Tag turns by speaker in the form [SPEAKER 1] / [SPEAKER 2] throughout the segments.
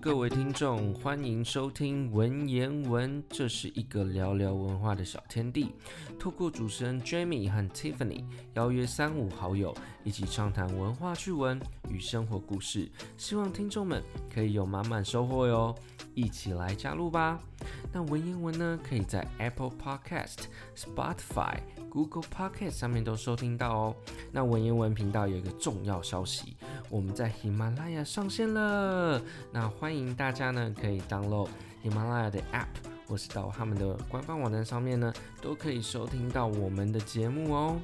[SPEAKER 1] 各位听众，欢迎收听文言文，这是一个聊聊文化的小天地。透过主持人 Jamie 和 Tiffany，邀约三五好友，一起畅谈文化趣闻与生活故事，希望听众们可以有满满收获哟！一起来加入吧。那文言文呢，可以在 Apple Podcast、Spotify、Google Podcast 上面都收听到哦。那文言文频道有一个重要消息，我们在喜马拉雅上线了。那欢迎大家呢可以 download 喜马拉雅的 App，或是到他们的官方网站上面呢，都可以收听到我们的节目哦。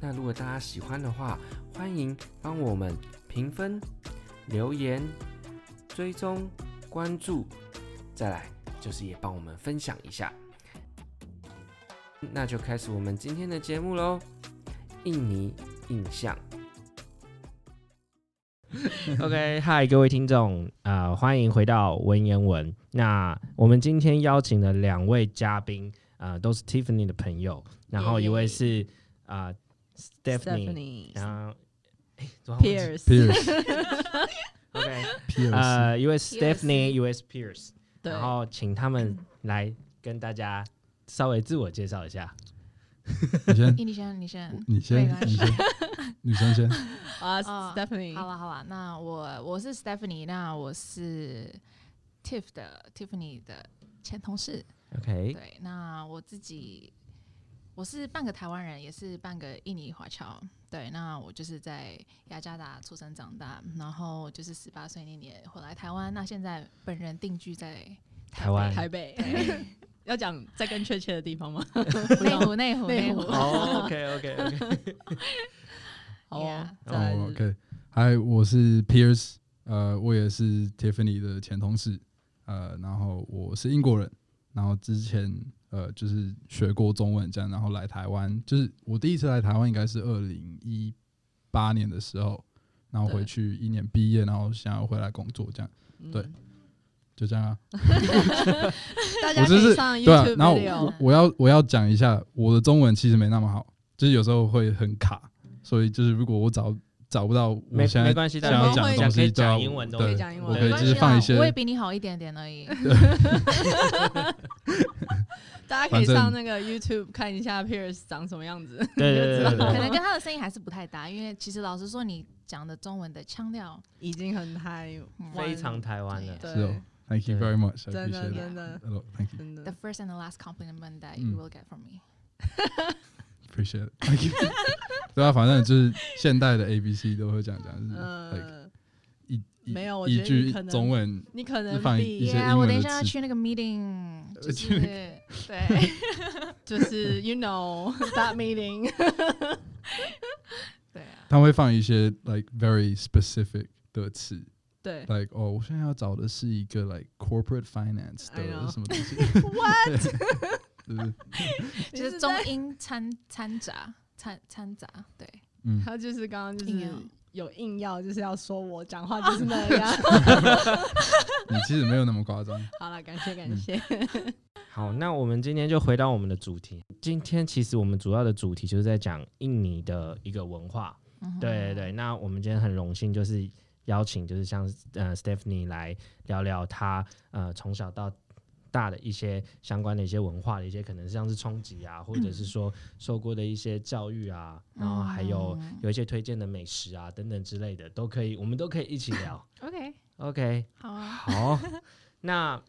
[SPEAKER 1] 那如果大家喜欢的话，欢迎帮我们评分、留言、追踪、关注，再来就是也帮我们分享一下。那就开始我们今天的节目喽，印尼印象。OK，嗨，各位听众，呃，欢迎回到文言文。那我们今天邀请的两位嘉宾，呃，都是 Tiffany 的朋友，然后一位是啊、呃 Stephanie，然后哎，怎么忘记
[SPEAKER 2] Pierce，
[SPEAKER 3] Pierce
[SPEAKER 1] OK，
[SPEAKER 3] Pierce，
[SPEAKER 1] 呃，一位
[SPEAKER 2] Pierce
[SPEAKER 1] Stephanie，一位 Pierce，
[SPEAKER 2] 对
[SPEAKER 1] 然后请他们来跟大家稍微自我介绍一下。
[SPEAKER 3] 你 先，
[SPEAKER 4] 印尼先，你先。
[SPEAKER 3] 你先
[SPEAKER 4] 没，关
[SPEAKER 3] 你
[SPEAKER 4] 系
[SPEAKER 3] 先， 女生先。
[SPEAKER 2] 啊
[SPEAKER 4] 哦好
[SPEAKER 2] ，Stephanie，
[SPEAKER 4] 了好了，那我我是 Stephanie，那我是 Tiff 的 Tiffany 的前同事。
[SPEAKER 1] OK，
[SPEAKER 4] 对，那我自己我是半个台湾人，也是半个印尼华侨。对，那我就是在雅加达出生长大，然后就是十八岁那年回来台湾，那现在本人定居在
[SPEAKER 1] 台湾
[SPEAKER 2] 台北， 要讲再更确切的地方吗？
[SPEAKER 4] 内湖内湖
[SPEAKER 2] 内
[SPEAKER 4] 内
[SPEAKER 2] 湖
[SPEAKER 4] 湖。
[SPEAKER 1] 哦，OK，OK，OK，
[SPEAKER 2] 好哦
[SPEAKER 4] Yeah，
[SPEAKER 2] 再来
[SPEAKER 3] 哦 OK，嗨，我是 Pierce，呃，我也是 Tiffany 的前同事，呃，然后我是英国人，然后之前呃就是学过中文这样，然后来台湾，就是我第一次来台湾应该是二零一八年的时候，然后回
[SPEAKER 2] 对
[SPEAKER 3] 去一年毕业，然后想要回来工作这样，对
[SPEAKER 2] 嗯
[SPEAKER 3] 就这样啊。
[SPEAKER 2] 大
[SPEAKER 3] 我
[SPEAKER 2] 家可
[SPEAKER 3] 就是
[SPEAKER 2] 以上
[SPEAKER 3] 对啊
[SPEAKER 2] YouTube，
[SPEAKER 3] 然后
[SPEAKER 2] video
[SPEAKER 3] 我要我要讲一下，我的中文其实没那么好，就是有时候会很卡，所以就是如果我找找不到我
[SPEAKER 1] 没
[SPEAKER 3] 现
[SPEAKER 1] 没
[SPEAKER 3] 在
[SPEAKER 1] 关系，大
[SPEAKER 3] 想
[SPEAKER 1] 家
[SPEAKER 3] 要
[SPEAKER 1] 可以
[SPEAKER 3] 讲的
[SPEAKER 1] 讲可
[SPEAKER 3] 东
[SPEAKER 1] 以
[SPEAKER 3] 西，就要
[SPEAKER 1] 讲英文都
[SPEAKER 3] 对
[SPEAKER 2] 可以讲英文
[SPEAKER 3] 我可
[SPEAKER 4] 没
[SPEAKER 3] 以
[SPEAKER 4] 关
[SPEAKER 3] 就
[SPEAKER 4] 系
[SPEAKER 3] 是放
[SPEAKER 4] 啦
[SPEAKER 3] 一些
[SPEAKER 4] 我也比你好一点点而已。
[SPEAKER 2] 大家可以上那个 YouTube 看一下 Pierce 长什么样子。
[SPEAKER 1] 对对对对
[SPEAKER 4] 可能
[SPEAKER 1] 对，
[SPEAKER 4] 跟他的声音还是不太搭，因为其实老实说，你讲的中文的腔调，
[SPEAKER 2] 已经很嗨，
[SPEAKER 4] 嗯
[SPEAKER 1] 非常台湾的。
[SPEAKER 2] 对
[SPEAKER 3] 是哦，Thank you very much，I
[SPEAKER 2] 真的
[SPEAKER 3] appreciate it
[SPEAKER 2] 真的
[SPEAKER 3] a lot. Thank you,
[SPEAKER 2] 真
[SPEAKER 4] the
[SPEAKER 2] 的
[SPEAKER 4] first and the last compliment that you
[SPEAKER 3] 嗯
[SPEAKER 4] will get from me。
[SPEAKER 3] appreciate it. Thank you. 对啊，反正就是现代的 A B C 都会讲讲，就是 like
[SPEAKER 2] 嗯，
[SPEAKER 3] 一一
[SPEAKER 2] 没有我觉
[SPEAKER 3] 一
[SPEAKER 2] 得
[SPEAKER 3] 句
[SPEAKER 2] 你可能
[SPEAKER 3] 中文
[SPEAKER 2] 你可能
[SPEAKER 3] 放一
[SPEAKER 2] 比
[SPEAKER 3] 些
[SPEAKER 4] Yeah，
[SPEAKER 3] 英文的
[SPEAKER 4] 我等一下要
[SPEAKER 3] 词呃
[SPEAKER 4] 去那个 meeting，就
[SPEAKER 3] 去
[SPEAKER 4] 是对
[SPEAKER 2] 就是 you know that meeting，
[SPEAKER 4] 对啊，
[SPEAKER 3] 他会放一些 like very specific 的词
[SPEAKER 2] 对
[SPEAKER 3] ，like 哦，我现在要找的是一个 like corporate finance
[SPEAKER 2] I know
[SPEAKER 3] 的什么东 西，
[SPEAKER 2] ，what？
[SPEAKER 3] 就是
[SPEAKER 4] 就是中英掺掺杂掺掺杂，对，
[SPEAKER 3] 嗯，
[SPEAKER 2] 他就是刚刚就
[SPEAKER 4] 硬
[SPEAKER 2] 是
[SPEAKER 4] 要
[SPEAKER 2] 有硬要，就是要说我讲 话就是那样。
[SPEAKER 3] 你其实没有那么夸张。
[SPEAKER 2] 好了，感谢感谢。
[SPEAKER 3] 嗯
[SPEAKER 1] 好，那我们今天就回到我们的主题。今天其实我们主要的主题就是在讲印尼的一个文化。
[SPEAKER 4] 嗯哼
[SPEAKER 1] 对对对，那我们今天很荣幸就是邀请就是像呃 Stephanie 来聊聊她呃从小到大的一些相关的一些文化的一些可能像是冲击啊，或
[SPEAKER 4] 嗯
[SPEAKER 1] 者是说受过的一些教育啊，然后还有
[SPEAKER 4] 嗯
[SPEAKER 1] 有一些推荐的美食啊等等之类的都可以，我们都可以一起聊。
[SPEAKER 4] OK，
[SPEAKER 1] OK，
[SPEAKER 4] 好啊
[SPEAKER 1] 好，那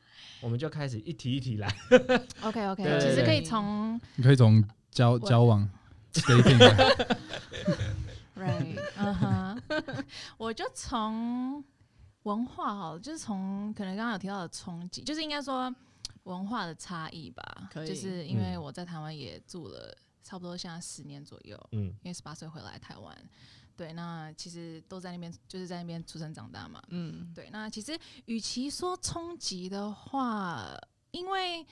[SPEAKER 1] 我们就开始一题一题来。
[SPEAKER 4] ，OK
[SPEAKER 1] 对
[SPEAKER 4] OK，
[SPEAKER 1] 对
[SPEAKER 4] 其实可以
[SPEAKER 2] 对
[SPEAKER 4] 从
[SPEAKER 3] 你可以从交交往 dating 来
[SPEAKER 4] Right，嗯哼， 我就从文化好了，就是从可能刚刚有提到的冲击，就是应该说文化的差异吧。
[SPEAKER 2] 可以
[SPEAKER 4] 就是因为
[SPEAKER 1] 嗯
[SPEAKER 4] 我在台湾也住了差不多现在十年左右，
[SPEAKER 1] 嗯
[SPEAKER 4] 因为十八岁回来台湾，对，那其实都在那边，就是在那边出生长大嘛。
[SPEAKER 2] 嗯，
[SPEAKER 4] 对，那其实与其说冲击的话，因为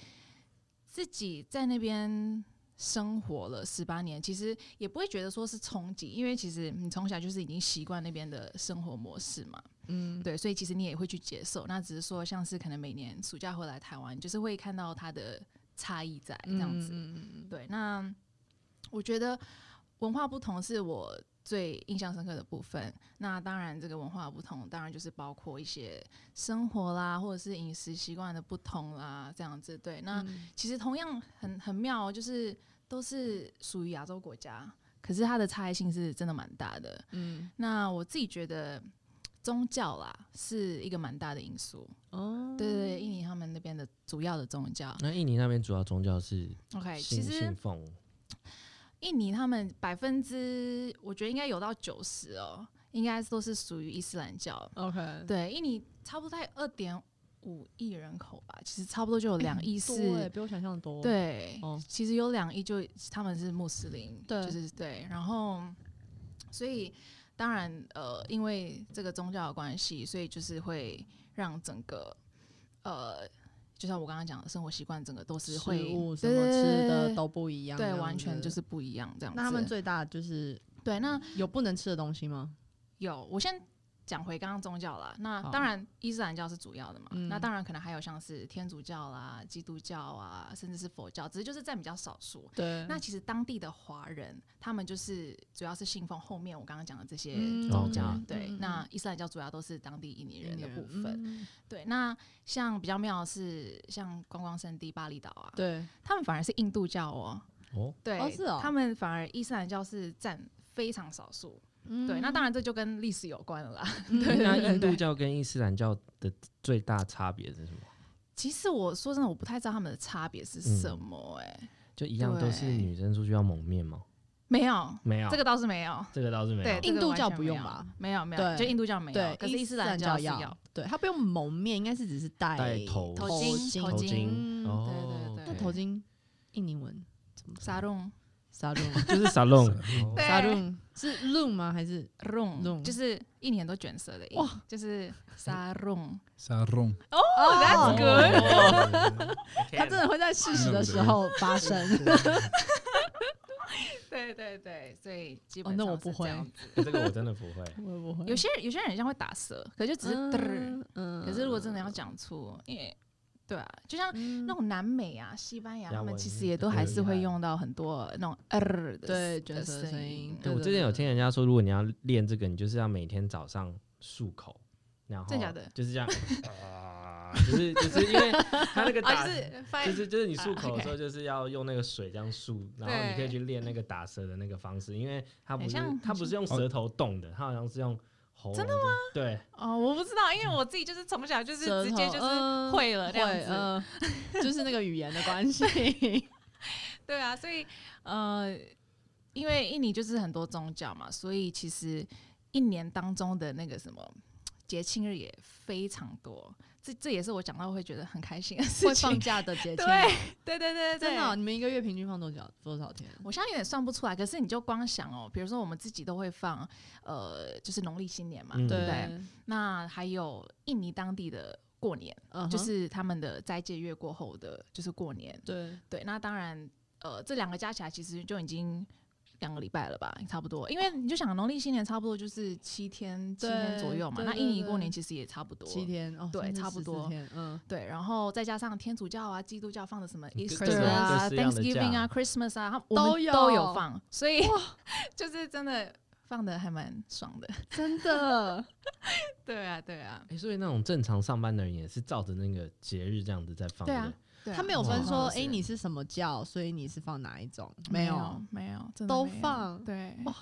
[SPEAKER 4] 自己在那边生活了十八年，其实也不会觉得说是冲击，因为其实你从小就是已经习惯那边的生活模式嘛。
[SPEAKER 2] 嗯，
[SPEAKER 4] 对，所以其实你也会去接受。那只是说，像是可能每年暑假回来台湾，就是会看到它的差异
[SPEAKER 2] 嗯
[SPEAKER 4] 在这样子。
[SPEAKER 2] 嗯，嗯嗯嗯
[SPEAKER 4] 对，那我觉得文化不同是我最印象深刻的部分。那当然，这个文化的不同，当然就是包括一些生活啦，或者是饮食习惯的不同啦，这样子。对，那
[SPEAKER 2] 嗯
[SPEAKER 4] 其实同样很很妙哦，就是都是属于亚洲国家，可是它的差异性是真的蛮大的。
[SPEAKER 2] 嗯
[SPEAKER 4] 那我自己觉得宗教啦是一个蛮大的因素。
[SPEAKER 2] 哦，嗯
[SPEAKER 4] 对对对，印尼他们那边的主要的宗教
[SPEAKER 1] 那印尼那边主要宗教是
[SPEAKER 4] ，OK，其哎
[SPEAKER 1] 信
[SPEAKER 4] 实
[SPEAKER 1] 信奉，
[SPEAKER 4] 印尼他们百分之我觉得应该有到九十哦，应该都是属于伊斯兰教。
[SPEAKER 2] ，OK，
[SPEAKER 4] 对，印尼差不多在二点五亿人口吧，其实差不多就有两亿
[SPEAKER 2] 多
[SPEAKER 4] 四、
[SPEAKER 2] 欸比我想象多，，
[SPEAKER 4] 对，
[SPEAKER 2] 哦
[SPEAKER 4] 其实有两亿就他们是穆斯林，
[SPEAKER 2] 对
[SPEAKER 4] 就是对，然后所以当然呃，因为这个宗教的关系，所以就是会让整个呃，就像我刚刚讲的生活习惯，整个都是
[SPEAKER 2] 食
[SPEAKER 4] 会
[SPEAKER 2] 物什
[SPEAKER 4] 对
[SPEAKER 2] 么
[SPEAKER 4] 对
[SPEAKER 2] 吃的
[SPEAKER 4] 对
[SPEAKER 2] 都不一样，
[SPEAKER 4] 对，
[SPEAKER 2] 这样
[SPEAKER 4] 完全
[SPEAKER 2] 子
[SPEAKER 4] 就是不一样这样子。
[SPEAKER 2] 那他们最大的就是
[SPEAKER 4] 对那
[SPEAKER 2] 有不能吃的东西吗？
[SPEAKER 4] 有，我先讲回刚刚宗教啦。那
[SPEAKER 2] 好
[SPEAKER 4] 当然，伊斯兰教是主要的嘛。
[SPEAKER 2] 嗯
[SPEAKER 4] 那当然，可能还有像是天主教啦、基督教啊，甚至是佛教，只是就是占比较少数。
[SPEAKER 2] 对
[SPEAKER 4] 那其实当地的华人，他们就是主要是信奉后面我刚刚讲的这些
[SPEAKER 2] 嗯
[SPEAKER 4] 宗教。
[SPEAKER 1] OK
[SPEAKER 4] 对，
[SPEAKER 2] 嗯嗯嗯
[SPEAKER 4] 那伊斯兰教主要都是当地印尼人的部分。
[SPEAKER 2] 嗯
[SPEAKER 4] 对，那像比较妙的是像观光圣地巴厘岛啊，
[SPEAKER 2] 对，
[SPEAKER 4] 他们反而是印度教哦。
[SPEAKER 1] 哦，
[SPEAKER 4] 对，
[SPEAKER 2] 哦是哦
[SPEAKER 4] 他们反而伊斯兰教是占非常少数。
[SPEAKER 2] 嗯
[SPEAKER 4] 对，那当然这就跟历史有关了啦。对
[SPEAKER 1] 那印
[SPEAKER 4] 对
[SPEAKER 1] 度教跟伊斯兰教的最大差别是什么？
[SPEAKER 4] 其实我说真的，我不太知道他们的差别是
[SPEAKER 1] 嗯
[SPEAKER 4] 什么、哎、
[SPEAKER 1] 就一样都是
[SPEAKER 4] 对
[SPEAKER 1] 女生出去要蒙面吗？
[SPEAKER 4] 没有，
[SPEAKER 1] 没有，
[SPEAKER 4] 这个倒是没有。
[SPEAKER 1] 这个倒是没
[SPEAKER 4] 对
[SPEAKER 1] 有，。
[SPEAKER 4] 这个
[SPEAKER 2] 印度
[SPEAKER 4] 完
[SPEAKER 2] 教
[SPEAKER 4] 全
[SPEAKER 2] 不
[SPEAKER 4] 没
[SPEAKER 2] 用
[SPEAKER 4] 有
[SPEAKER 2] 吧？
[SPEAKER 4] 没有，没有，
[SPEAKER 2] 对
[SPEAKER 4] 就印度教没有
[SPEAKER 2] 对，，
[SPEAKER 4] 可是伊斯兰
[SPEAKER 2] 教
[SPEAKER 4] 是
[SPEAKER 2] 要，对他不用蒙面，应该是只是戴
[SPEAKER 1] 戴头
[SPEAKER 4] 头
[SPEAKER 2] 巾
[SPEAKER 4] 巾、
[SPEAKER 1] 头巾
[SPEAKER 2] 嗯
[SPEAKER 1] 哦，
[SPEAKER 4] 对对
[SPEAKER 2] 那
[SPEAKER 4] 对
[SPEAKER 2] 头巾印尼文怎么
[SPEAKER 4] 沙龙
[SPEAKER 2] 沙龙
[SPEAKER 1] 就是 salon，
[SPEAKER 3] 哦
[SPEAKER 4] 对
[SPEAKER 2] 沙龙是 room 吗？还是
[SPEAKER 4] 龙，
[SPEAKER 2] Rung
[SPEAKER 4] 就是一年都卷舌的音，
[SPEAKER 2] 哇
[SPEAKER 4] 就是沙龙。
[SPEAKER 3] 沙龙，
[SPEAKER 2] 哦
[SPEAKER 1] 哦
[SPEAKER 2] that's good 他
[SPEAKER 1] 他
[SPEAKER 2] 真的会在适时的时候发生。
[SPEAKER 4] 对对对，所以基
[SPEAKER 2] 哦
[SPEAKER 4] 本，
[SPEAKER 2] 那
[SPEAKER 4] 上
[SPEAKER 2] 我
[SPEAKER 4] 是
[SPEAKER 2] 不
[SPEAKER 4] 这
[SPEAKER 2] 会
[SPEAKER 4] 样，
[SPEAKER 1] 这个我真的不 会。
[SPEAKER 2] 我不会
[SPEAKER 4] 有些人有些人很像会打舌，可就只是嘚儿。
[SPEAKER 2] 嗯
[SPEAKER 4] 可是如果真的要讲出，因为对啊，就像
[SPEAKER 2] 嗯
[SPEAKER 4] 那种南美啊、西班牙，
[SPEAKER 1] 亚
[SPEAKER 4] 他们
[SPEAKER 1] 文
[SPEAKER 4] 其实也都还是会用到很多那种呃的
[SPEAKER 2] 对
[SPEAKER 4] 的
[SPEAKER 2] 卷舌声
[SPEAKER 4] 声
[SPEAKER 2] 音
[SPEAKER 1] 对
[SPEAKER 2] 对
[SPEAKER 1] 我之前有听人家说，如果你要练这个，你就是要每天早上漱口，然后
[SPEAKER 4] 真假的
[SPEAKER 1] 就是这 样，啊，就是就是因为他那个打，
[SPEAKER 4] 哦啊是翻
[SPEAKER 1] 就是就是你漱
[SPEAKER 4] 啊
[SPEAKER 1] 口的
[SPEAKER 4] ，OK
[SPEAKER 1] 时候，就是要用那个水这样漱，然后你可以去练那个打舌的那个方式，因为它不
[SPEAKER 4] 很
[SPEAKER 1] 是
[SPEAKER 4] 像
[SPEAKER 1] 它不是用舌头动的，它好像是用喉。真的吗？对，
[SPEAKER 4] 哦，我不知道，因为我自己就是从小就是直接就是
[SPEAKER 2] 嗯
[SPEAKER 4] 嗯会嗯了这样子，
[SPEAKER 2] 子，就是那个语言的关 系。
[SPEAKER 4] 对啊，所以呃，因为印尼就是很多宗教嘛，所以其实一年当中的那个什么节庆日也非常多，这这也是我讲到会觉得很开心的事
[SPEAKER 2] 会
[SPEAKER 4] 情
[SPEAKER 2] 放。假的节庆，
[SPEAKER 4] 对对对对对，
[SPEAKER 2] 真的哦，你们一个月平均放多少多少天？啊
[SPEAKER 4] 我现在有点算不出来，可是你就光想哦，比如说我们自己都会放，呃，就是农历新年嘛，
[SPEAKER 1] 嗯
[SPEAKER 4] 对不对？
[SPEAKER 2] 对，
[SPEAKER 4] 那还有印尼当地的过年，
[SPEAKER 2] 嗯哼
[SPEAKER 4] 就是他们的斋戒月过后的，就是过年。
[SPEAKER 2] 对，
[SPEAKER 4] 对，那当然，呃，这两个加起来其实就已经两个礼拜了吧，差不多。因为你就想农历新年差不多就是七天，七
[SPEAKER 2] 对
[SPEAKER 4] 天左右嘛。
[SPEAKER 2] 对
[SPEAKER 4] 那
[SPEAKER 2] 对
[SPEAKER 4] 印尼过
[SPEAKER 2] 对
[SPEAKER 4] 年其实也差不多。
[SPEAKER 2] 七天哦，
[SPEAKER 4] 对
[SPEAKER 2] 甚至
[SPEAKER 4] 差不多
[SPEAKER 2] 14天，嗯，
[SPEAKER 4] 对，然后再加上天主教啊、基督教放的什么
[SPEAKER 1] 各
[SPEAKER 4] Easter
[SPEAKER 2] 种
[SPEAKER 1] 各
[SPEAKER 4] 啊、
[SPEAKER 1] 式样的
[SPEAKER 4] Thanksgiving
[SPEAKER 1] 假
[SPEAKER 4] 啊、Christmas 啊，他们
[SPEAKER 2] 都
[SPEAKER 4] 我们都有
[SPEAKER 2] 有
[SPEAKER 4] 放，所以 就是真的放的还蛮爽的。
[SPEAKER 2] 真的，
[SPEAKER 4] 对啊，对啊，
[SPEAKER 1] 哎，所以那种正常上班的人也是照着那个节日这样子在放。
[SPEAKER 4] 对
[SPEAKER 1] 不
[SPEAKER 4] 啊， 对啊
[SPEAKER 2] 他没有分说，
[SPEAKER 4] 哇
[SPEAKER 2] 哎，你是什么教，所以你是放哪一种？
[SPEAKER 4] 没
[SPEAKER 2] 有，，
[SPEAKER 4] 没有，真的
[SPEAKER 2] 都
[SPEAKER 4] 没有
[SPEAKER 2] 放
[SPEAKER 4] 对
[SPEAKER 2] 哇，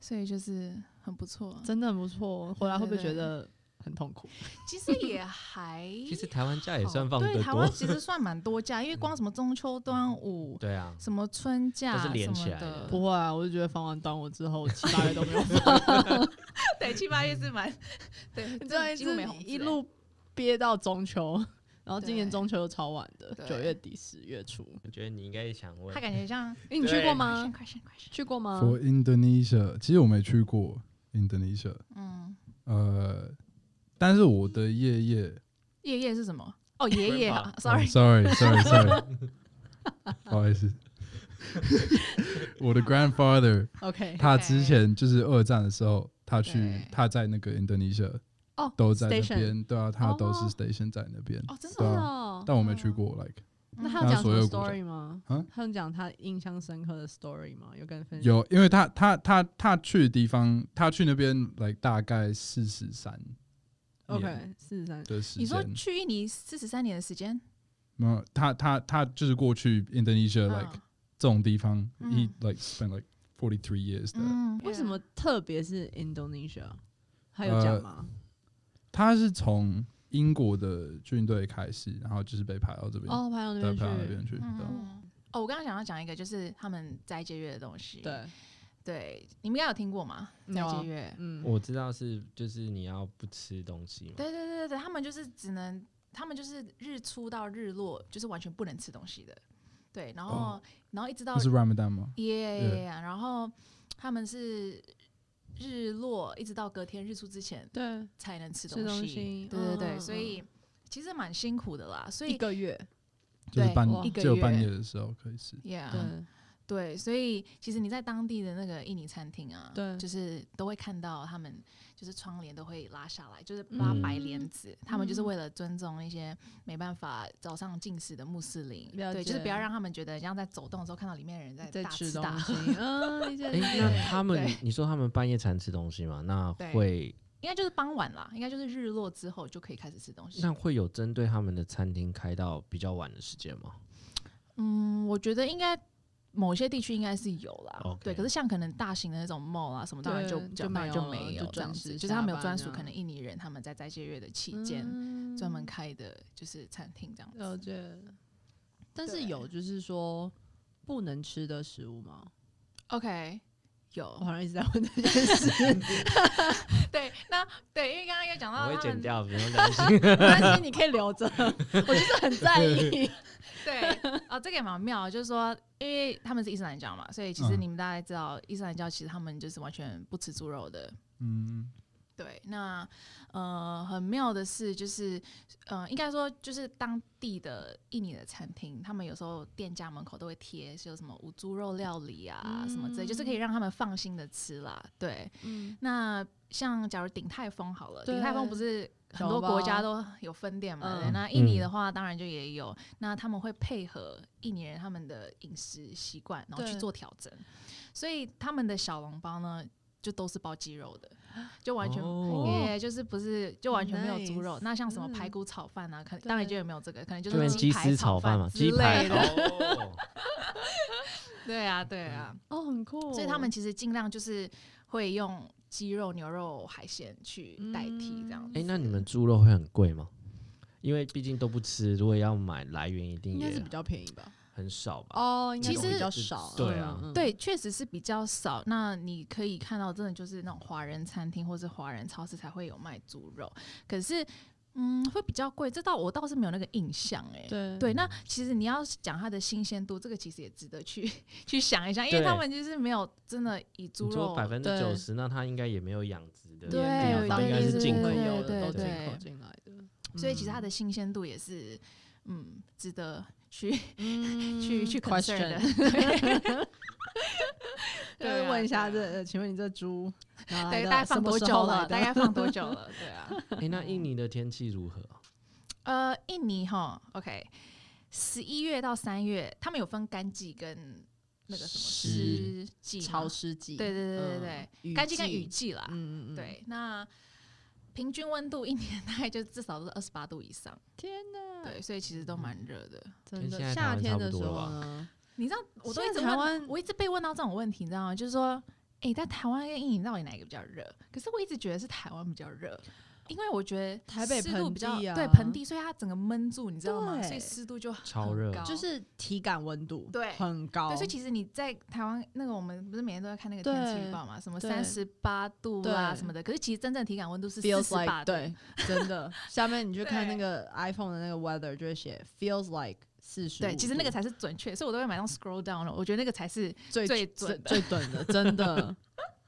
[SPEAKER 4] 所以就是很不错。
[SPEAKER 2] 真的很不错。回来会不会
[SPEAKER 4] 对对
[SPEAKER 2] 觉得很痛苦？
[SPEAKER 4] 其实也还
[SPEAKER 1] 其实台湾假也算
[SPEAKER 4] 好
[SPEAKER 1] 放
[SPEAKER 4] 对
[SPEAKER 1] 得
[SPEAKER 4] 台湾
[SPEAKER 1] 多。
[SPEAKER 4] 其实算蛮多假，因为光什么 中秋、端午、
[SPEAKER 1] 对啊，
[SPEAKER 4] 什么春假
[SPEAKER 1] 都
[SPEAKER 4] 什
[SPEAKER 1] 是
[SPEAKER 4] 么
[SPEAKER 1] 连起来的
[SPEAKER 4] 的，
[SPEAKER 2] 不会啊，我就觉得放完端午之后，七八月 都没有放。
[SPEAKER 4] 对七八月是蛮 对，
[SPEAKER 2] 你
[SPEAKER 4] 真
[SPEAKER 2] 知道
[SPEAKER 4] 的
[SPEAKER 2] 一
[SPEAKER 4] 几乎
[SPEAKER 2] 直
[SPEAKER 4] 没红字
[SPEAKER 2] 一
[SPEAKER 4] 欸
[SPEAKER 2] 路憋到中 秋，然后今年
[SPEAKER 4] 对
[SPEAKER 2] 中秋又超晚的，
[SPEAKER 4] 对
[SPEAKER 2] 九月底十月初。
[SPEAKER 1] 我觉得你应该也想问
[SPEAKER 4] 他，感觉像
[SPEAKER 2] 诶你去过
[SPEAKER 4] 快
[SPEAKER 2] 吗
[SPEAKER 4] 点？快点快点，
[SPEAKER 2] 去过吗？
[SPEAKER 3] For Indonesia，其实我没去过 Indonesia，
[SPEAKER 4] 嗯，
[SPEAKER 3] 呃，但是我的爷爷
[SPEAKER 4] 爷爷是什么？ 哦，爷爷
[SPEAKER 1] Grandpa
[SPEAKER 4] 啊，sorry，
[SPEAKER 3] sorry，sorry，sorry，不好意思，我的 grandfather
[SPEAKER 2] OK，
[SPEAKER 3] 他之前就是二战的时候，他去
[SPEAKER 4] 对
[SPEAKER 3] 他在那个 Indonesia
[SPEAKER 2] 哦，
[SPEAKER 3] 都在那
[SPEAKER 2] station
[SPEAKER 3] 边，对啊，他都是
[SPEAKER 2] 哦
[SPEAKER 3] station 在那边，
[SPEAKER 2] 哦，真的
[SPEAKER 3] 对啊
[SPEAKER 2] 哦，
[SPEAKER 3] 但我没去过，like
[SPEAKER 4] 嗯
[SPEAKER 2] 那他
[SPEAKER 3] 那
[SPEAKER 2] 有讲什
[SPEAKER 3] 所
[SPEAKER 2] 么
[SPEAKER 3] 有国家
[SPEAKER 2] story 吗？
[SPEAKER 3] 啊
[SPEAKER 2] 他有讲他印象深刻的 story 吗？有跟你
[SPEAKER 4] 嗯
[SPEAKER 2] 分享？
[SPEAKER 3] 有，因为他他他他去的地方，他去那边来大概四十三嗯
[SPEAKER 2] OK，四十三。
[SPEAKER 3] 的时
[SPEAKER 4] 你说
[SPEAKER 3] 间，
[SPEAKER 4] 去印尼四十三年的时间，
[SPEAKER 3] 没有他他他就是过去 Indonesia
[SPEAKER 4] 嗯
[SPEAKER 3] like 这种地方，he
[SPEAKER 4] 嗯
[SPEAKER 3] like spent like forty three years 的。
[SPEAKER 4] 嗯，
[SPEAKER 2] 为什
[SPEAKER 4] yeah
[SPEAKER 2] 么特别是 Indonesia？他有讲吗？
[SPEAKER 3] 他是从英国的军队开始，然后就是被派到这边，
[SPEAKER 2] 哦，排到那
[SPEAKER 3] 对，
[SPEAKER 2] 边
[SPEAKER 3] 派到那边
[SPEAKER 2] 去。
[SPEAKER 3] 去。对
[SPEAKER 4] 嗯，哦，我刚刚想要讲一个，就是他们斋戒月的东西。
[SPEAKER 2] 对，
[SPEAKER 4] 对，你们应该有听过吗？斋
[SPEAKER 2] 有啊
[SPEAKER 4] 戒月。
[SPEAKER 2] 嗯，
[SPEAKER 1] 我知道是就是你要不吃东西嘛，
[SPEAKER 4] 对对对对对，他们就是只能，他们就是日出到日落，就是完全不能吃东西的。对，然后、
[SPEAKER 3] 哦
[SPEAKER 4] 然后一直到
[SPEAKER 3] 那是 Ramadan 吗？
[SPEAKER 4] 耶耶
[SPEAKER 3] 对
[SPEAKER 4] 耶，然后他们是日落一直到隔天日出之前
[SPEAKER 2] 对，
[SPEAKER 4] 才能吃
[SPEAKER 2] 吃
[SPEAKER 4] 东
[SPEAKER 2] 东
[SPEAKER 4] 西。
[SPEAKER 2] 西。
[SPEAKER 4] 对对对，
[SPEAKER 2] 嗯
[SPEAKER 4] 所
[SPEAKER 2] 嗯
[SPEAKER 4] 以其实蛮辛苦的啦。所
[SPEAKER 2] 一
[SPEAKER 4] 以
[SPEAKER 2] 个月，
[SPEAKER 3] 就是
[SPEAKER 4] 对
[SPEAKER 3] 半
[SPEAKER 2] 哇
[SPEAKER 4] 一个
[SPEAKER 3] 只有半
[SPEAKER 4] 月
[SPEAKER 3] 夜的时候可以吃。
[SPEAKER 4] ，Yeah，
[SPEAKER 2] 对，
[SPEAKER 4] 对，所以其实你在当地的那个印尼餐厅啊，
[SPEAKER 2] 对
[SPEAKER 4] 就是都会看到他们就是窗帘都会拉下来，
[SPEAKER 2] 嗯
[SPEAKER 4] 就是拉白帘子。他们就是为了尊重一些没办法早上进食的穆斯林，
[SPEAKER 2] 了
[SPEAKER 4] 对，就是
[SPEAKER 2] 解
[SPEAKER 4] 不要让他们觉得像在走动的时候看到里面的人在
[SPEAKER 2] 在
[SPEAKER 4] 大
[SPEAKER 2] 吃
[SPEAKER 4] 吃
[SPEAKER 2] 东
[SPEAKER 4] 大
[SPEAKER 2] 西
[SPEAKER 4] 喝，。
[SPEAKER 2] 嗯，理解
[SPEAKER 1] 哎、
[SPEAKER 2] 理
[SPEAKER 1] 那
[SPEAKER 2] 解。
[SPEAKER 1] 他们
[SPEAKER 4] 对
[SPEAKER 1] 你说他们半夜才吃东西嘛？那
[SPEAKER 4] 对
[SPEAKER 1] 会
[SPEAKER 4] 应该就是傍晚啦，应该就是日落之后就可以开始吃东西
[SPEAKER 1] 那。会有针对他们的餐厅开到比较晚的时间吗？
[SPEAKER 4] 嗯，我觉得应该。某些地区应该是有啦
[SPEAKER 1] OK
[SPEAKER 4] 对，可是像可能大型的那种 mall 啊什么，当然就
[SPEAKER 2] 对
[SPEAKER 4] 比
[SPEAKER 2] 就
[SPEAKER 4] 较当然
[SPEAKER 2] 没
[SPEAKER 4] 就
[SPEAKER 2] 有了
[SPEAKER 4] 没
[SPEAKER 2] 就
[SPEAKER 4] 有这
[SPEAKER 2] 准
[SPEAKER 4] 样
[SPEAKER 2] 时
[SPEAKER 4] 子，就是
[SPEAKER 2] 下
[SPEAKER 4] 他们有
[SPEAKER 2] 班
[SPEAKER 4] 专
[SPEAKER 2] 这
[SPEAKER 4] 属可
[SPEAKER 2] 样
[SPEAKER 4] 能印尼人他们在斋戒月的期间，
[SPEAKER 2] 嗯
[SPEAKER 4] 专门开的就是餐厅这样
[SPEAKER 2] 了
[SPEAKER 4] 子。
[SPEAKER 2] 解。但是
[SPEAKER 4] 嗯对
[SPEAKER 2] 有就是说不能吃的食物吗？
[SPEAKER 4] OK，
[SPEAKER 2] 我
[SPEAKER 4] 有
[SPEAKER 2] 好像一直在问这件事，
[SPEAKER 4] 对，那对，因为刚刚有讲到
[SPEAKER 1] 我会
[SPEAKER 4] 啊他
[SPEAKER 1] 剪
[SPEAKER 4] 们
[SPEAKER 1] 掉，不 用担心。
[SPEAKER 2] 但是你可以留着，我就是很在意。
[SPEAKER 4] 对啊，这个也蛮妙的，就是说，因为他们是伊斯兰教嘛，所以其实
[SPEAKER 3] 嗯
[SPEAKER 4] 你们大概知道，伊斯兰教其实他们就是完全不吃猪肉的。
[SPEAKER 3] 嗯，
[SPEAKER 4] 对，那呃，很妙的是，就是呃，应该说就是当地的印尼的餐厅，他们有时候店家门口都会贴，就什么无猪肉料理啊，什么之类，就是可以让他们放心的吃啦。对，
[SPEAKER 2] 嗯，
[SPEAKER 4] 那像假如鼎泰丰好了，
[SPEAKER 2] 对
[SPEAKER 4] 鼎泰丰不是很多
[SPEAKER 2] 小包
[SPEAKER 4] 国家都有分店嘛？对
[SPEAKER 2] 嗯
[SPEAKER 4] 那印尼的话，当然就也有。那他们会配合印尼人他们的饮食习惯，然后去
[SPEAKER 2] 对
[SPEAKER 4] 做调整。所以他们的小笼包呢，就都是包鸡肉的，就完全。
[SPEAKER 1] 哦
[SPEAKER 4] 也就是不是就完全没有猪肉
[SPEAKER 2] Nice，
[SPEAKER 4] 那像什么
[SPEAKER 2] 嗯
[SPEAKER 4] 排骨炒饭啊，可能
[SPEAKER 2] 对
[SPEAKER 4] 当然就也没有这个，可能就
[SPEAKER 1] 就变
[SPEAKER 4] 是
[SPEAKER 1] 鸡
[SPEAKER 4] 排
[SPEAKER 1] 丝炒
[SPEAKER 4] 饭
[SPEAKER 1] 饭嘛，
[SPEAKER 4] 之
[SPEAKER 1] 鸡排
[SPEAKER 4] 类的。
[SPEAKER 1] 哦，
[SPEAKER 4] 对啊，对啊。
[SPEAKER 2] 哦，很酷。
[SPEAKER 4] 所以他们其实尽量就是会用鸡肉、牛肉、海鲜去代替这样
[SPEAKER 2] 嗯
[SPEAKER 4] 嗯
[SPEAKER 1] 哎、
[SPEAKER 4] 子。
[SPEAKER 1] 那你们猪肉会很贵吗？因为毕竟都不吃，如果要买来源一定
[SPEAKER 2] 应该是
[SPEAKER 1] 也
[SPEAKER 2] 比较便宜吧？
[SPEAKER 1] 很少吧。
[SPEAKER 2] 哦，应该
[SPEAKER 4] 其
[SPEAKER 2] 是
[SPEAKER 4] 实
[SPEAKER 2] 比较少。
[SPEAKER 1] 对啊
[SPEAKER 2] 嗯，
[SPEAKER 4] 对，确实是比较少。那你可以看到，真的就是那种华人餐厅或是华人超市才会有卖猪肉，可是嗯，会比较贵。这倒我倒是没有那个印象哎、
[SPEAKER 2] 对
[SPEAKER 4] 对，那其实你要讲它的新鲜度，这个其实也值得去去想一下，因为
[SPEAKER 1] 对
[SPEAKER 4] 他们就是没有真的以猪
[SPEAKER 1] 你
[SPEAKER 4] 肉
[SPEAKER 1] 说百分之
[SPEAKER 2] 对
[SPEAKER 1] 九十，那它应该也没有养殖的地
[SPEAKER 4] 对
[SPEAKER 1] 方，
[SPEAKER 4] 对
[SPEAKER 1] 应该是
[SPEAKER 4] 对
[SPEAKER 1] 进口
[SPEAKER 4] 对
[SPEAKER 1] 的。
[SPEAKER 2] 有的都
[SPEAKER 4] 对
[SPEAKER 2] 进
[SPEAKER 4] 对
[SPEAKER 2] 口进来的，
[SPEAKER 4] 所以其实它
[SPEAKER 2] 的
[SPEAKER 4] 的新鲜度也是嗯值得去去
[SPEAKER 2] 去
[SPEAKER 4] 去嗯 concern
[SPEAKER 2] 嗯 question
[SPEAKER 4] 的。
[SPEAKER 2] 就是
[SPEAKER 4] 对啊
[SPEAKER 2] 问一下这，
[SPEAKER 4] 对啊
[SPEAKER 2] 呃请问你这猪哪来
[SPEAKER 4] 对，
[SPEAKER 2] 的
[SPEAKER 4] 大概放多久
[SPEAKER 2] 什么
[SPEAKER 4] 了？大？
[SPEAKER 2] 时候来的
[SPEAKER 4] 概放多久了？对啊，
[SPEAKER 1] 哎、那印尼的天气如何？
[SPEAKER 4] 呃，印尼哈，OK，十一月到三月，他们有分干季跟那个什么
[SPEAKER 1] 湿
[SPEAKER 4] 湿季吗、
[SPEAKER 2] 潮湿季，嗯
[SPEAKER 4] 对对对对对
[SPEAKER 2] 对
[SPEAKER 4] 干季跟雨，季啦。
[SPEAKER 2] 嗯嗯嗯，，
[SPEAKER 4] 对，那平均温度一年大概就至少都是二十八度以上，
[SPEAKER 2] 天哪，
[SPEAKER 4] 对，所以其实都
[SPEAKER 2] 嗯
[SPEAKER 4] 蛮热的。
[SPEAKER 2] 真
[SPEAKER 1] 跟现在
[SPEAKER 2] 的
[SPEAKER 1] 台湾
[SPEAKER 2] 夏天
[SPEAKER 1] 差不
[SPEAKER 2] 的时
[SPEAKER 1] 多了
[SPEAKER 2] 候
[SPEAKER 1] 吧
[SPEAKER 2] 呢，
[SPEAKER 4] 你知道，我都一
[SPEAKER 2] 现
[SPEAKER 4] 直
[SPEAKER 2] 在台
[SPEAKER 4] 问，
[SPEAKER 2] 湾
[SPEAKER 4] 我一直被问到这种问题，你知道吗？就是说，诶，在台湾跟印尼到底哪一个比较热？可是我一直觉得是台湾比较热，因为我觉得
[SPEAKER 2] 台北
[SPEAKER 4] 湿度比较
[SPEAKER 2] 盆地啊
[SPEAKER 4] 对盆地，所以它整个闷住，你知道吗？
[SPEAKER 2] 对
[SPEAKER 4] 所以湿度就很
[SPEAKER 1] 超热
[SPEAKER 4] 高
[SPEAKER 2] 就是体感温度
[SPEAKER 4] 对
[SPEAKER 2] 很高，
[SPEAKER 4] 对，所以其实你在台湾那个，我们不是每天都在看那个
[SPEAKER 2] 对
[SPEAKER 4] 天气预报嘛，什么
[SPEAKER 2] 对
[SPEAKER 4] 三十八度啦
[SPEAKER 2] 对
[SPEAKER 4] 什么的。可是其实真正体感温度是四
[SPEAKER 2] feels
[SPEAKER 4] 十八
[SPEAKER 2] like
[SPEAKER 4] 度，
[SPEAKER 2] 对，真的。 下面你去看那
[SPEAKER 4] 对
[SPEAKER 2] 个 iPhone 的那个 weather 就会写 feels like 四十，
[SPEAKER 4] 对，其实那个才是准确，所以我都会马上 scroll down 了。我觉得那个才是
[SPEAKER 2] 最
[SPEAKER 4] 最
[SPEAKER 2] 最
[SPEAKER 4] 准的
[SPEAKER 2] 最准的，真的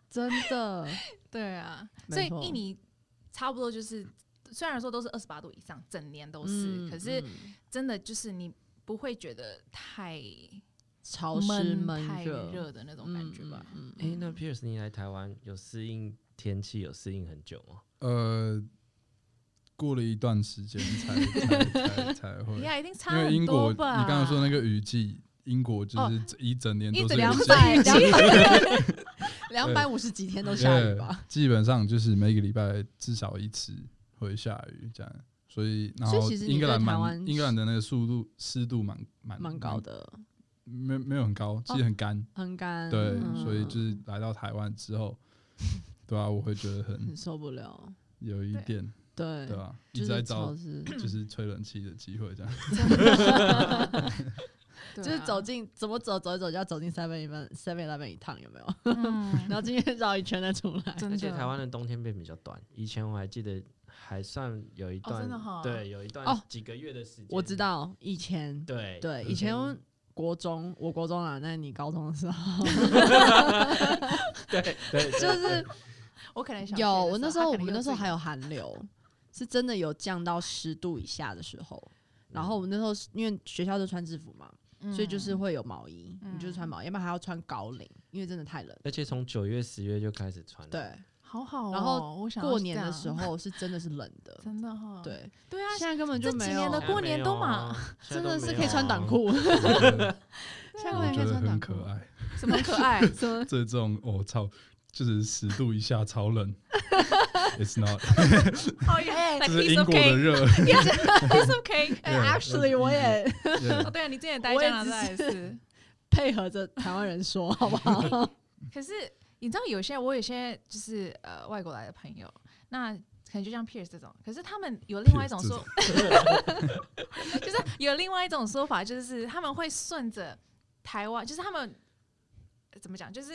[SPEAKER 2] 真 的。
[SPEAKER 4] 对啊，
[SPEAKER 2] 没
[SPEAKER 4] 所以
[SPEAKER 2] 错
[SPEAKER 4] 印尼差不多就是，虽然说都是二十八度以上，整年都哦是，
[SPEAKER 2] 嗯
[SPEAKER 4] 可是
[SPEAKER 2] 嗯
[SPEAKER 4] 真的就是你不会觉得太
[SPEAKER 2] 潮湿
[SPEAKER 4] 太
[SPEAKER 2] 闷
[SPEAKER 4] 热的那种感觉吧？
[SPEAKER 2] 嗯， 嗯
[SPEAKER 1] 哎、那 Pierce，你来台湾有适应天气，有适应很久吗？
[SPEAKER 3] 呃，过了一段时间才才才才
[SPEAKER 2] 嗯
[SPEAKER 3] 会，
[SPEAKER 4] 呀，一定差
[SPEAKER 3] 因为
[SPEAKER 4] 很
[SPEAKER 3] 英国
[SPEAKER 4] 多
[SPEAKER 3] 你
[SPEAKER 4] 吧？
[SPEAKER 3] 刚刚说那个雨季，英国
[SPEAKER 2] 哦
[SPEAKER 3] 就是一整年
[SPEAKER 4] 一
[SPEAKER 3] 都是
[SPEAKER 4] 整
[SPEAKER 3] 雨
[SPEAKER 4] 年
[SPEAKER 2] 两
[SPEAKER 3] 季
[SPEAKER 2] 百两百 两百五十几天都下雨吧？
[SPEAKER 3] 对基本上就是每个礼拜至少一次会下雨这样。所以，然
[SPEAKER 2] 所以
[SPEAKER 3] 后
[SPEAKER 2] 其实
[SPEAKER 3] 英
[SPEAKER 2] 你
[SPEAKER 3] 格
[SPEAKER 2] 对
[SPEAKER 3] 兰
[SPEAKER 2] 台湾
[SPEAKER 3] 蛮英格兰的那个速度湿度蛮蛮
[SPEAKER 2] 蛮高，的，
[SPEAKER 3] 没没有很高，其实很干。
[SPEAKER 2] 很干，
[SPEAKER 3] 对，
[SPEAKER 2] 嗯
[SPEAKER 3] 所以就是来到台湾之后，对啊，我会觉得很
[SPEAKER 2] 很受不了。
[SPEAKER 3] 有一
[SPEAKER 4] 对
[SPEAKER 3] 点，
[SPEAKER 2] 对
[SPEAKER 3] 对，啊，一
[SPEAKER 2] 就
[SPEAKER 3] 直
[SPEAKER 2] 是
[SPEAKER 3] 在
[SPEAKER 2] 潮
[SPEAKER 3] 找
[SPEAKER 2] 湿，
[SPEAKER 3] 就是吹冷气的机会 这样。
[SPEAKER 4] 就
[SPEAKER 2] 就是走，进怎么走走一走就要走进 Seven Eleven Seven Eleven 一趟，有没有？
[SPEAKER 4] 嗯
[SPEAKER 2] 然后今天绕一圈再出来。
[SPEAKER 4] 真
[SPEAKER 1] 而且
[SPEAKER 4] 的
[SPEAKER 1] 台湾的冬天变比较短，以前我还记得还算有一
[SPEAKER 4] 哦
[SPEAKER 1] 段，
[SPEAKER 4] 真的哈
[SPEAKER 1] 对，有一段
[SPEAKER 2] 哦
[SPEAKER 1] 几个月的时间，
[SPEAKER 2] 我知，道以前，
[SPEAKER 1] 对
[SPEAKER 3] 嗯
[SPEAKER 2] 对以前国中，我国中啊，那你高中的时候
[SPEAKER 1] 对对，对
[SPEAKER 2] 就是
[SPEAKER 4] 我可能小学的
[SPEAKER 2] 有，我那时候
[SPEAKER 4] 他
[SPEAKER 2] 我
[SPEAKER 4] 可能
[SPEAKER 2] 们那时候
[SPEAKER 4] 幼稚
[SPEAKER 2] 还有寒流，是真的有降到十度以下的时候。
[SPEAKER 3] 嗯
[SPEAKER 2] 然后我们那时候是因为学校都穿制服嘛，
[SPEAKER 4] 园
[SPEAKER 2] 所以就是会有毛衣，你就是
[SPEAKER 4] 嗯
[SPEAKER 2] 穿毛衣，要不然还要穿高领，因为真的太冷。
[SPEAKER 1] 而且从九月、十月就开始穿了，
[SPEAKER 2] 对，
[SPEAKER 4] 好好哦。
[SPEAKER 2] 然后
[SPEAKER 4] 我想要
[SPEAKER 2] 过
[SPEAKER 4] 是
[SPEAKER 2] 年
[SPEAKER 4] 这
[SPEAKER 2] 的
[SPEAKER 4] 样，
[SPEAKER 2] 时，候是真的是冷的
[SPEAKER 4] 真的哈，
[SPEAKER 2] 对，
[SPEAKER 4] 对啊，
[SPEAKER 2] 现在根本就
[SPEAKER 4] 这几
[SPEAKER 2] 没
[SPEAKER 4] 年
[SPEAKER 2] 有
[SPEAKER 4] 的，
[SPEAKER 1] 现在
[SPEAKER 4] 过年
[SPEAKER 1] 哦没
[SPEAKER 4] 都
[SPEAKER 1] 有
[SPEAKER 4] 嘛
[SPEAKER 1] 啊，现在
[SPEAKER 2] 真
[SPEAKER 1] 都
[SPEAKER 2] 的
[SPEAKER 1] 没
[SPEAKER 2] 是
[SPEAKER 1] 有
[SPEAKER 2] 可以穿
[SPEAKER 1] 啊
[SPEAKER 2] 短，裤，
[SPEAKER 3] 我觉得
[SPEAKER 4] 现在过
[SPEAKER 3] 我
[SPEAKER 4] 年可
[SPEAKER 3] 觉得
[SPEAKER 4] 以穿
[SPEAKER 3] 很
[SPEAKER 4] 短
[SPEAKER 3] 可
[SPEAKER 4] 裤，
[SPEAKER 3] 爱。
[SPEAKER 4] 什么可 爱？
[SPEAKER 2] 什么
[SPEAKER 3] 这种我、操，就是十度以下超冷，It's not，
[SPEAKER 4] 哦耶，
[SPEAKER 3] 这是英国的热。
[SPEAKER 4] piece of cake。
[SPEAKER 2] 哎
[SPEAKER 3] Yeah，
[SPEAKER 1] 嗯
[SPEAKER 2] ，actually 我也
[SPEAKER 3] Yeah，
[SPEAKER 4] 哦，对啊，你之前
[SPEAKER 2] 我
[SPEAKER 4] 待
[SPEAKER 2] 也
[SPEAKER 4] 加拿
[SPEAKER 2] 只
[SPEAKER 4] 大也
[SPEAKER 2] 是
[SPEAKER 4] 是。
[SPEAKER 2] 配合着台湾人说，好不好？
[SPEAKER 4] 可是你知道，有些我有些就是呃外国来的朋友，那可能就像 Pierce 这种，可是他们有另外一种
[SPEAKER 3] Pierce
[SPEAKER 4] 说，就是有另外一种说法，就是他们会顺着台湾，就是他们呃怎么讲，就是。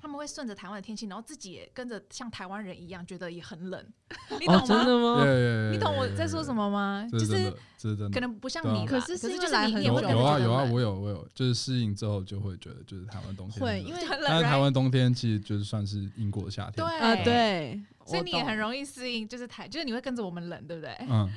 [SPEAKER 4] 他们会顺着台湾的天气，然后自己也跟着像台湾人一样，觉得也很冷， 你懂
[SPEAKER 1] 哦，真
[SPEAKER 4] 吗？
[SPEAKER 1] 的吗？
[SPEAKER 3] Yeah，yeah，yeah，yeah，yeah，yeah，yeah
[SPEAKER 4] 你懂我在说什？么吗？
[SPEAKER 3] 这
[SPEAKER 4] 就是
[SPEAKER 3] 真
[SPEAKER 4] 是
[SPEAKER 3] 的，这是真的。
[SPEAKER 4] 可能不像
[SPEAKER 3] 对啊
[SPEAKER 4] 你啦，
[SPEAKER 2] 可
[SPEAKER 4] 可
[SPEAKER 2] 是是因为
[SPEAKER 4] 就
[SPEAKER 2] 来
[SPEAKER 4] 是你
[SPEAKER 2] 很
[SPEAKER 4] 你也会
[SPEAKER 2] 久
[SPEAKER 4] 觉
[SPEAKER 2] 了
[SPEAKER 4] 得
[SPEAKER 3] 有啊
[SPEAKER 4] 很
[SPEAKER 3] 有啊，
[SPEAKER 4] 冷
[SPEAKER 3] 我有我有，就是适应之后就会觉得就是台湾冬天
[SPEAKER 2] 会
[SPEAKER 3] 很冷
[SPEAKER 2] 因为
[SPEAKER 4] 就很
[SPEAKER 3] 但
[SPEAKER 4] 冷
[SPEAKER 3] 是台
[SPEAKER 4] right？
[SPEAKER 3] 湾冬天其实就是算是英国的夏天。
[SPEAKER 4] 对
[SPEAKER 2] 啊，，对，
[SPEAKER 4] 所以
[SPEAKER 2] 我
[SPEAKER 4] 你也
[SPEAKER 2] 懂
[SPEAKER 4] 很容易适应，就是台，就是你会跟着我们冷，对不对？
[SPEAKER 3] 嗯，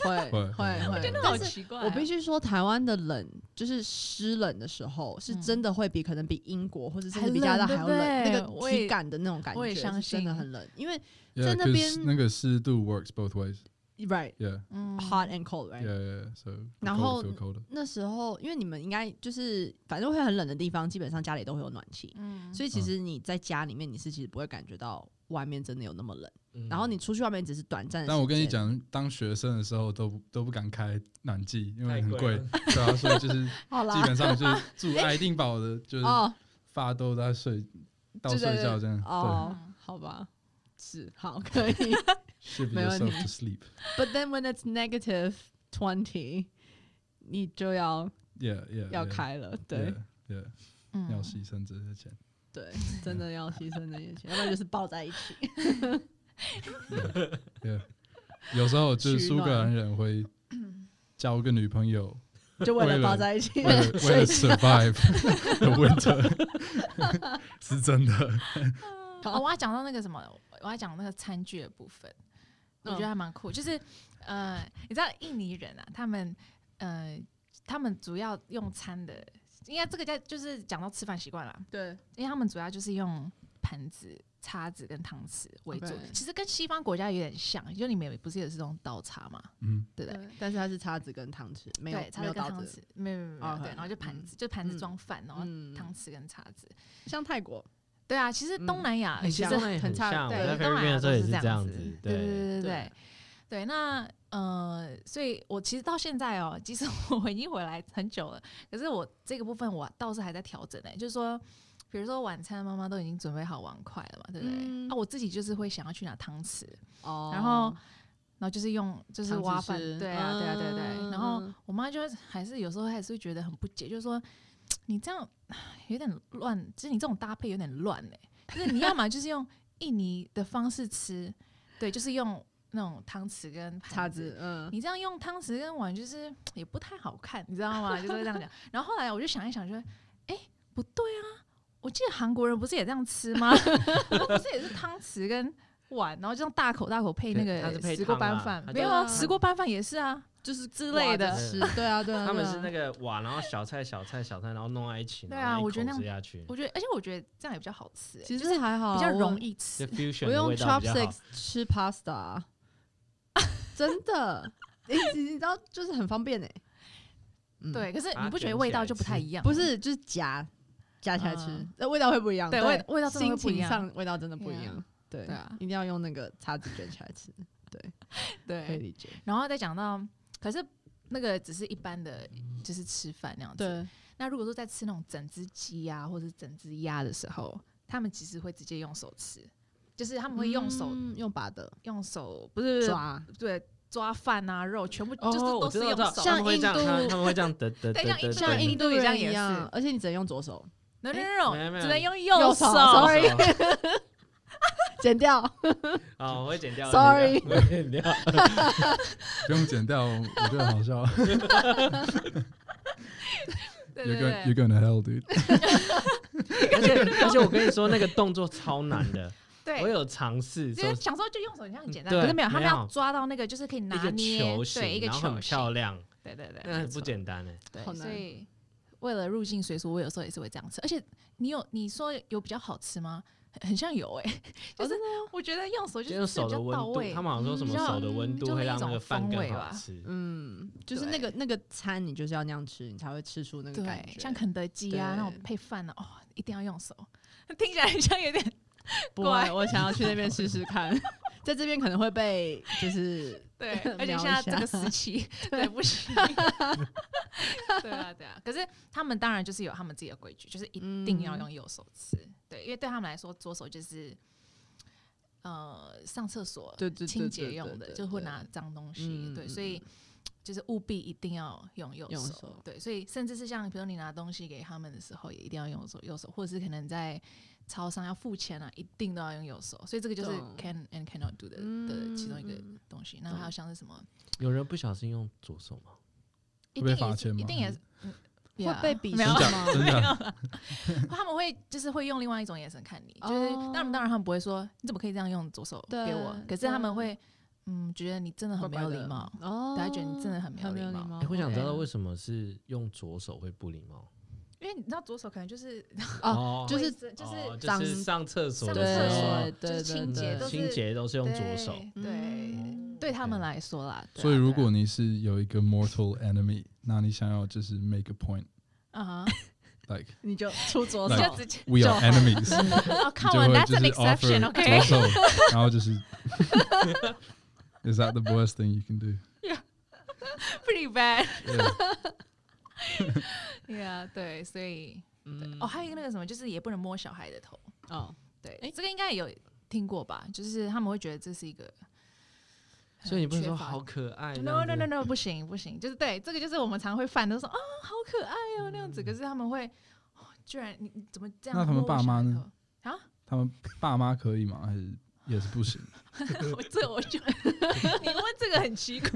[SPEAKER 2] 会会
[SPEAKER 3] 会会
[SPEAKER 2] 会，
[SPEAKER 4] 真的好
[SPEAKER 2] 但是
[SPEAKER 4] 奇怪哦、
[SPEAKER 2] 我必须说，台湾的冷就是湿冷的时候，是
[SPEAKER 4] 嗯
[SPEAKER 2] 真的会比可能比英国或者甚
[SPEAKER 4] 还
[SPEAKER 2] 至比加拿大还要
[SPEAKER 4] 冷对不
[SPEAKER 2] 冷，那
[SPEAKER 4] 对
[SPEAKER 2] 个
[SPEAKER 4] 我
[SPEAKER 2] 体
[SPEAKER 4] 也
[SPEAKER 2] 感的那种感
[SPEAKER 4] 我也
[SPEAKER 2] 觉是
[SPEAKER 4] 相
[SPEAKER 2] 真的
[SPEAKER 4] 信
[SPEAKER 2] 很冷，因为
[SPEAKER 3] Yeah，
[SPEAKER 2] 在那
[SPEAKER 3] 'cause
[SPEAKER 2] 边
[SPEAKER 3] 那个湿度 works both ways。
[SPEAKER 2] right
[SPEAKER 3] Yeah，
[SPEAKER 4] 嗯
[SPEAKER 2] hot and cold right。
[SPEAKER 3] yeah，yeah。So
[SPEAKER 2] 然后
[SPEAKER 3] feel cold。
[SPEAKER 2] 那时候，因为你们应该就是反正会很冷的地方，基本上家里都会有暖气，
[SPEAKER 4] 嗯
[SPEAKER 2] 所以其实你在家里面你是其实不会感觉到外面真的有那么冷。 然后你出去外面只是短暂的，
[SPEAKER 3] 嗯但我跟你，讲，当学生的时候都不都不敢开暖气，因为
[SPEAKER 1] 太
[SPEAKER 3] 很
[SPEAKER 1] 贵
[SPEAKER 3] 贵
[SPEAKER 1] 了，
[SPEAKER 3] 对啊，所以就是
[SPEAKER 2] 好
[SPEAKER 3] 基
[SPEAKER 2] 啦，
[SPEAKER 3] 本上就是 住爱丁堡的，就是
[SPEAKER 2] 哦
[SPEAKER 3] 发都在睡到
[SPEAKER 2] 就在
[SPEAKER 3] 睡觉这样。
[SPEAKER 2] 哦
[SPEAKER 4] 对，
[SPEAKER 2] 好吧，是好可以。
[SPEAKER 3] 对 ，shift
[SPEAKER 2] 没问
[SPEAKER 3] yourself
[SPEAKER 2] 题
[SPEAKER 3] to sleep.
[SPEAKER 2] But then when it's negative twenty，你就要
[SPEAKER 3] Yeah, yeah.
[SPEAKER 2] 要
[SPEAKER 3] yeah,
[SPEAKER 2] 开了，对嗯
[SPEAKER 3] yeah, yeah，要
[SPEAKER 4] 嗯
[SPEAKER 3] 牺牲这些钱。
[SPEAKER 2] 对，真的要牺牲那些 钱，要不然就是抱在一起。
[SPEAKER 3] Yeah，有时候就是
[SPEAKER 2] 取
[SPEAKER 3] 苏格
[SPEAKER 2] 暖
[SPEAKER 3] 兰人会交个女朋友，
[SPEAKER 2] 就为
[SPEAKER 3] 为
[SPEAKER 2] 了
[SPEAKER 3] 了
[SPEAKER 2] 抱在一起
[SPEAKER 3] 为。了为 了 survive the winter，是真的。
[SPEAKER 4] 哦，我要讲到那个什么，我要讲那个餐具的部分，我觉得
[SPEAKER 2] 嗯
[SPEAKER 4] 还蛮酷。就是呃，你知道印尼人啊，他们呃，他们主要用餐的，应该这个叫就是讲到吃饭习惯啦，
[SPEAKER 2] 对，
[SPEAKER 4] 因为他们主要就是用盘子、叉子跟汤匙为主
[SPEAKER 2] OK
[SPEAKER 4] 其实跟西方国家有点像，就你们也不是也是用刀叉嘛，
[SPEAKER 3] 嗯，
[SPEAKER 4] 对不对？
[SPEAKER 2] 对，但是它是叉子跟汤匙，没有
[SPEAKER 4] 对，叉
[SPEAKER 2] 没
[SPEAKER 4] 子
[SPEAKER 2] 有
[SPEAKER 4] 跟
[SPEAKER 2] 刀
[SPEAKER 4] 汤匙
[SPEAKER 2] 子。，
[SPEAKER 4] 没有没有没有，
[SPEAKER 2] OK，
[SPEAKER 4] 对，然后就盘
[SPEAKER 2] 嗯
[SPEAKER 4] 子，就盘子
[SPEAKER 2] 嗯
[SPEAKER 4] 装饭，然后
[SPEAKER 2] 嗯，
[SPEAKER 4] 汤匙欸跟叉子。
[SPEAKER 2] 像泰国，
[SPEAKER 4] 对啊，其实东
[SPEAKER 2] 嗯
[SPEAKER 4] 南亚，
[SPEAKER 2] 很
[SPEAKER 4] 其实
[SPEAKER 2] 像
[SPEAKER 1] 很
[SPEAKER 2] 很差
[SPEAKER 1] 像，我
[SPEAKER 4] 对
[SPEAKER 1] 在菲
[SPEAKER 4] 东
[SPEAKER 1] 律
[SPEAKER 4] 南
[SPEAKER 1] 宾
[SPEAKER 4] 亚
[SPEAKER 1] 的时候
[SPEAKER 4] 都
[SPEAKER 1] 也
[SPEAKER 4] 是
[SPEAKER 1] 是
[SPEAKER 4] 这
[SPEAKER 1] 这样
[SPEAKER 4] 子
[SPEAKER 1] 子，，对。
[SPEAKER 4] 对对
[SPEAKER 2] 对
[SPEAKER 4] 对对对。那呃，所以我其实 到现在哦，即使我已经回来很久了，可是我这个部分我倒是还在调整呢、就是说。比如说晚餐，妈妈都已经准备好碗筷了嘛，对不对？
[SPEAKER 2] 嗯
[SPEAKER 4] 啊，我自己就是会想要去拿汤匙，
[SPEAKER 2] 哦
[SPEAKER 4] 然后然后就是用，就是
[SPEAKER 2] 汤匙
[SPEAKER 4] 挖饭，
[SPEAKER 2] 是
[SPEAKER 4] 对啊，对啊，对啊对啊。然后
[SPEAKER 2] 嗯
[SPEAKER 4] 我妈就会还是有时候还是会觉得很不解，就是说你这样有点乱，就是你这种搭配有点乱哎、就是你要么就是用印尼的方式吃，对，就是用那种汤匙跟盘
[SPEAKER 2] 叉子，嗯，
[SPEAKER 4] 你这样用汤匙跟碗就是也不太好看，你知道吗？就是会这样讲。然后后来我就想一想，就说，哎、不对啊，我记得韩国人不是也这样吃吗？ 不是也是汤匙跟碗，然后这样大口大口配那
[SPEAKER 1] 对他是
[SPEAKER 4] 个
[SPEAKER 1] 配
[SPEAKER 4] 石锅
[SPEAKER 1] 汤啊
[SPEAKER 4] 拌饭
[SPEAKER 1] 他，
[SPEAKER 4] 没有
[SPEAKER 2] 就
[SPEAKER 4] 啊，
[SPEAKER 2] 是
[SPEAKER 4] 石锅拌饭也是啊，
[SPEAKER 2] 就是
[SPEAKER 4] 之类的
[SPEAKER 2] 挖着吃对啊，对啊，
[SPEAKER 1] 他们
[SPEAKER 2] 对啊
[SPEAKER 1] 是那个瓦，然后小菜、小菜、小菜，然后弄在一起，
[SPEAKER 4] 对
[SPEAKER 1] 然
[SPEAKER 4] 啊
[SPEAKER 1] 后
[SPEAKER 4] 我
[SPEAKER 1] 一
[SPEAKER 4] 觉得那
[SPEAKER 1] 口
[SPEAKER 4] 样
[SPEAKER 1] 吃下去，
[SPEAKER 4] 我觉得，而且我觉得这样也比较好吃、欸
[SPEAKER 2] 其
[SPEAKER 4] 就
[SPEAKER 2] 实
[SPEAKER 4] 是
[SPEAKER 2] 还好，
[SPEAKER 4] 比较容
[SPEAKER 2] 易。
[SPEAKER 4] 易
[SPEAKER 1] 这
[SPEAKER 4] 吃。
[SPEAKER 2] 我
[SPEAKER 1] fusion 的
[SPEAKER 2] 用
[SPEAKER 1] 味道比较
[SPEAKER 2] chopsticks
[SPEAKER 1] 好。
[SPEAKER 2] 吃 pasta，啊真的，你你你知道就是很方便哎、嗯，
[SPEAKER 4] 对，可是
[SPEAKER 1] 把它
[SPEAKER 4] 你不觉
[SPEAKER 1] 卷
[SPEAKER 4] 得
[SPEAKER 1] 起
[SPEAKER 4] 味
[SPEAKER 1] 来
[SPEAKER 4] 道就不太
[SPEAKER 1] 吃
[SPEAKER 4] 一样？
[SPEAKER 2] 不，是就是夹夹起来吃
[SPEAKER 4] 嗯，
[SPEAKER 2] 那、味道会不一样，
[SPEAKER 4] 对味味道真的
[SPEAKER 2] 心
[SPEAKER 4] 会不一
[SPEAKER 2] 情
[SPEAKER 4] 样
[SPEAKER 2] 上味道真的不一样，对
[SPEAKER 4] 对啊
[SPEAKER 2] 一定要用那个叉子卷起来吃，可以
[SPEAKER 4] 对。
[SPEAKER 2] 理解，
[SPEAKER 4] 然后再讲到，可是那个只是一般的，就是吃饭那样子。
[SPEAKER 2] 对，
[SPEAKER 4] 那如果说在吃那种整只鸡呀，或者是整只鸭的时候，他们其实会直接用手吃，就是他们会用手、
[SPEAKER 2] 嗯用把的
[SPEAKER 4] 用手，不是
[SPEAKER 2] 抓，
[SPEAKER 4] 对抓饭啊肉，全部就是
[SPEAKER 1] 哦，我
[SPEAKER 4] 都
[SPEAKER 1] 知
[SPEAKER 4] 是
[SPEAKER 1] 道，
[SPEAKER 4] 用
[SPEAKER 1] 知道，
[SPEAKER 4] 手。
[SPEAKER 1] 他们会这样，
[SPEAKER 2] 像印
[SPEAKER 1] 他
[SPEAKER 2] 度
[SPEAKER 1] 们他们会这样得得得
[SPEAKER 4] 对
[SPEAKER 1] 得
[SPEAKER 4] 像印
[SPEAKER 1] 得，
[SPEAKER 4] 度像印
[SPEAKER 2] 度
[SPEAKER 4] 人
[SPEAKER 2] 一
[SPEAKER 4] 也
[SPEAKER 2] 样
[SPEAKER 4] 是，
[SPEAKER 2] 而且你只能用左手，
[SPEAKER 4] no
[SPEAKER 1] 诶
[SPEAKER 4] no
[SPEAKER 1] 没有没
[SPEAKER 4] no，
[SPEAKER 1] 有
[SPEAKER 4] 只能用
[SPEAKER 2] 右
[SPEAKER 4] 手。
[SPEAKER 2] ，sorry，剪掉
[SPEAKER 1] 啊，我会剪掉
[SPEAKER 2] ，sorry，
[SPEAKER 1] 我 会剪掉。
[SPEAKER 3] 不用剪掉，我觉得很好笑。
[SPEAKER 4] 对
[SPEAKER 3] You're
[SPEAKER 4] 对
[SPEAKER 3] gonna
[SPEAKER 4] 对
[SPEAKER 3] you're gonna hell, dude。
[SPEAKER 1] 而且而且我跟你说，那个动作超难的，
[SPEAKER 4] 对，
[SPEAKER 1] 我有尝试，
[SPEAKER 4] 就是
[SPEAKER 1] 说嗯
[SPEAKER 4] 想说就用手，你像很简单，
[SPEAKER 1] 对
[SPEAKER 4] 可是没有，他们
[SPEAKER 1] 没有
[SPEAKER 4] 要抓到那个，就是可以
[SPEAKER 1] 一
[SPEAKER 4] 拿
[SPEAKER 1] 个
[SPEAKER 4] 捏，
[SPEAKER 1] 球
[SPEAKER 4] 对，
[SPEAKER 1] 形，
[SPEAKER 4] 一个
[SPEAKER 1] 然后
[SPEAKER 4] 球
[SPEAKER 1] 很漂
[SPEAKER 4] 形，
[SPEAKER 1] 亮，
[SPEAKER 4] 对对对，
[SPEAKER 1] 那很
[SPEAKER 4] 没
[SPEAKER 1] 不
[SPEAKER 4] 错，
[SPEAKER 1] 简单哎。
[SPEAKER 4] 对
[SPEAKER 2] 好，难
[SPEAKER 4] 所以为了入境随俗，我有时候也是会这样吃，而且你有你说有比较好吃吗？很很像有哎、
[SPEAKER 2] 哦
[SPEAKER 4] 就是我觉得用手就是
[SPEAKER 1] 用手
[SPEAKER 4] 吃
[SPEAKER 1] 的
[SPEAKER 4] 得比
[SPEAKER 1] 温
[SPEAKER 4] 较到
[SPEAKER 1] 度，
[SPEAKER 4] 位，
[SPEAKER 1] 他们好像说什么手的温
[SPEAKER 4] 嗯
[SPEAKER 1] 度会让
[SPEAKER 4] 就
[SPEAKER 1] 那
[SPEAKER 4] 是一
[SPEAKER 1] 个
[SPEAKER 4] 种
[SPEAKER 1] 饭
[SPEAKER 4] 风
[SPEAKER 1] 更
[SPEAKER 4] 味
[SPEAKER 1] 好
[SPEAKER 4] 吧
[SPEAKER 1] 吃。
[SPEAKER 2] 嗯，就是那个那个餐你就是要那样吃，你才会吃出那个感
[SPEAKER 4] 对，
[SPEAKER 2] 觉，
[SPEAKER 4] 像肯德基
[SPEAKER 2] 对
[SPEAKER 4] 啊那种配饭啊，哦，一定要用手， 听起来很像有点
[SPEAKER 2] 不
[SPEAKER 4] 乖
[SPEAKER 2] 会，我想要去那边试试 看，在这边可能会被就是，
[SPEAKER 4] 对 而且
[SPEAKER 2] 瞄
[SPEAKER 4] 现
[SPEAKER 2] 一
[SPEAKER 4] 在这
[SPEAKER 2] 下
[SPEAKER 4] 个时期，对，不行。 对啊，对啊。可是他们当然就是有他们自己的规矩，就是一定要
[SPEAKER 2] 嗯
[SPEAKER 4] 用右手吃。对，因为对他们来说，左手就是呃上厕所
[SPEAKER 2] 对对对
[SPEAKER 4] 清
[SPEAKER 2] 对
[SPEAKER 4] 洁
[SPEAKER 2] 对
[SPEAKER 4] 用
[SPEAKER 2] 对
[SPEAKER 4] 的，就会
[SPEAKER 2] 对
[SPEAKER 4] 拿脏东西。
[SPEAKER 2] 嗯
[SPEAKER 4] 对，
[SPEAKER 2] 嗯
[SPEAKER 4] 所以就是务必一定要用右
[SPEAKER 2] 用
[SPEAKER 4] 手
[SPEAKER 2] 手。
[SPEAKER 4] 对，所以甚至是像比如你拿东西给他们的时候，也一定要用手右手，或者是可能在。超商要付钱啊，一定都要用右手，所以这个就是
[SPEAKER 2] 懂
[SPEAKER 4] can and cannot do 的的呃其中一个
[SPEAKER 2] 嗯
[SPEAKER 4] 东西。那
[SPEAKER 2] 懂
[SPEAKER 4] 还有像是什么，
[SPEAKER 1] 有人不小心用左手吗？
[SPEAKER 4] 一
[SPEAKER 3] 会被
[SPEAKER 4] 定
[SPEAKER 3] 罚
[SPEAKER 4] 也
[SPEAKER 3] 钱
[SPEAKER 4] 是一
[SPEAKER 3] 吗
[SPEAKER 4] 定也是嗯
[SPEAKER 2] 会被鄙
[SPEAKER 4] 没
[SPEAKER 2] 视
[SPEAKER 4] 有
[SPEAKER 2] 吗？
[SPEAKER 3] 真的，
[SPEAKER 4] 他们会就是会用另外一种眼神看你，就是
[SPEAKER 2] 哦
[SPEAKER 4] 当然当然他们不会说你怎么可以这样用左手给我，
[SPEAKER 2] 对
[SPEAKER 4] 可是他
[SPEAKER 2] 对
[SPEAKER 4] 们会嗯觉得你真的很没有礼貌，
[SPEAKER 2] 哦，
[SPEAKER 4] 大家觉得你真的很没有礼貌
[SPEAKER 3] 哎
[SPEAKER 1] 诶我想知道
[SPEAKER 2] 对
[SPEAKER 1] 为什么是用左手会不礼貌
[SPEAKER 4] 因为你知道左手可能就是
[SPEAKER 1] 哦
[SPEAKER 2] 就是
[SPEAKER 4] 会是就是
[SPEAKER 1] 哦
[SPEAKER 2] 脏
[SPEAKER 1] 就是上厕所
[SPEAKER 4] 上
[SPEAKER 1] 的时
[SPEAKER 4] 厕
[SPEAKER 1] 候
[SPEAKER 4] 所
[SPEAKER 2] 对
[SPEAKER 4] 就
[SPEAKER 2] 对
[SPEAKER 4] 是
[SPEAKER 2] 对对
[SPEAKER 4] 清洁都是
[SPEAKER 1] 清洁都是用左手，
[SPEAKER 4] 对对
[SPEAKER 2] 嗯
[SPEAKER 4] 对他们
[SPEAKER 1] OK
[SPEAKER 4] 来说啦，对啊
[SPEAKER 3] 所以如
[SPEAKER 4] 对啊
[SPEAKER 3] 果你是有一个 mortal enemy，那你想要就是 make a point，like
[SPEAKER 4] 啊哈，
[SPEAKER 2] 你就 出左
[SPEAKER 4] 你
[SPEAKER 3] 来
[SPEAKER 4] 就
[SPEAKER 2] 手，
[SPEAKER 4] 直接
[SPEAKER 3] we
[SPEAKER 2] 就
[SPEAKER 3] are
[SPEAKER 2] 好
[SPEAKER 3] enemies，
[SPEAKER 4] 哦
[SPEAKER 3] 你
[SPEAKER 4] 看
[SPEAKER 3] 就
[SPEAKER 4] 完
[SPEAKER 3] 会
[SPEAKER 4] that's
[SPEAKER 3] 就是
[SPEAKER 4] an
[SPEAKER 3] offer
[SPEAKER 4] exception，OK，
[SPEAKER 3] 左手，然后就是 ，is that the worst thing you can do？
[SPEAKER 4] pretty bad，
[SPEAKER 3] Yeah，
[SPEAKER 4] 对啊，对，所以
[SPEAKER 2] 嗯
[SPEAKER 4] 哦还有一个那个什么就是也不能摸小孩的头。
[SPEAKER 2] 哦，
[SPEAKER 4] 对，
[SPEAKER 2] 诶
[SPEAKER 4] 这个应该有听过吧？就是他们会觉得这是一个，
[SPEAKER 1] 所以你不能
[SPEAKER 4] 缺
[SPEAKER 1] 说
[SPEAKER 4] 乏
[SPEAKER 1] 好可爱这样
[SPEAKER 4] no
[SPEAKER 1] 子。
[SPEAKER 4] no no no 不行不行，就是对这个就是我们常会犯的，说啊好可爱哦、那
[SPEAKER 2] 嗯
[SPEAKER 4] 样子，可是他们会，哦居然你你怎么这样？
[SPEAKER 3] 那他们爸妈呢？
[SPEAKER 4] 啊，
[SPEAKER 3] 他们爸妈可以吗？还是也是不 行？
[SPEAKER 4] 我这 我就你问这个很奇怪，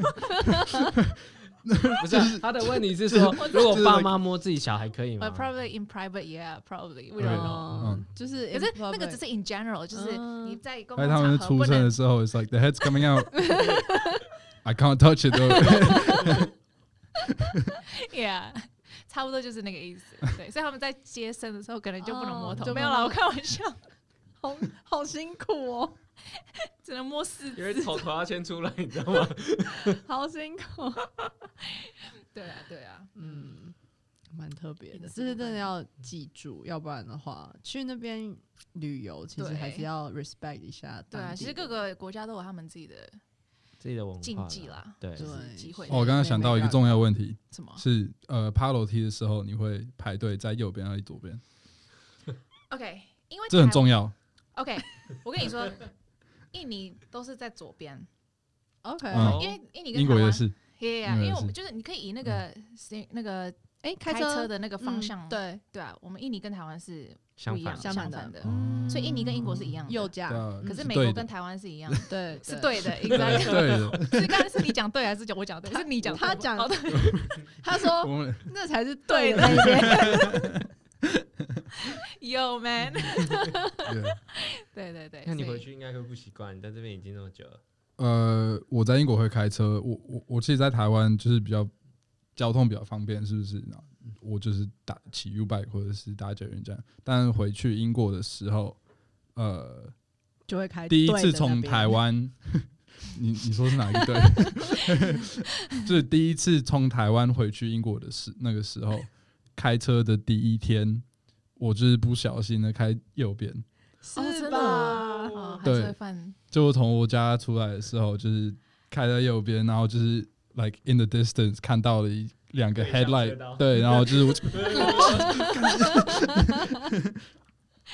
[SPEAKER 1] 不是啊他的问题是说，如果爸妈摸自己小孩可以
[SPEAKER 4] 呃
[SPEAKER 3] 啊
[SPEAKER 1] 吗？
[SPEAKER 4] probably in private yeah probably we
[SPEAKER 3] Okay.
[SPEAKER 4] don't know。
[SPEAKER 3] 嗯
[SPEAKER 2] 哦，就是
[SPEAKER 4] 可是那个只
[SPEAKER 2] 是
[SPEAKER 4] 是 in general，就是
[SPEAKER 2] 嗯
[SPEAKER 4] 你在公
[SPEAKER 3] 在
[SPEAKER 4] 共
[SPEAKER 3] 他们
[SPEAKER 4] 场合
[SPEAKER 3] 出
[SPEAKER 4] 不
[SPEAKER 3] 生
[SPEAKER 4] 能
[SPEAKER 3] 的时候，it's like the head's coming out。I can't touch it though。
[SPEAKER 4] Yeah，差不多就是那个意 思。对，所以他们在接生的时候可能就不能摸
[SPEAKER 2] 哦
[SPEAKER 4] 头，
[SPEAKER 2] 就
[SPEAKER 4] 没有
[SPEAKER 2] 摸
[SPEAKER 4] 啦，我开玩 笑，
[SPEAKER 2] 好好辛苦哦，
[SPEAKER 4] 只能摸四
[SPEAKER 1] 因为头头要先出来，你知道吗？
[SPEAKER 2] 好辛苦，
[SPEAKER 4] 对啊，对啊，嗯，
[SPEAKER 2] 嗯，蛮特别的，
[SPEAKER 4] 饮食
[SPEAKER 2] 这是
[SPEAKER 4] 部
[SPEAKER 2] 真的
[SPEAKER 4] 分
[SPEAKER 2] 要记住，要不然的话，去那边旅游其实还是
[SPEAKER 4] 对
[SPEAKER 2] 要 respect 一下
[SPEAKER 4] 对啊，
[SPEAKER 2] 当
[SPEAKER 4] 其
[SPEAKER 2] 地
[SPEAKER 4] 实各
[SPEAKER 2] 的
[SPEAKER 4] 个国家都有他们自己的
[SPEAKER 1] 自己的文化
[SPEAKER 4] 禁忌啦，
[SPEAKER 1] 对，
[SPEAKER 2] 对
[SPEAKER 4] 机会
[SPEAKER 3] 哦我刚刚想到一个重要问题，
[SPEAKER 4] 什么
[SPEAKER 3] 是呃，爬楼梯的时候你会排队在右边还是左边？
[SPEAKER 4] ？OK，因为
[SPEAKER 3] 这很
[SPEAKER 4] 台
[SPEAKER 3] 重要。
[SPEAKER 4] OK，我跟你说， 印尼都是在左边，
[SPEAKER 2] OK，
[SPEAKER 3] 嗯
[SPEAKER 4] 因为印尼跟
[SPEAKER 3] 英国
[SPEAKER 4] 台
[SPEAKER 3] 也
[SPEAKER 4] 湾
[SPEAKER 3] 是，
[SPEAKER 4] ，Yeah，
[SPEAKER 3] 英
[SPEAKER 4] yeah，
[SPEAKER 3] 国
[SPEAKER 4] 因
[SPEAKER 3] 也
[SPEAKER 4] 为我们
[SPEAKER 3] 是
[SPEAKER 4] 就是你可以以那个那个
[SPEAKER 2] 哎，
[SPEAKER 4] 嗯开
[SPEAKER 2] 车
[SPEAKER 4] 车的那个方
[SPEAKER 2] 嗯
[SPEAKER 4] 向，
[SPEAKER 2] 对，
[SPEAKER 4] 对啊，我们印尼跟台湾是不
[SPEAKER 1] 相
[SPEAKER 4] 一样
[SPEAKER 1] 反
[SPEAKER 4] 的，
[SPEAKER 2] 相
[SPEAKER 4] 相
[SPEAKER 2] 反的
[SPEAKER 4] 反的，
[SPEAKER 3] 哦
[SPEAKER 4] 所以印尼跟英国是一样
[SPEAKER 2] 右
[SPEAKER 4] 的。
[SPEAKER 2] 驾
[SPEAKER 3] 对，啊
[SPEAKER 2] 嗯
[SPEAKER 4] 可是
[SPEAKER 3] 是
[SPEAKER 4] 美
[SPEAKER 3] 对的
[SPEAKER 4] 国跟台湾是一样，
[SPEAKER 2] 对
[SPEAKER 4] 是
[SPEAKER 2] 对
[SPEAKER 4] 对的
[SPEAKER 3] 对
[SPEAKER 4] ，exactly。
[SPEAKER 3] 的，
[SPEAKER 4] 是刚才是你讲对还是讲我讲对？是你讲对
[SPEAKER 2] 他讲
[SPEAKER 4] 哦对
[SPEAKER 2] 他 说
[SPEAKER 3] 我们
[SPEAKER 2] 那才是对的那些，
[SPEAKER 4] ，Yo man，
[SPEAKER 3] 对。
[SPEAKER 4] 对对对。
[SPEAKER 1] 那你
[SPEAKER 4] 所
[SPEAKER 1] 回
[SPEAKER 4] 以
[SPEAKER 1] 去应该会不习惯，你在这边已经那么久了。
[SPEAKER 3] 呃，我在英国会开车，我我我其实，在台湾就是比较交通比较方便，是不是？然后我就是打骑 U bike 或者是搭捷运这样。但回去英国的时候，呃，
[SPEAKER 2] 就会开
[SPEAKER 3] 第一
[SPEAKER 2] 对
[SPEAKER 3] 次
[SPEAKER 2] 哎的那
[SPEAKER 3] 从
[SPEAKER 2] 边
[SPEAKER 3] 台湾 你你说是哪 一个队？就是第一次从台湾回去英国的时那个时候，开车的第一天，我就是不小心的开右边，
[SPEAKER 4] 是
[SPEAKER 2] 是
[SPEAKER 4] 吧？
[SPEAKER 2] 吧？
[SPEAKER 4] 哦还是
[SPEAKER 3] 对
[SPEAKER 4] 会犯
[SPEAKER 3] 就我从我家出来的时候，就是开在右边，然后就是 like in the distance 看到了一两个
[SPEAKER 1] 对像
[SPEAKER 3] headlight，
[SPEAKER 1] 车道
[SPEAKER 3] 对，然后 就是我
[SPEAKER 2] 真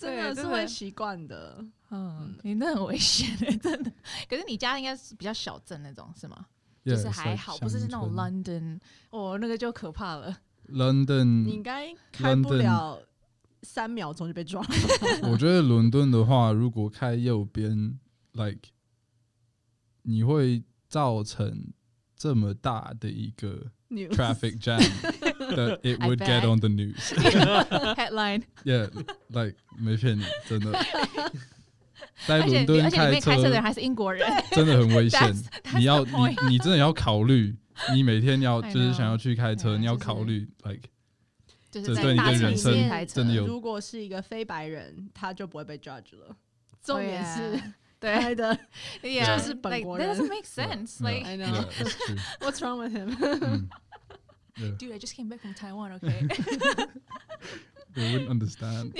[SPEAKER 4] 对
[SPEAKER 2] 的是
[SPEAKER 4] 真的
[SPEAKER 2] 会习惯的。
[SPEAKER 4] 嗯，你那很危险欸，真的。可是你家应该是比较小镇那种是吗？就是还好，不是那种
[SPEAKER 3] London
[SPEAKER 4] London，哦，那个就可怕 了。
[SPEAKER 2] 你应
[SPEAKER 3] London。
[SPEAKER 2] 该开不
[SPEAKER 3] London
[SPEAKER 2] 了三秒钟就被 撞。
[SPEAKER 3] 我觉得伦敦的话，如果开右边，like 你会造成这么大的一个
[SPEAKER 2] 你
[SPEAKER 3] traffic jam that it
[SPEAKER 4] I
[SPEAKER 3] would get
[SPEAKER 4] bet.
[SPEAKER 3] on the news.
[SPEAKER 4] Headline，
[SPEAKER 3] Yeah, like 没骗你，真 的。在
[SPEAKER 4] 而且
[SPEAKER 3] 伦
[SPEAKER 4] 你
[SPEAKER 3] 敦
[SPEAKER 4] 而且里面
[SPEAKER 3] 车
[SPEAKER 4] 开车的人还是英国人，
[SPEAKER 3] 真的很危险
[SPEAKER 4] That's-，that's
[SPEAKER 3] 你要
[SPEAKER 4] the point.
[SPEAKER 3] 你你真的要考虑，你每天要
[SPEAKER 4] I
[SPEAKER 3] 就是想
[SPEAKER 4] know.
[SPEAKER 3] 要去开车，
[SPEAKER 4] Yeah，
[SPEAKER 3] 你要
[SPEAKER 4] 就是
[SPEAKER 3] 考虑 like
[SPEAKER 4] 就是
[SPEAKER 3] 这
[SPEAKER 4] 在
[SPEAKER 3] 对你
[SPEAKER 4] 大
[SPEAKER 3] 的
[SPEAKER 4] 城
[SPEAKER 3] 人
[SPEAKER 4] 市里
[SPEAKER 3] 生
[SPEAKER 4] 开车，
[SPEAKER 3] 真的有
[SPEAKER 2] 如果是一个非白人，他就不会被 judge 了。重
[SPEAKER 4] 对
[SPEAKER 2] 点
[SPEAKER 4] 啊
[SPEAKER 2] 是
[SPEAKER 4] 对，
[SPEAKER 2] 开的
[SPEAKER 4] Yeah，
[SPEAKER 2] 就是本
[SPEAKER 4] like,
[SPEAKER 2] 国
[SPEAKER 4] That
[SPEAKER 2] 人
[SPEAKER 4] doesn't make sense.
[SPEAKER 3] yeah,
[SPEAKER 4] Like,
[SPEAKER 2] I
[SPEAKER 3] yeah,
[SPEAKER 2] know.
[SPEAKER 3] that's true. Mm.
[SPEAKER 2] What's wrong with him？
[SPEAKER 3] 嗯 Yeah,
[SPEAKER 4] dude, I just came back from Taiwan. Okay.
[SPEAKER 3] they wouldn't understand.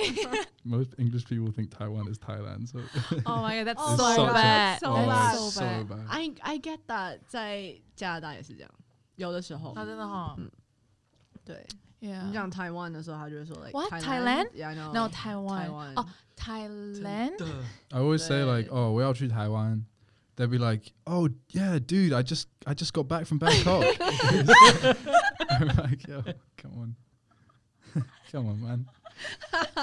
[SPEAKER 3] Most English people think Taiwan is Thailand, so
[SPEAKER 4] Oh my god, that's
[SPEAKER 2] Oh
[SPEAKER 3] my
[SPEAKER 4] so
[SPEAKER 3] god,
[SPEAKER 4] bad.
[SPEAKER 2] so
[SPEAKER 3] Oh,
[SPEAKER 2] bad.
[SPEAKER 4] That's
[SPEAKER 3] it's
[SPEAKER 4] so
[SPEAKER 3] so
[SPEAKER 4] bad.
[SPEAKER 3] bad.
[SPEAKER 2] I I get that，在加拿大也是这样，有的时候
[SPEAKER 4] 啊，真的哈
[SPEAKER 2] 嗯对。你
[SPEAKER 4] Yeah.
[SPEAKER 2] 讲台湾的时候，他就会说 like
[SPEAKER 4] What? Thailand？
[SPEAKER 2] Yeah, no, 哦
[SPEAKER 4] No,
[SPEAKER 2] Taiwan.
[SPEAKER 4] Taiwan. Oh, Thailand.
[SPEAKER 3] I always say like,
[SPEAKER 2] But-
[SPEAKER 3] "Oh, 我要去 Taiwan." They'd be like, "Oh yeah, dude, I just I just got back from Bangkok." I'm like, "Yo, come on, come on, man."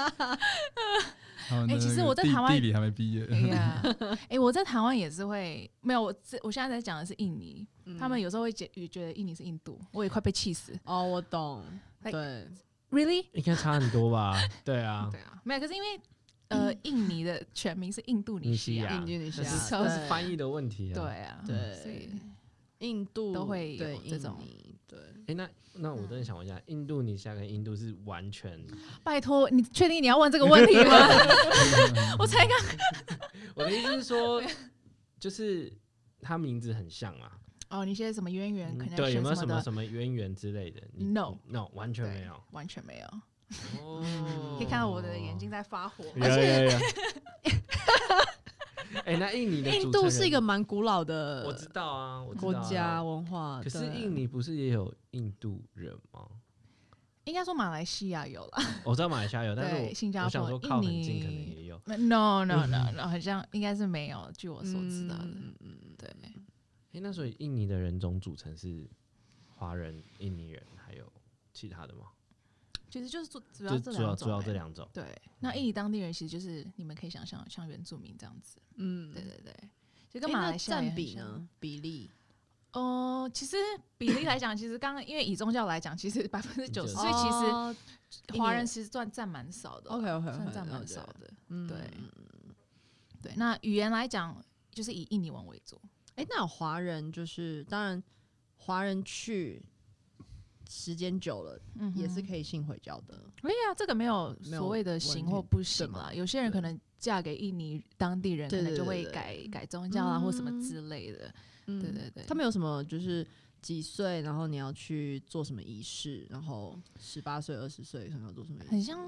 [SPEAKER 3] 他们
[SPEAKER 4] 哎，
[SPEAKER 3] 的
[SPEAKER 4] 其
[SPEAKER 3] 那
[SPEAKER 4] 实
[SPEAKER 3] 个
[SPEAKER 4] 我在
[SPEAKER 3] 地
[SPEAKER 4] 台湾
[SPEAKER 3] 地理还没毕业，
[SPEAKER 4] Yeah，哎，我在台湾也是会，没有我这我现在在讲的是印尼，
[SPEAKER 2] 嗯
[SPEAKER 4] 他们有时候会觉也觉得印尼是印度，我也快被气死。
[SPEAKER 2] 哦，我懂，
[SPEAKER 4] Like-
[SPEAKER 2] 对，
[SPEAKER 4] Really？
[SPEAKER 1] 应该差很多吧？对啊，
[SPEAKER 4] 对啊，没有，可是因为呃，印尼的全名是印度尼
[SPEAKER 1] 尼
[SPEAKER 4] 西
[SPEAKER 1] 西
[SPEAKER 4] 亚，
[SPEAKER 1] 亚，
[SPEAKER 2] 印度尼西
[SPEAKER 1] 这
[SPEAKER 2] 亚
[SPEAKER 1] 是
[SPEAKER 2] 对
[SPEAKER 1] 这是翻译的问题啊。
[SPEAKER 4] 对啊，
[SPEAKER 2] 对
[SPEAKER 4] 所以
[SPEAKER 2] 印度
[SPEAKER 4] 都会有
[SPEAKER 2] 对
[SPEAKER 4] 这种
[SPEAKER 2] 印尼对，
[SPEAKER 1] 哎，那那我真
[SPEAKER 4] 嗯
[SPEAKER 1] 的想问一下，印度尼西亚跟印度是完全，
[SPEAKER 4] 拜托，你确定你要问这个问题吗？ 我才刚
[SPEAKER 1] 我的意思是 说，就是它名字很像嘛，
[SPEAKER 4] 哦，你现在什么渊源？
[SPEAKER 1] 嗯
[SPEAKER 4] 可能
[SPEAKER 1] 对，有没有
[SPEAKER 4] 什
[SPEAKER 1] 什么
[SPEAKER 4] 的？
[SPEAKER 1] 什么渊源之类的你
[SPEAKER 4] No
[SPEAKER 1] no，完全
[SPEAKER 4] 对
[SPEAKER 1] 没有。
[SPEAKER 4] 完全没有，
[SPEAKER 1] 哦
[SPEAKER 4] 可以看到我的眼睛在发火。
[SPEAKER 1] 有有 有。哎，那印尼的
[SPEAKER 2] 印
[SPEAKER 1] 组
[SPEAKER 2] 度
[SPEAKER 1] 成
[SPEAKER 2] 是
[SPEAKER 1] 人
[SPEAKER 2] 一个蛮古老
[SPEAKER 1] 我知
[SPEAKER 2] 的
[SPEAKER 1] 道啊，我知
[SPEAKER 2] 国
[SPEAKER 1] 道啊
[SPEAKER 2] 家。文化，
[SPEAKER 1] 可是
[SPEAKER 2] 对
[SPEAKER 1] 印尼不是也有印度人吗？
[SPEAKER 4] 应该说马来西亚有 了
[SPEAKER 1] 我知道马来西亚有，但是
[SPEAKER 4] 对
[SPEAKER 1] 我
[SPEAKER 4] 新加坡
[SPEAKER 1] 我想说靠很近
[SPEAKER 4] 印尼
[SPEAKER 1] 可能也有。
[SPEAKER 4] ，no no no 嗯
[SPEAKER 1] 嗯
[SPEAKER 4] no，好像应该是没有，据我所知道的。
[SPEAKER 2] 嗯嗯嗯
[SPEAKER 4] 对，
[SPEAKER 1] 哎，那所以印尼的人种组成是华人、印尼人还有其他的吗？
[SPEAKER 4] 其实就是主主要
[SPEAKER 1] 就
[SPEAKER 4] 这
[SPEAKER 1] 主
[SPEAKER 4] 两
[SPEAKER 1] 要
[SPEAKER 4] 种
[SPEAKER 1] 主要这
[SPEAKER 4] 欸。
[SPEAKER 1] 两种。
[SPEAKER 4] 对，那印尼当地人其实就是你们可以想象像原住民这样子。
[SPEAKER 2] 嗯，
[SPEAKER 4] 对
[SPEAKER 2] 诶
[SPEAKER 4] 对对，就跟马
[SPEAKER 2] 那
[SPEAKER 4] 来西亚也
[SPEAKER 2] 占
[SPEAKER 4] 很
[SPEAKER 2] 比
[SPEAKER 4] 像
[SPEAKER 2] 呢？比例
[SPEAKER 4] 哦，其实比例来讲，其实刚刚因为以宗教来讲，其实百分之
[SPEAKER 1] 嗯
[SPEAKER 4] 九十，所以其
[SPEAKER 2] 哦
[SPEAKER 4] 实华人其实算占蛮少的啦，
[SPEAKER 2] OK OK，
[SPEAKER 4] 算占蛮少的。
[SPEAKER 2] 嗯
[SPEAKER 4] 对
[SPEAKER 2] 嗯
[SPEAKER 4] 对，那语言来讲，就是以印尼文为主。
[SPEAKER 2] 哎、那有华人就是当然，华人去时间久了、
[SPEAKER 4] 嗯
[SPEAKER 2] 也是
[SPEAKER 4] 哼
[SPEAKER 2] 可以信回教的。
[SPEAKER 4] 对呀，这个没有
[SPEAKER 2] 没有
[SPEAKER 4] 所谓的行或
[SPEAKER 2] 问题
[SPEAKER 4] 不行
[SPEAKER 2] 对
[SPEAKER 4] 啦。
[SPEAKER 2] 吗
[SPEAKER 4] 有些人
[SPEAKER 2] 对
[SPEAKER 4] 可能嫁给印尼当地人，可
[SPEAKER 2] 对
[SPEAKER 4] 能
[SPEAKER 2] 对
[SPEAKER 4] 就
[SPEAKER 2] 对
[SPEAKER 4] 会
[SPEAKER 2] 对
[SPEAKER 4] 改改宗教啊，或什么
[SPEAKER 2] 嗯
[SPEAKER 4] 之类的。
[SPEAKER 2] 嗯
[SPEAKER 4] 对对对
[SPEAKER 2] 他们有什么就是几岁，然后你要去做什么仪式，然后十八岁、二十岁可能要做什么仪式，
[SPEAKER 4] 很像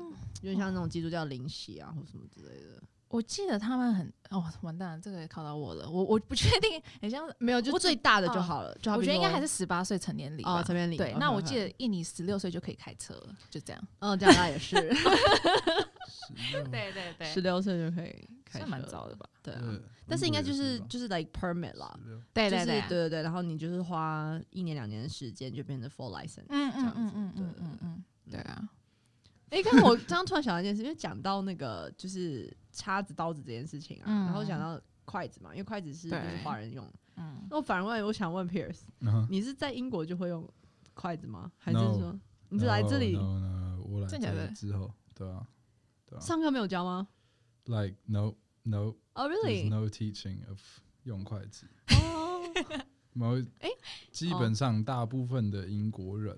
[SPEAKER 2] 有点像那种基督教灵洗啊，或什么之类的。
[SPEAKER 4] 我记得他们很哦，完蛋了，这个也考到我了。我我不确定，很像
[SPEAKER 2] 没有，就
[SPEAKER 4] 我只
[SPEAKER 2] 最大的就
[SPEAKER 4] 嗯
[SPEAKER 2] 好了。就好
[SPEAKER 4] 我
[SPEAKER 2] 比
[SPEAKER 4] 觉得应该
[SPEAKER 2] 说
[SPEAKER 4] 还是十八岁成年礼
[SPEAKER 2] 哦，
[SPEAKER 4] 吧。
[SPEAKER 2] 成年礼。
[SPEAKER 4] 对，那我记
[SPEAKER 2] 得，
[SPEAKER 4] 得印尼十六岁就可以开车了，就这样。
[SPEAKER 2] 嗯，加拿大也 是，
[SPEAKER 3] 16
[SPEAKER 4] 对对
[SPEAKER 2] 十，六岁就可以开车，
[SPEAKER 4] 算蛮早的吧？
[SPEAKER 2] 对啊。
[SPEAKER 3] 呃
[SPEAKER 2] 但是应该
[SPEAKER 3] 英国
[SPEAKER 2] 就
[SPEAKER 3] 也
[SPEAKER 2] 是
[SPEAKER 3] 吧
[SPEAKER 2] 就是 like permit 啦，
[SPEAKER 3] 16
[SPEAKER 2] 就
[SPEAKER 4] 对对
[SPEAKER 2] 是
[SPEAKER 4] 对
[SPEAKER 2] 对对对，然后你就是花一年两年的时间就变成 full license。
[SPEAKER 4] 嗯
[SPEAKER 2] 这样
[SPEAKER 4] 嗯
[SPEAKER 2] 子
[SPEAKER 4] 嗯嗯
[SPEAKER 2] 对
[SPEAKER 4] 嗯嗯嗯，对啊，
[SPEAKER 2] 哎、刚刚我刚刚突然想到一件事，因为讲到那个就是叉子、刀子这件事情啊，
[SPEAKER 4] 嗯
[SPEAKER 2] 然后讲到筷子嘛，因为筷子是就
[SPEAKER 4] 对
[SPEAKER 2] 是华人用。
[SPEAKER 4] 嗯，
[SPEAKER 2] 那我反问，我想问 Pierce，
[SPEAKER 3] 然后
[SPEAKER 2] 你是在英国就会用筷子吗？还是
[SPEAKER 3] No
[SPEAKER 2] 说你是来这里
[SPEAKER 3] No, no, no, 我来
[SPEAKER 4] 真假
[SPEAKER 3] 这
[SPEAKER 4] 的
[SPEAKER 3] 里之后，对啊，对啊
[SPEAKER 2] 上课没有教吗？
[SPEAKER 3] ，like no, no,
[SPEAKER 2] 哦、r e a l l
[SPEAKER 3] there's
[SPEAKER 2] y
[SPEAKER 3] no teaching of 用筷子。
[SPEAKER 2] 哦，
[SPEAKER 3] 某
[SPEAKER 2] 诶
[SPEAKER 3] 基
[SPEAKER 2] 哦
[SPEAKER 3] 本上大部分的英国人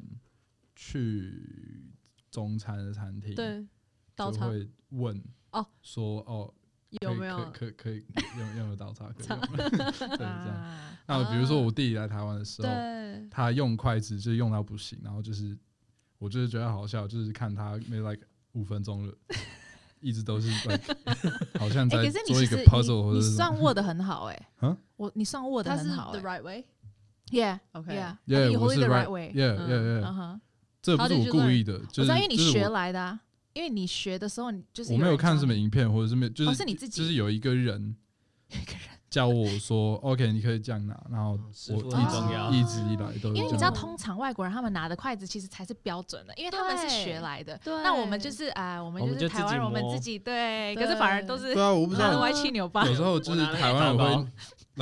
[SPEAKER 3] 去中餐的餐厅，
[SPEAKER 2] 对，刀
[SPEAKER 3] 就
[SPEAKER 2] 叉
[SPEAKER 3] 会问
[SPEAKER 2] 哦，
[SPEAKER 3] 说哦，
[SPEAKER 2] 有
[SPEAKER 3] 可以
[SPEAKER 2] 没有
[SPEAKER 3] 可以可以可以用用得到它？可以 用对，这样。
[SPEAKER 4] 啊
[SPEAKER 3] 那比如说我弟弟来台湾的时候，
[SPEAKER 2] 对，
[SPEAKER 3] 他用筷子就是用到不行，然后就是我就是觉得好笑，就是看他 maybe like 五分钟了，一直都是 like 好像
[SPEAKER 4] 哎、
[SPEAKER 3] 在
[SPEAKER 4] 可是你
[SPEAKER 3] 做
[SPEAKER 4] 其
[SPEAKER 3] 一
[SPEAKER 4] 实
[SPEAKER 3] 个
[SPEAKER 4] 你
[SPEAKER 3] puzzle 或者
[SPEAKER 4] 你
[SPEAKER 3] 是什么
[SPEAKER 4] 算握的很好哎、
[SPEAKER 3] 啊
[SPEAKER 4] 我你算握的
[SPEAKER 2] 他是欸
[SPEAKER 4] 很好
[SPEAKER 2] the
[SPEAKER 4] 哎、
[SPEAKER 2] right way。
[SPEAKER 4] Yeah,
[SPEAKER 2] Okay.
[SPEAKER 4] yeah,
[SPEAKER 3] Yeah，
[SPEAKER 4] you
[SPEAKER 3] 我
[SPEAKER 4] hold it
[SPEAKER 3] 是
[SPEAKER 4] the
[SPEAKER 3] right-
[SPEAKER 4] right way.
[SPEAKER 3] yeah, yeah,
[SPEAKER 4] 嗯
[SPEAKER 3] yeah
[SPEAKER 4] 嗯哼
[SPEAKER 3] 这不
[SPEAKER 2] How
[SPEAKER 3] 是
[SPEAKER 2] did
[SPEAKER 3] 我
[SPEAKER 2] you
[SPEAKER 3] 故
[SPEAKER 2] learn？
[SPEAKER 3] 意的，就
[SPEAKER 4] 我
[SPEAKER 3] 是
[SPEAKER 4] 知道，因哦为你
[SPEAKER 3] 就是
[SPEAKER 4] 学
[SPEAKER 3] 我
[SPEAKER 4] 来的啊，因为你学的时候，你就是
[SPEAKER 3] 我没有
[SPEAKER 4] 人
[SPEAKER 3] 看
[SPEAKER 4] 教
[SPEAKER 3] 什么
[SPEAKER 4] 你
[SPEAKER 3] 影片或者是没有，就
[SPEAKER 4] 哦
[SPEAKER 3] 是
[SPEAKER 4] 是你自己
[SPEAKER 3] 就是有一个人
[SPEAKER 4] 一个人，
[SPEAKER 3] 教我说 OK，你可以这样拿，然后
[SPEAKER 1] 师
[SPEAKER 3] 我
[SPEAKER 1] 傅
[SPEAKER 3] 一
[SPEAKER 1] 很
[SPEAKER 4] 重要
[SPEAKER 3] 直一直以来都是
[SPEAKER 4] 因为
[SPEAKER 3] 这
[SPEAKER 4] 你知道，
[SPEAKER 3] 样。
[SPEAKER 4] 通常外国人他们拿的筷子其实才是标准的，因为他们是学来的。
[SPEAKER 2] 对
[SPEAKER 4] 那我们就是啊，我们
[SPEAKER 1] 我们
[SPEAKER 4] 就是
[SPEAKER 1] 就
[SPEAKER 4] 台湾
[SPEAKER 1] 自己
[SPEAKER 4] 人，我们
[SPEAKER 1] 摸
[SPEAKER 4] 自己对，可是反而都是
[SPEAKER 3] 对啊，我不知
[SPEAKER 4] 拿的
[SPEAKER 3] 道，
[SPEAKER 4] 歪七扭八。
[SPEAKER 3] 有时候就是
[SPEAKER 1] 我拿了
[SPEAKER 3] 台湾
[SPEAKER 1] 一
[SPEAKER 3] 人
[SPEAKER 1] 包
[SPEAKER 3] 会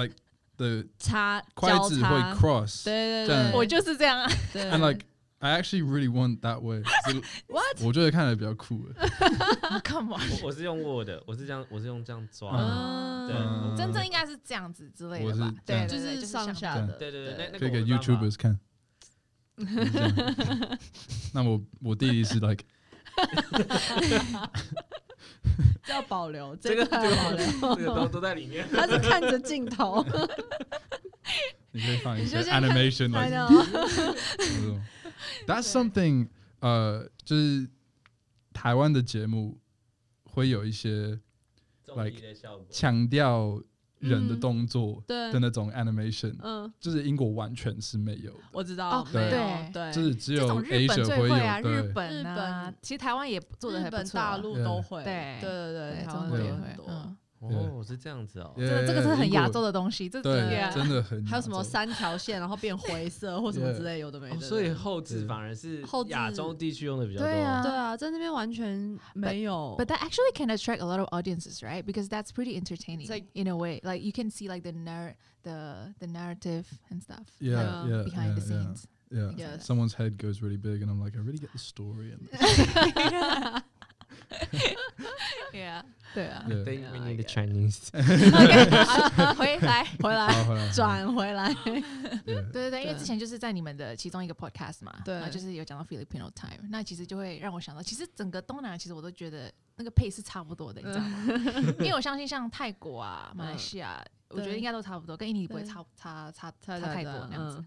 [SPEAKER 3] like 的
[SPEAKER 2] 插
[SPEAKER 3] 筷
[SPEAKER 2] 交
[SPEAKER 3] 子会
[SPEAKER 2] 叉
[SPEAKER 3] cross，
[SPEAKER 2] 对对
[SPEAKER 3] 这
[SPEAKER 2] 对
[SPEAKER 3] 样，
[SPEAKER 4] 我就是这 样啊，
[SPEAKER 2] 对
[SPEAKER 3] And like I actually really want that way 是。
[SPEAKER 4] What？
[SPEAKER 3] 我觉得看起来比较酷欸。
[SPEAKER 4] 干嘛？
[SPEAKER 1] 我我是用握的，我是这样，我是用这样抓的。
[SPEAKER 2] 嗯
[SPEAKER 1] 对
[SPEAKER 3] 嗯
[SPEAKER 4] 真正应该是这样子之类
[SPEAKER 3] 我
[SPEAKER 4] 的
[SPEAKER 3] 是
[SPEAKER 4] 吧？
[SPEAKER 3] 这
[SPEAKER 4] 对，
[SPEAKER 3] 样
[SPEAKER 4] 对
[SPEAKER 2] 就
[SPEAKER 4] 对
[SPEAKER 2] 是上
[SPEAKER 4] 像
[SPEAKER 2] 下
[SPEAKER 4] 这样
[SPEAKER 3] 的
[SPEAKER 2] 的，
[SPEAKER 1] 对对对，那那
[SPEAKER 3] 可
[SPEAKER 1] 个
[SPEAKER 3] 以给
[SPEAKER 1] 我没办法
[SPEAKER 3] YouTubers 看。就是这样 那我我弟弟是 like
[SPEAKER 2] 要保留
[SPEAKER 1] 这个
[SPEAKER 2] 这个保留，
[SPEAKER 1] 这个都都在里面。
[SPEAKER 2] 他是看着镜 头，
[SPEAKER 3] 你可以放一
[SPEAKER 2] 你就
[SPEAKER 3] 些
[SPEAKER 2] 先看
[SPEAKER 3] animation
[SPEAKER 2] 来
[SPEAKER 3] like
[SPEAKER 2] 的，
[SPEAKER 3] 那种 That's something 呃，就是台湾的节目会有一些
[SPEAKER 1] 综艺的 效果
[SPEAKER 3] 强调人的
[SPEAKER 2] 嗯
[SPEAKER 3] 动作
[SPEAKER 2] 对
[SPEAKER 3] 的，那种 animation，
[SPEAKER 2] 嗯，
[SPEAKER 3] 就是英国完全是没有的，
[SPEAKER 2] 我知道
[SPEAKER 4] 哦，
[SPEAKER 2] 没有
[SPEAKER 4] 对
[SPEAKER 2] 对，
[SPEAKER 3] 就是只
[SPEAKER 4] 这
[SPEAKER 3] 有
[SPEAKER 4] 种日
[SPEAKER 3] Asia
[SPEAKER 4] 本最
[SPEAKER 3] 会
[SPEAKER 4] 会啊，
[SPEAKER 3] 有，
[SPEAKER 4] 日
[SPEAKER 3] 对，
[SPEAKER 4] 本啊
[SPEAKER 2] 日本，
[SPEAKER 4] 其实台湾也做的
[SPEAKER 2] 日
[SPEAKER 4] 很不
[SPEAKER 2] 本
[SPEAKER 4] 错啊。
[SPEAKER 2] 大陆都会，
[SPEAKER 4] 对
[SPEAKER 2] 嗯对对
[SPEAKER 4] 对，
[SPEAKER 2] 台
[SPEAKER 4] 台湾
[SPEAKER 2] 湾
[SPEAKER 3] 会
[SPEAKER 2] 会
[SPEAKER 4] 也
[SPEAKER 2] 有
[SPEAKER 3] 有
[SPEAKER 4] 会
[SPEAKER 2] 很，多
[SPEAKER 4] 嗯，
[SPEAKER 1] 哦，是这样子哦。
[SPEAKER 4] 这个这个是很亚洲的东西，这
[SPEAKER 3] 英国，对，
[SPEAKER 2] Yeah
[SPEAKER 3] 真的很亚洲。
[SPEAKER 2] 还有什么三条线然后变灰色或什 么之类，有的没
[SPEAKER 1] 哦
[SPEAKER 2] 的，
[SPEAKER 1] 所以后置
[SPEAKER 3] 对
[SPEAKER 1] 反而是
[SPEAKER 2] 后置
[SPEAKER 1] 亚洲地区用的比较多。
[SPEAKER 4] 对啊
[SPEAKER 2] 对啊，在那边完全没有
[SPEAKER 4] But that actually can attract a lot of audiences, right? Because that's pretty entertaining
[SPEAKER 2] It's like-
[SPEAKER 4] in a way. Like you can see like the narr the the narrative and stuff
[SPEAKER 3] Yeah,
[SPEAKER 4] like,
[SPEAKER 3] yeah,
[SPEAKER 4] behind the
[SPEAKER 3] yeah, yeah.
[SPEAKER 4] scenes.
[SPEAKER 3] Yeah.
[SPEAKER 2] Yes.
[SPEAKER 3] Someone's head goes really big, and I'm like, I really get the story. And
[SPEAKER 4] Yeah. 对啊，
[SPEAKER 3] yeah.
[SPEAKER 1] They
[SPEAKER 2] Yeah,
[SPEAKER 1] we
[SPEAKER 2] I
[SPEAKER 1] need the
[SPEAKER 2] get it.
[SPEAKER 1] Chinese.
[SPEAKER 4] 回 来回来。
[SPEAKER 3] 好，回来
[SPEAKER 2] 转回 来，
[SPEAKER 3] Yeah.
[SPEAKER 4] 对对对，因为之
[SPEAKER 2] 对
[SPEAKER 4] 前就是在你们的其中一个 podcast 嘛，
[SPEAKER 2] 对
[SPEAKER 4] 然后就是有讲到 Filipino time，那其实就会让我想到，其实整个东南亚其实我都觉得那个配是差不多的，你知道吗？ 因为我相信像泰国啊、马来西亚，我觉得
[SPEAKER 2] 嗯对
[SPEAKER 4] 应该都差不多，跟印尼不会
[SPEAKER 2] 对
[SPEAKER 4] 差差差
[SPEAKER 2] 差
[SPEAKER 4] 差太多那样
[SPEAKER 2] 嗯
[SPEAKER 4] 子。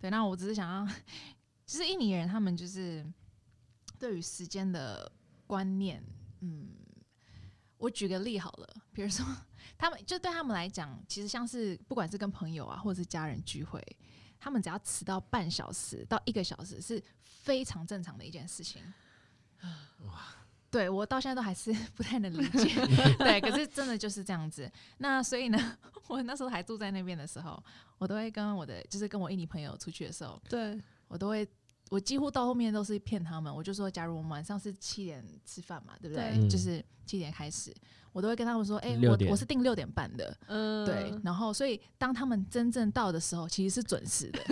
[SPEAKER 4] 对，那我只是想要，就是印尼人他们就是对于时间的观念，嗯，我举个例好了，比如说他们就对他们来讲，其实像是不管是跟朋友啊，或者是家人聚会，他们只要迟到半小时到一个小时是非常正常的一件事情。对我到现在都还是 不太能理解，对，可是真的就是这样子。那所以呢， 我那时候还住在那边的时候，我都会跟我的就是跟我印尼朋友出去的时候，
[SPEAKER 2] 对，
[SPEAKER 4] 我都会，我几乎到后面都是骗他们，我就说，假如我们晚上是七点吃饭嘛，对不对？
[SPEAKER 1] 对
[SPEAKER 4] 就是七点开始，我都会跟他们说，哎、
[SPEAKER 1] 六点
[SPEAKER 4] 我我是定六点半的，
[SPEAKER 2] 嗯，
[SPEAKER 4] 对。然后，所以当他们真正到的时候，其实是准时 的。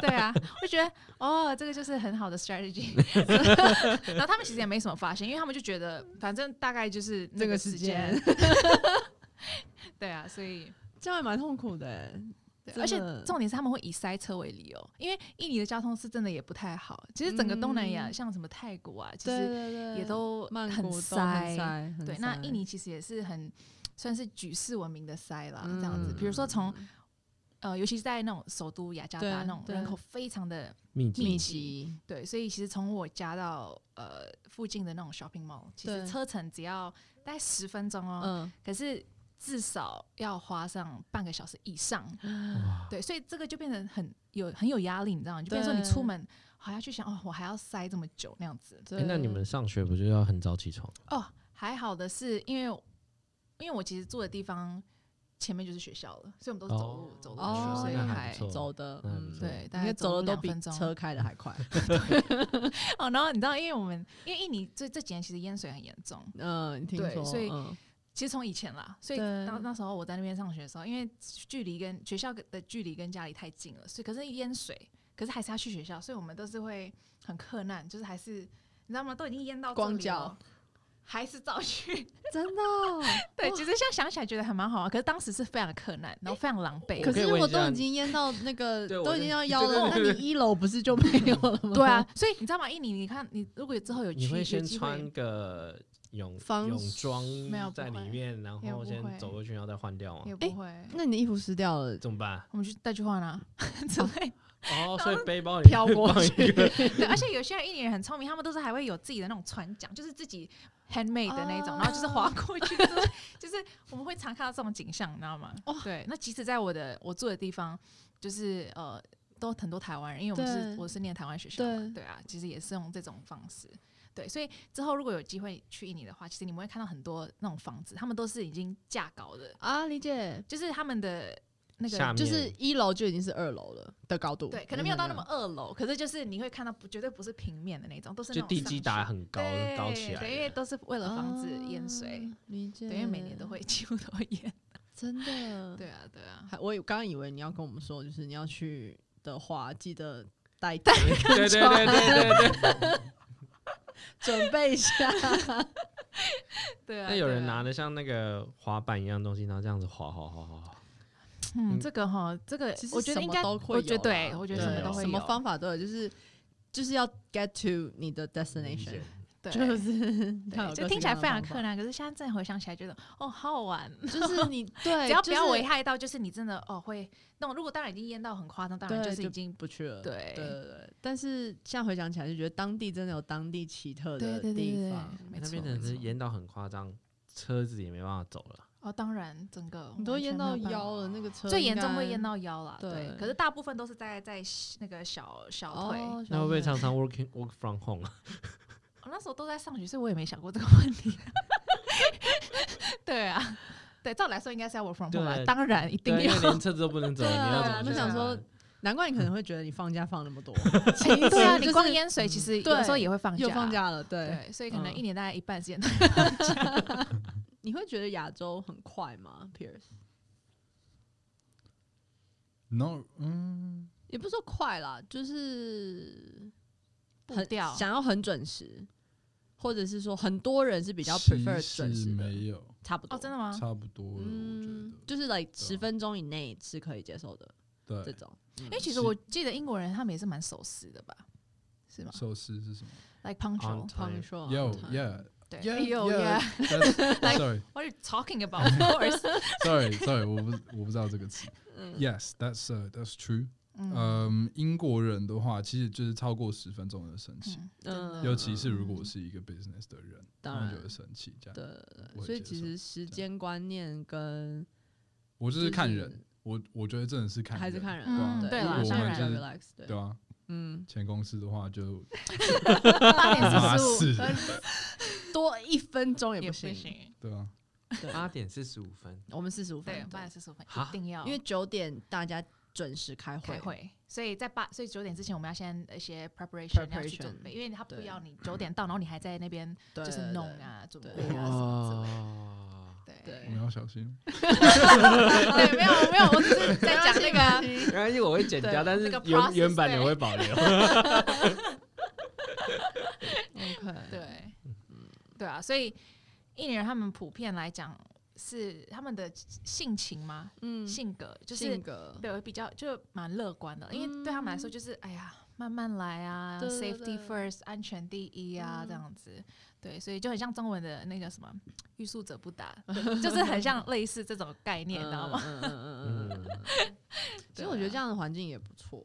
[SPEAKER 4] 对啊，我觉得哦，这个就是很好 的 strategy。然后他们其实也没什么发现，因为他们就觉得反正大概就是那
[SPEAKER 2] 这个时
[SPEAKER 4] 时
[SPEAKER 2] 间
[SPEAKER 4] 间。对啊，所以
[SPEAKER 2] 这样也蛮痛苦的欸，
[SPEAKER 4] 对，
[SPEAKER 2] 真
[SPEAKER 4] 而且
[SPEAKER 2] 的
[SPEAKER 4] 重点是他们会以塞车为理由，因为印尼的交通是真的也不太好。其实整个东南亚，
[SPEAKER 2] 嗯
[SPEAKER 4] 像什么泰国啊，其
[SPEAKER 2] 对
[SPEAKER 4] 实
[SPEAKER 2] 对对，
[SPEAKER 4] 也都
[SPEAKER 2] 曼谷
[SPEAKER 4] 很
[SPEAKER 2] 都很
[SPEAKER 4] 塞。
[SPEAKER 2] 塞，很
[SPEAKER 4] 对，那
[SPEAKER 2] 塞
[SPEAKER 4] 印尼其实也是很算是举世闻名的塞啦，这样子。
[SPEAKER 1] 嗯
[SPEAKER 4] 比如说从呃，尤其是在那种首都雅加
[SPEAKER 2] 对
[SPEAKER 4] 达那种
[SPEAKER 2] 对
[SPEAKER 4] 人口非常的
[SPEAKER 1] 秘
[SPEAKER 4] 密
[SPEAKER 1] 籍，
[SPEAKER 4] 集，对，所以其实从我家到呃附近的那种 shopping mall，其实
[SPEAKER 2] 对
[SPEAKER 4] 车程只要大概十分钟哦，
[SPEAKER 2] 嗯，
[SPEAKER 4] 可是至少要花上半个小时以上。对，所以这个就变得很有很有压力，你知道吗？就变成说你
[SPEAKER 2] 对
[SPEAKER 4] 出门还要去想哦，我还要塞这么久那样子。
[SPEAKER 1] 诶哎那你们上学不就要很早起床？
[SPEAKER 4] 哦，还好的是因为因为我其实住的地方前面就是学校了，所以我们都是走路、
[SPEAKER 1] 哦
[SPEAKER 4] 走路
[SPEAKER 2] 哦
[SPEAKER 4] 去，所以
[SPEAKER 2] 那还
[SPEAKER 4] 还
[SPEAKER 1] 不错
[SPEAKER 2] 走的，
[SPEAKER 1] 那还不
[SPEAKER 2] 嗯，
[SPEAKER 1] 错
[SPEAKER 4] 对，大
[SPEAKER 2] 应
[SPEAKER 4] 概
[SPEAKER 2] 该走
[SPEAKER 4] 走
[SPEAKER 2] 的都
[SPEAKER 4] 两
[SPEAKER 2] 比
[SPEAKER 4] 分钟
[SPEAKER 2] 车开的还快，
[SPEAKER 4] 哦。然后你知道，因为我们因为印尼这这几年其实淹水很严重，
[SPEAKER 2] 嗯，你听
[SPEAKER 4] 对
[SPEAKER 2] 说，
[SPEAKER 4] 所以
[SPEAKER 2] 嗯
[SPEAKER 4] 其实从以前啦，所以
[SPEAKER 2] 对
[SPEAKER 4] 当那时候我在那边上学的时候，因为距离跟学校的距离跟家里太近了，所以可是淹水，可是还是要去学校，所以我们都是会很克难，就是还是你知道吗？都已经淹到这里了
[SPEAKER 2] 光脚，
[SPEAKER 4] 还是照 去。
[SPEAKER 2] 真的哦，
[SPEAKER 4] 对，
[SPEAKER 2] 哇
[SPEAKER 4] 其实现在想起来觉得还蛮好玩，可是当时是非常克难，然后非常狼狈。
[SPEAKER 2] 可
[SPEAKER 1] 可以
[SPEAKER 2] 是
[SPEAKER 1] 问
[SPEAKER 2] 我
[SPEAKER 1] 一
[SPEAKER 2] 都
[SPEAKER 1] 下
[SPEAKER 2] 已经淹到那 个，
[SPEAKER 1] 对我
[SPEAKER 2] 都已
[SPEAKER 1] 的
[SPEAKER 2] 经要淹了，
[SPEAKER 1] 对
[SPEAKER 2] 那
[SPEAKER 1] 对对啊
[SPEAKER 2] 你一楼不是 就没有了吗？
[SPEAKER 4] 对啊，所以你知道吗？印尼，你看你如果之后有去，
[SPEAKER 1] 你会
[SPEAKER 4] 有
[SPEAKER 1] 先
[SPEAKER 4] 机会
[SPEAKER 1] 穿个泳
[SPEAKER 2] 方
[SPEAKER 1] 泳装
[SPEAKER 4] 没有不
[SPEAKER 1] 在里
[SPEAKER 4] 会
[SPEAKER 1] 面，然
[SPEAKER 4] 也
[SPEAKER 1] 后
[SPEAKER 4] 不
[SPEAKER 1] 先
[SPEAKER 4] 会
[SPEAKER 1] 走过去，然后再换掉吗
[SPEAKER 4] 也？不会。
[SPEAKER 2] 那你的衣服湿掉了，
[SPEAKER 1] 怎么办？
[SPEAKER 4] 我们去带去 换啊，之类。
[SPEAKER 1] 哦，所以背包里
[SPEAKER 4] 飘
[SPEAKER 1] 面
[SPEAKER 4] 过
[SPEAKER 1] 放一
[SPEAKER 4] 去
[SPEAKER 1] 个
[SPEAKER 4] 对，而且有些人印尼人很聪明，他们都是还会有自己的那种船桨，就是自己 handmade 的那一种，然后就是划过去，就是就是我们会常看到这种景象，你知道吗？
[SPEAKER 2] 哇
[SPEAKER 4] 对，那即使在我的我住的地方，就是呃，都很多台湾人，因为我们
[SPEAKER 2] 对
[SPEAKER 4] 是我是念台湾学校嘛
[SPEAKER 2] 对，
[SPEAKER 4] 对啊，其实也是用这种方式。对，所以之后如果有机会去印尼的话，其实你们会看到很多那种房子，他们都是已经架高的，
[SPEAKER 2] 啊，理解，
[SPEAKER 4] 就是他们的那个
[SPEAKER 1] 下面
[SPEAKER 2] 就是一楼就已经是二楼了的高度，
[SPEAKER 4] 对，可能没有到那么二楼，可是就是你会看到不绝对不是平面的那种，都是那
[SPEAKER 1] 就
[SPEAKER 4] 种
[SPEAKER 1] 地
[SPEAKER 4] 上
[SPEAKER 1] 基
[SPEAKER 4] 去
[SPEAKER 1] 打很高
[SPEAKER 4] 对
[SPEAKER 1] 高起来
[SPEAKER 4] 对，因为
[SPEAKER 1] 的。
[SPEAKER 4] 都是为了防止淹水，
[SPEAKER 2] 啊，理解，
[SPEAKER 4] 哦对，因为每年都会，几乎都会淹。
[SPEAKER 2] 真的，
[SPEAKER 4] 对啊，对啊，
[SPEAKER 2] 还我刚刚以为你要跟我们说，就是你要去的话，记得带
[SPEAKER 1] 对对对对对对。
[SPEAKER 2] 准备一 下。
[SPEAKER 4] 对啊。
[SPEAKER 1] 那有
[SPEAKER 4] 对
[SPEAKER 1] 人
[SPEAKER 4] 啊
[SPEAKER 1] 拿的像那个滑板一样的东西，然后这样子滑滑滑滑滑。
[SPEAKER 4] 嗯，
[SPEAKER 1] 嗯
[SPEAKER 4] 这个哈，这个
[SPEAKER 2] 其实
[SPEAKER 4] 我觉
[SPEAKER 2] 什
[SPEAKER 4] 得应
[SPEAKER 2] 么
[SPEAKER 4] 该，
[SPEAKER 2] 都会
[SPEAKER 4] 我
[SPEAKER 2] 有
[SPEAKER 4] 觉得
[SPEAKER 2] 啦
[SPEAKER 4] 对，我觉得什么
[SPEAKER 1] 对
[SPEAKER 4] 都会
[SPEAKER 2] 什么
[SPEAKER 4] 有
[SPEAKER 2] 方法都有，就是就是要 get to 你的
[SPEAKER 1] 理
[SPEAKER 2] destination，
[SPEAKER 1] 解
[SPEAKER 4] 对，
[SPEAKER 2] 就是要有
[SPEAKER 4] 对，
[SPEAKER 2] 各
[SPEAKER 4] 就
[SPEAKER 2] 式
[SPEAKER 4] 听起来
[SPEAKER 2] 各样的方
[SPEAKER 4] 非常
[SPEAKER 2] 法
[SPEAKER 4] 困难，可是现在真的回想起来，觉得哦，好好玩。
[SPEAKER 2] 就是你对，
[SPEAKER 4] 只要不要
[SPEAKER 2] 就是
[SPEAKER 4] 危害到，就是你真的哦会弄。如果当然已经淹到很夸张，当然
[SPEAKER 2] 对
[SPEAKER 4] 就是
[SPEAKER 2] 就
[SPEAKER 4] 已经
[SPEAKER 2] 不去了。
[SPEAKER 4] 对
[SPEAKER 2] 对对对，但是现在回想起来，就觉得当地真的有当地奇特
[SPEAKER 4] 对
[SPEAKER 2] 的
[SPEAKER 4] 对对
[SPEAKER 2] 地
[SPEAKER 4] 对
[SPEAKER 2] 方，，
[SPEAKER 4] 没
[SPEAKER 1] 哎那
[SPEAKER 4] 错
[SPEAKER 1] 边的
[SPEAKER 4] 没
[SPEAKER 1] 人是
[SPEAKER 4] 错
[SPEAKER 1] 淹到很夸张，车子也没办法走了。
[SPEAKER 4] 哦，当然整个
[SPEAKER 2] 你都
[SPEAKER 4] 完全
[SPEAKER 2] 淹
[SPEAKER 4] 没有
[SPEAKER 2] 到
[SPEAKER 4] 办法
[SPEAKER 2] 腰了，那个车
[SPEAKER 4] 最
[SPEAKER 2] 应
[SPEAKER 4] 严重会
[SPEAKER 2] 该
[SPEAKER 4] 淹到腰啦，对
[SPEAKER 2] 对。
[SPEAKER 4] 可是大部分都是大概在那个小小腿。
[SPEAKER 2] 哦，
[SPEAKER 1] 那会不会
[SPEAKER 2] 想
[SPEAKER 1] 常 常 working work from home 啊？
[SPEAKER 4] 哦我那时候都在上学，所以我也没想过这个问题。 对啊，对，照理来说应该是要 work from home 啦
[SPEAKER 1] 对
[SPEAKER 4] 当然一 定
[SPEAKER 1] 对啊，因为
[SPEAKER 4] 要。
[SPEAKER 1] 连车子都不能 走，你
[SPEAKER 2] 对啊
[SPEAKER 1] 要怎么
[SPEAKER 2] 我
[SPEAKER 1] 去
[SPEAKER 2] 想
[SPEAKER 1] 上
[SPEAKER 2] 说
[SPEAKER 1] 班
[SPEAKER 2] 难怪你可能会觉得你放假放那么多，
[SPEAKER 4] 对啊，
[SPEAKER 2] 就
[SPEAKER 4] 你光
[SPEAKER 2] 是
[SPEAKER 4] 淹水其实
[SPEAKER 2] 对
[SPEAKER 4] 有时候也会放假，
[SPEAKER 2] 又放。假了，对，
[SPEAKER 4] 对，所以可能
[SPEAKER 2] 嗯
[SPEAKER 4] 一年大概一半时间。
[SPEAKER 2] 你会觉得亚洲很快吗，Pierce？
[SPEAKER 3] No，嗯，
[SPEAKER 2] 也不是说快啦，就是
[SPEAKER 4] 步
[SPEAKER 2] 很
[SPEAKER 4] 调
[SPEAKER 2] 想要很准时，或者是说很多人是比
[SPEAKER 3] 比
[SPEAKER 2] 较 prefer 准时的，
[SPEAKER 3] 没有，
[SPEAKER 2] 差不多
[SPEAKER 4] 哦，真的吗？
[SPEAKER 3] 差不多了，
[SPEAKER 2] 嗯，
[SPEAKER 3] 我觉
[SPEAKER 2] 就是来十
[SPEAKER 3] 对啊
[SPEAKER 2] 分钟以内是可以接受的
[SPEAKER 3] 得。
[SPEAKER 2] 这
[SPEAKER 3] 对，
[SPEAKER 2] 种。
[SPEAKER 4] 因为其实
[SPEAKER 3] 是
[SPEAKER 4] 我记得英国人他们也是蛮守时的吧？是吗
[SPEAKER 3] 寿司是什么
[SPEAKER 4] ？Like punctual，
[SPEAKER 1] On time
[SPEAKER 2] 说
[SPEAKER 3] ？Yo yeah
[SPEAKER 4] 对
[SPEAKER 3] yeah
[SPEAKER 4] ，Yo, yeah. Like-
[SPEAKER 3] Sorry
[SPEAKER 4] What are you talking about? Of course，
[SPEAKER 3] sorry sorry，我不我不知道这个词。Yes,
[SPEAKER 2] 嗯
[SPEAKER 3] that's、uh, that's true. 嗯、英国人的话，其实就是超过十分钟的生气，
[SPEAKER 4] 嗯
[SPEAKER 2] 嗯
[SPEAKER 3] 尤其是如果是一个 business 的人，
[SPEAKER 2] 当
[SPEAKER 3] 他们
[SPEAKER 2] 然
[SPEAKER 3] 就会生气。这样，
[SPEAKER 2] 对对对，
[SPEAKER 3] 我也
[SPEAKER 2] 所以
[SPEAKER 3] 接
[SPEAKER 2] 其
[SPEAKER 3] 受
[SPEAKER 2] 实时
[SPEAKER 3] 样
[SPEAKER 2] 间观念跟
[SPEAKER 3] 我就是
[SPEAKER 2] 就
[SPEAKER 3] 看
[SPEAKER 2] 是
[SPEAKER 3] 人，我我觉得真的是看人，
[SPEAKER 2] 还是看人
[SPEAKER 4] 对啊
[SPEAKER 2] 啊，
[SPEAKER 4] 嗯对啦
[SPEAKER 2] 如果
[SPEAKER 4] 当
[SPEAKER 2] 我们
[SPEAKER 4] 然
[SPEAKER 2] 比较
[SPEAKER 3] 就是
[SPEAKER 2] relax，对
[SPEAKER 3] 对啊。
[SPEAKER 2] 嗯，
[SPEAKER 3] 前公司的话就
[SPEAKER 4] 八点
[SPEAKER 3] 妈
[SPEAKER 4] 四
[SPEAKER 3] 是
[SPEAKER 4] 十五，
[SPEAKER 2] 多一分钟也
[SPEAKER 4] 也
[SPEAKER 2] 不
[SPEAKER 4] 不
[SPEAKER 2] 行，
[SPEAKER 4] 行。
[SPEAKER 3] 对啊，
[SPEAKER 2] 对
[SPEAKER 1] 八点四十五分，
[SPEAKER 2] 我们四十五分
[SPEAKER 4] 对，
[SPEAKER 2] 钟
[SPEAKER 4] 八，点四十五分
[SPEAKER 1] 哈
[SPEAKER 4] 一定要，
[SPEAKER 2] 因为九点大家准时开会，
[SPEAKER 4] 开会，所以在八，所以九点之前我们要先一些 preparation 要去准备，
[SPEAKER 2] Preparation，
[SPEAKER 4] 因为他不
[SPEAKER 2] 对
[SPEAKER 4] 要你九点到，然后你还在那边
[SPEAKER 2] 对
[SPEAKER 4] 就是弄，啊、准备
[SPEAKER 2] 对
[SPEAKER 4] 啊什么
[SPEAKER 1] 哇！
[SPEAKER 4] 之类的。
[SPEAKER 2] 对
[SPEAKER 3] 我们要小心。
[SPEAKER 4] 对对，没有没有，我只是在讲那个。
[SPEAKER 1] 没关系，我会剪掉，
[SPEAKER 4] 对
[SPEAKER 1] 但是
[SPEAKER 4] 那个
[SPEAKER 1] 原
[SPEAKER 4] process，
[SPEAKER 1] 原版
[SPEAKER 4] 对
[SPEAKER 1] 的会保留。
[SPEAKER 2] 对 OK，，
[SPEAKER 4] 对，
[SPEAKER 2] 嗯
[SPEAKER 4] 对啊，所以印尼人他们普遍来讲是他们的性情吗？
[SPEAKER 2] 嗯，
[SPEAKER 4] 性格就是
[SPEAKER 2] 性格，
[SPEAKER 4] 对比较就蛮乐观的，因为对他们来说就是哎呀慢慢来啊
[SPEAKER 2] 嗯对对
[SPEAKER 4] ，safety
[SPEAKER 2] 对
[SPEAKER 4] first 安全第一啊
[SPEAKER 2] 嗯
[SPEAKER 4] 这样子，对，所以就很像中文的那个什么欲速则不达， 就是很像类似这种概念，你知道吗？
[SPEAKER 2] 嗯？嗯嗯嗯嗯嗯嗯。其
[SPEAKER 4] 对
[SPEAKER 2] 实我觉得
[SPEAKER 4] 啊
[SPEAKER 2] 这样的环境也不错，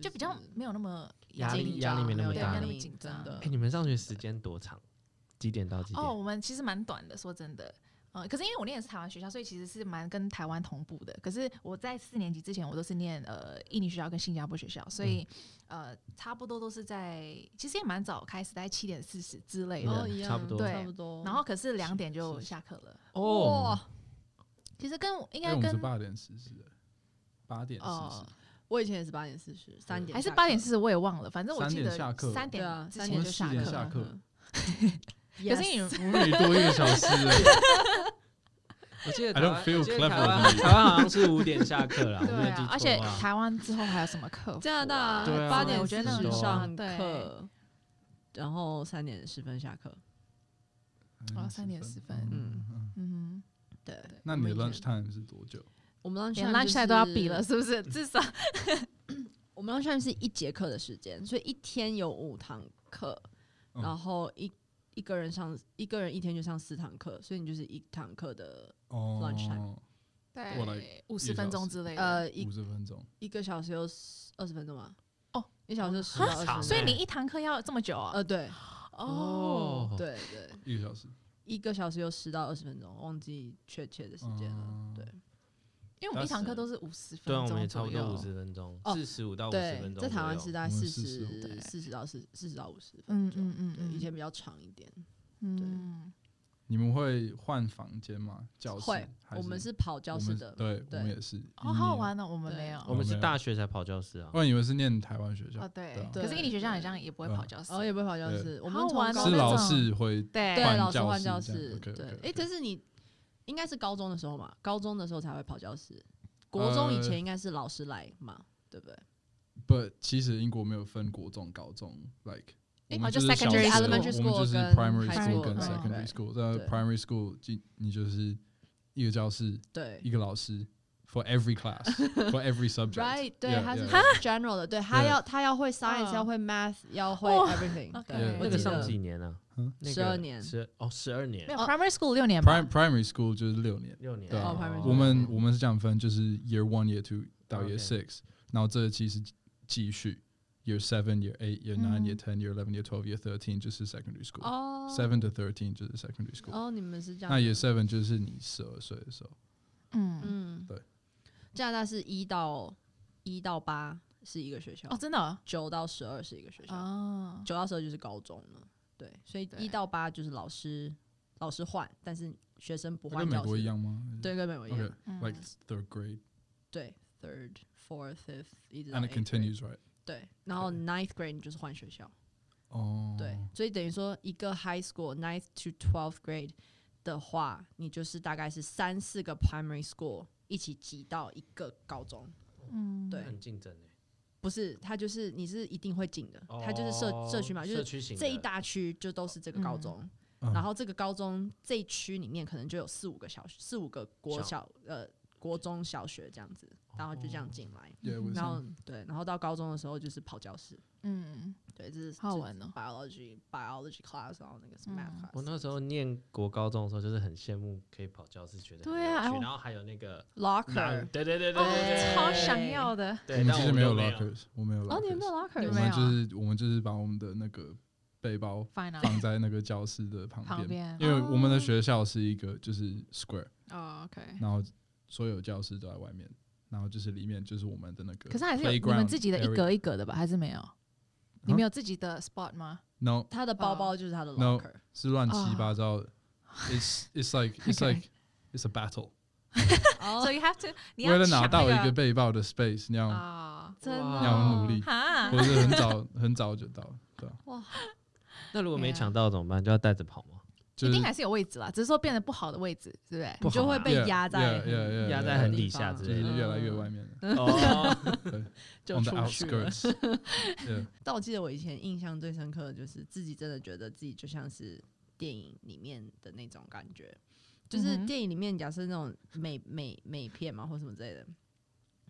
[SPEAKER 4] 就比较
[SPEAKER 2] 是啊
[SPEAKER 4] 没有那么
[SPEAKER 1] 压力
[SPEAKER 4] 紧
[SPEAKER 1] 压力
[SPEAKER 4] 张
[SPEAKER 1] 没那么
[SPEAKER 4] 对
[SPEAKER 1] 大
[SPEAKER 4] 没那
[SPEAKER 2] 压
[SPEAKER 4] 么
[SPEAKER 2] 力
[SPEAKER 4] 紧
[SPEAKER 2] 真
[SPEAKER 4] 张
[SPEAKER 2] 的
[SPEAKER 1] 哎，你们上学时间多长？几点到几点？
[SPEAKER 4] 哦，我们其实蛮短的，说真的。呃，可是因为我念的是台湾学校，所以其实是蛮跟台湾同步的。可是我在四年级之前，我都是念呃印尼学校跟新加坡学校，所以、
[SPEAKER 2] 嗯
[SPEAKER 4] 呃差不多都是在，其实也蛮早开始，大概七点四十之类的。
[SPEAKER 2] 哦
[SPEAKER 1] 对
[SPEAKER 2] 一样，
[SPEAKER 1] 差不多
[SPEAKER 4] 对
[SPEAKER 2] 差不多。
[SPEAKER 4] 然后可是两点
[SPEAKER 1] 是
[SPEAKER 4] 就是下课了。
[SPEAKER 1] 哦，
[SPEAKER 2] 哇，
[SPEAKER 4] 其实跟
[SPEAKER 3] 因
[SPEAKER 4] 应
[SPEAKER 3] 为
[SPEAKER 4] 该
[SPEAKER 3] 我们是
[SPEAKER 4] 跟
[SPEAKER 3] 八点四十，八点四
[SPEAKER 4] 哦
[SPEAKER 3] 十，
[SPEAKER 2] 我以前也是八点四十，三点
[SPEAKER 4] 还是
[SPEAKER 2] 下
[SPEAKER 4] 八
[SPEAKER 2] 课
[SPEAKER 4] 点四十，我也忘了，反正我
[SPEAKER 3] 三
[SPEAKER 4] 记
[SPEAKER 3] 点
[SPEAKER 4] 得
[SPEAKER 3] 下课
[SPEAKER 4] 三
[SPEAKER 2] 对啊
[SPEAKER 4] 点，之
[SPEAKER 2] 三
[SPEAKER 4] 前
[SPEAKER 2] 点
[SPEAKER 4] 就
[SPEAKER 2] 就
[SPEAKER 4] 下
[SPEAKER 3] 四点
[SPEAKER 4] 课
[SPEAKER 3] 下
[SPEAKER 4] 了。
[SPEAKER 3] 课
[SPEAKER 2] 嗯。
[SPEAKER 4] 可是你们
[SPEAKER 3] 我比你多一个小时 欸。
[SPEAKER 1] 我记得
[SPEAKER 3] I
[SPEAKER 1] 台
[SPEAKER 3] don't
[SPEAKER 1] 湾
[SPEAKER 3] feel
[SPEAKER 1] 我记得台
[SPEAKER 3] clever
[SPEAKER 1] 湾台
[SPEAKER 3] with
[SPEAKER 1] 湾好像是五点下课 啦，我
[SPEAKER 4] 对
[SPEAKER 1] 没有记
[SPEAKER 4] 啊
[SPEAKER 1] 错，
[SPEAKER 4] 而且
[SPEAKER 1] 的话
[SPEAKER 4] 台湾之后还有什么课？
[SPEAKER 2] 加拿大
[SPEAKER 1] 对啊
[SPEAKER 2] 八点
[SPEAKER 4] 我觉得那
[SPEAKER 2] 四
[SPEAKER 4] 个
[SPEAKER 2] 十
[SPEAKER 1] 很多啊
[SPEAKER 2] 上
[SPEAKER 4] 对
[SPEAKER 2] 课，然后三点十分下课。
[SPEAKER 4] 哦三点四分
[SPEAKER 2] 嗯
[SPEAKER 3] 嗯，
[SPEAKER 4] 嗯哼，
[SPEAKER 2] 对，
[SPEAKER 3] 那你的
[SPEAKER 2] 我们以
[SPEAKER 3] lunch
[SPEAKER 2] 前
[SPEAKER 3] time 是多久？
[SPEAKER 2] 我们 lunch
[SPEAKER 4] 连
[SPEAKER 2] time
[SPEAKER 4] lunch
[SPEAKER 2] 就
[SPEAKER 4] time 都要比了，
[SPEAKER 2] 是，
[SPEAKER 4] 是不是？至少
[SPEAKER 2] 我们 lunch time 是一节课的时间，所以一天有五堂课，
[SPEAKER 3] 嗯
[SPEAKER 2] 然后一一个人上一个人一天就上四堂课，所以你就是一堂课的
[SPEAKER 3] 哦
[SPEAKER 2] Lunchtime，
[SPEAKER 4] 大
[SPEAKER 3] 我来
[SPEAKER 4] 概五
[SPEAKER 3] 一个
[SPEAKER 4] 十分
[SPEAKER 3] 小
[SPEAKER 4] 钟
[SPEAKER 3] 时
[SPEAKER 4] 之类的。
[SPEAKER 2] 呃一
[SPEAKER 3] 五十分钟，
[SPEAKER 2] 一个小时有二十分钟吧？
[SPEAKER 4] 哦，
[SPEAKER 2] 一小时十
[SPEAKER 4] 啊
[SPEAKER 2] 到二十分钟，
[SPEAKER 4] 所以你一堂课要这么久啊？
[SPEAKER 2] 呃对
[SPEAKER 4] 哦，
[SPEAKER 2] 对对，
[SPEAKER 3] 一个小时
[SPEAKER 2] 一个小时有十到二十分钟，忘记确切的时间了
[SPEAKER 3] 嗯。
[SPEAKER 2] 对
[SPEAKER 4] 因为我们一堂课
[SPEAKER 1] 但
[SPEAKER 4] 都是五十
[SPEAKER 1] 对啊，
[SPEAKER 4] 分
[SPEAKER 1] 我们也
[SPEAKER 4] 钟
[SPEAKER 1] 差
[SPEAKER 4] 左
[SPEAKER 1] 不多
[SPEAKER 4] 右
[SPEAKER 1] 五。十分钟，
[SPEAKER 2] 哦
[SPEAKER 1] 四十五到五十
[SPEAKER 2] 对
[SPEAKER 1] 分，钟。
[SPEAKER 2] 在台湾是，大概
[SPEAKER 3] 我们
[SPEAKER 2] 四
[SPEAKER 3] 是
[SPEAKER 2] 十
[SPEAKER 4] 45
[SPEAKER 2] 四十到四四十到五十分
[SPEAKER 4] 嗯
[SPEAKER 2] 钟。
[SPEAKER 4] 嗯嗯
[SPEAKER 2] 对，
[SPEAKER 4] 嗯，
[SPEAKER 2] 以前比较长一点。
[SPEAKER 4] 嗯，
[SPEAKER 3] 你们会换房间吗？教室
[SPEAKER 2] 会，
[SPEAKER 3] 还
[SPEAKER 2] 我们是跑教室的
[SPEAKER 3] 我们，对，
[SPEAKER 2] 对
[SPEAKER 3] 我们也是。
[SPEAKER 4] 哦，好好
[SPEAKER 3] 一年。
[SPEAKER 4] 玩哦，我们
[SPEAKER 2] 对
[SPEAKER 4] 没有。
[SPEAKER 1] 我们是
[SPEAKER 3] 没有
[SPEAKER 1] 大学才跑教室啊
[SPEAKER 3] 不。然以为是念台湾学校
[SPEAKER 4] 哦，，对
[SPEAKER 3] 对啊，
[SPEAKER 4] 可是
[SPEAKER 2] 对
[SPEAKER 4] 英理学校好像也不会
[SPEAKER 3] 嗯
[SPEAKER 4] 跑教室
[SPEAKER 2] 然后。哦也不会哦跑教
[SPEAKER 3] 对
[SPEAKER 2] 室，我
[SPEAKER 4] 好
[SPEAKER 2] 们从
[SPEAKER 4] 玩哦
[SPEAKER 2] 高
[SPEAKER 3] 是
[SPEAKER 4] 那
[SPEAKER 3] 老
[SPEAKER 4] 种
[SPEAKER 3] 师会
[SPEAKER 4] 对
[SPEAKER 2] 对
[SPEAKER 3] 换
[SPEAKER 2] 老师
[SPEAKER 3] 教
[SPEAKER 2] 换
[SPEAKER 3] 室
[SPEAKER 2] 教
[SPEAKER 3] 这样
[SPEAKER 2] 室，
[SPEAKER 3] ，OK，OK，
[SPEAKER 2] 对，哎、
[SPEAKER 3] OK
[SPEAKER 2] 可是你应该是高中的时候嘛，高中的时候才会跑教室，国中以前
[SPEAKER 3] 呃
[SPEAKER 2] 应该是老师来嘛，对不对？
[SPEAKER 3] 不，其实英国没有分国中、高中，like
[SPEAKER 4] 诶
[SPEAKER 3] 我们
[SPEAKER 4] 哦
[SPEAKER 3] 就
[SPEAKER 4] 就是
[SPEAKER 3] 小
[SPEAKER 4] secondary
[SPEAKER 3] 学
[SPEAKER 2] elementary
[SPEAKER 3] 我们就是
[SPEAKER 2] school 跟
[SPEAKER 3] primary
[SPEAKER 2] high
[SPEAKER 3] school
[SPEAKER 4] school
[SPEAKER 3] 跟
[SPEAKER 4] 嗯
[SPEAKER 3] secondary
[SPEAKER 2] 对
[SPEAKER 3] school。在
[SPEAKER 2] 对
[SPEAKER 3] primary school，就你就是一个教室一
[SPEAKER 2] 对
[SPEAKER 3] 个老师 for every class for every subject。
[SPEAKER 2] ，right，对
[SPEAKER 3] Yeah，
[SPEAKER 2] 他是
[SPEAKER 3] yeah，
[SPEAKER 2] general 的，对他
[SPEAKER 3] 对
[SPEAKER 2] 要他要会 science，、
[SPEAKER 4] 嗯
[SPEAKER 2] 要会 math，要会
[SPEAKER 4] 哇
[SPEAKER 2] everything，、
[SPEAKER 4] OK
[SPEAKER 2] 对，
[SPEAKER 1] 那
[SPEAKER 2] 我
[SPEAKER 4] Yeah，
[SPEAKER 2] 记
[SPEAKER 1] 个
[SPEAKER 2] 得
[SPEAKER 1] 上几年啊
[SPEAKER 3] 嗯？
[SPEAKER 1] 那个
[SPEAKER 2] 12年
[SPEAKER 1] 十哦，十二年
[SPEAKER 4] 没，有
[SPEAKER 2] 哦
[SPEAKER 4] primary school 六年吧
[SPEAKER 3] Prim primary school 就是六年。
[SPEAKER 1] 六年。
[SPEAKER 3] 对啊
[SPEAKER 2] 哦，primary
[SPEAKER 3] 我们
[SPEAKER 2] 嗯
[SPEAKER 3] 我们是这样分，就是 year one、year two 到
[SPEAKER 1] OK
[SPEAKER 3] year six，然后这期是继续 year seven、year eight、year nine、year ten、year eleven、year twelve、year thirteen 就是 secondary school。
[SPEAKER 2] 哦
[SPEAKER 3] Seven to thirteen 就是 secondary school。
[SPEAKER 2] 哦，你们是这样，
[SPEAKER 3] 那 year seven 就是你十二岁的时候。
[SPEAKER 4] 嗯，
[SPEAKER 2] 嗯，
[SPEAKER 3] 对，
[SPEAKER 2] 加拿大是一到一到八是一个学校
[SPEAKER 4] 哦，，真的哦
[SPEAKER 2] 九、到十二是一个学校，
[SPEAKER 4] 哦，
[SPEAKER 2] 九到十二就是高中了，对，所以
[SPEAKER 4] 对
[SPEAKER 2] 一到八就是老师老师换，但是学生不
[SPEAKER 3] 那
[SPEAKER 2] 换
[SPEAKER 3] 跟美
[SPEAKER 2] 教
[SPEAKER 3] 国一
[SPEAKER 2] 室，
[SPEAKER 3] 样吗？
[SPEAKER 2] 对，跟美国一样
[SPEAKER 3] Okay，，like
[SPEAKER 4] 嗯
[SPEAKER 3] third grade
[SPEAKER 2] 对，third、fourth、fifth 一直到
[SPEAKER 3] and it
[SPEAKER 2] eighth grade，
[SPEAKER 3] continues right？
[SPEAKER 2] 对，然后
[SPEAKER 3] 对
[SPEAKER 2] ninth grade 你就是换学校，
[SPEAKER 3] 哦，
[SPEAKER 2] 对，所以等于说一个 high school ninth to twelfth grade 的话，你就是大概是三四个 primary school 一起挤到一个高中，
[SPEAKER 4] 嗯，
[SPEAKER 1] 那
[SPEAKER 2] 对
[SPEAKER 1] 很竞争欸诶。
[SPEAKER 2] 不是，它就是你是一定会进的，它就是
[SPEAKER 1] 哦
[SPEAKER 2] 社社区嘛，就
[SPEAKER 1] 社
[SPEAKER 2] 是
[SPEAKER 1] 区型的
[SPEAKER 2] 这一大区就都是这个高
[SPEAKER 4] 嗯
[SPEAKER 2] 中，
[SPEAKER 3] 嗯
[SPEAKER 2] 然后这个高中这一区里面可能就有四五个小四五个国
[SPEAKER 1] 小
[SPEAKER 2] 小呃国中小学这样子，然后就
[SPEAKER 1] 哦
[SPEAKER 2] 这样进来，
[SPEAKER 3] Yeah, it was
[SPEAKER 2] 然
[SPEAKER 3] in-
[SPEAKER 1] 嗯
[SPEAKER 2] 后对，然后到高中的时候就是跑教室，
[SPEAKER 4] 嗯，
[SPEAKER 2] 对，这是
[SPEAKER 4] 好好玩哦
[SPEAKER 2] 这是 biology biology class，然后那个是 math
[SPEAKER 4] 嗯
[SPEAKER 2] class，、
[SPEAKER 1] 我那时候念国高中的时候，就是很羡慕可以跑教室，觉得很
[SPEAKER 4] 对啊
[SPEAKER 1] 有趣
[SPEAKER 4] 哎我
[SPEAKER 1] 然后还有那 个
[SPEAKER 2] locker
[SPEAKER 1] 对对对对
[SPEAKER 4] 哦，
[SPEAKER 1] 对
[SPEAKER 4] 我
[SPEAKER 1] 对，
[SPEAKER 4] 超想要的，
[SPEAKER 1] 对，
[SPEAKER 3] 我们
[SPEAKER 1] 但
[SPEAKER 3] 其
[SPEAKER 1] 我
[SPEAKER 3] 实
[SPEAKER 1] 们
[SPEAKER 3] 没有
[SPEAKER 1] 都没有
[SPEAKER 3] lockers，我们没有
[SPEAKER 2] 哦，你们
[SPEAKER 3] lockers，
[SPEAKER 2] 没有 locker
[SPEAKER 3] 我
[SPEAKER 4] 你没
[SPEAKER 3] 们
[SPEAKER 4] 有
[SPEAKER 3] 就
[SPEAKER 4] 啊
[SPEAKER 3] 是我们就是把我们的那个背包
[SPEAKER 4] final
[SPEAKER 3] 放在那个教室的旁
[SPEAKER 4] 旁
[SPEAKER 3] 边，因
[SPEAKER 4] 边
[SPEAKER 3] 为我们的学校是一个就是 square，
[SPEAKER 4] 哦，OK，
[SPEAKER 3] 然后所有教室都在外面，然后就是里面就是我们的那个 playground 啊 area，
[SPEAKER 4] 可是还是有你们自己的一格一格的吧？还是没有？你们有自己的 spot 吗？
[SPEAKER 3] ，no
[SPEAKER 2] 他的包
[SPEAKER 1] 嗯
[SPEAKER 2] 包就是他的
[SPEAKER 3] No
[SPEAKER 2] locker，、
[SPEAKER 3] 是乱七八糟的，it's it's like it's
[SPEAKER 4] Okay
[SPEAKER 3] like it's a battle，
[SPEAKER 2] 哦
[SPEAKER 4] So you have to，你要
[SPEAKER 3] 为了拿
[SPEAKER 4] 抢
[SPEAKER 3] 到
[SPEAKER 4] 那
[SPEAKER 3] 一个背包的 space，你要
[SPEAKER 4] 啊，
[SPEAKER 2] 真的、
[SPEAKER 1] 哇
[SPEAKER 3] 你要努力，
[SPEAKER 4] 哈
[SPEAKER 3] 我是很早很早就到了，对啊，
[SPEAKER 2] 哇，
[SPEAKER 1] 那如果
[SPEAKER 4] 对
[SPEAKER 1] 没
[SPEAKER 4] 啊
[SPEAKER 1] 抢到怎么办？就要带着跑吗？
[SPEAKER 3] 就
[SPEAKER 4] 一
[SPEAKER 3] 是
[SPEAKER 4] 定还是有位置啦，只是说变得不好的位置，对不对？
[SPEAKER 2] 你
[SPEAKER 1] 不
[SPEAKER 2] 就
[SPEAKER 1] 好
[SPEAKER 2] 会
[SPEAKER 1] 拿
[SPEAKER 2] 被
[SPEAKER 3] ，Yeah，
[SPEAKER 2] 压在
[SPEAKER 3] yeah，yeah，
[SPEAKER 2] 很
[SPEAKER 3] yeah，
[SPEAKER 1] 压
[SPEAKER 3] yeah，
[SPEAKER 1] 在
[SPEAKER 3] yeah，
[SPEAKER 1] 很
[SPEAKER 2] 地
[SPEAKER 1] 底下
[SPEAKER 2] 方
[SPEAKER 1] 之
[SPEAKER 3] 就是
[SPEAKER 1] 类的。
[SPEAKER 3] 越来越外面 了。
[SPEAKER 1] 哦，
[SPEAKER 2] 嗯就
[SPEAKER 3] on the
[SPEAKER 2] 出去了。
[SPEAKER 3] outskirts. yeah.
[SPEAKER 2] 但我记得我以前印象最深刻的就是自己真的觉得自己就像是电影里面的那种感觉，就是
[SPEAKER 4] 嗯哼
[SPEAKER 2] 电影里面假设那种美美美片嘛或什么之类的，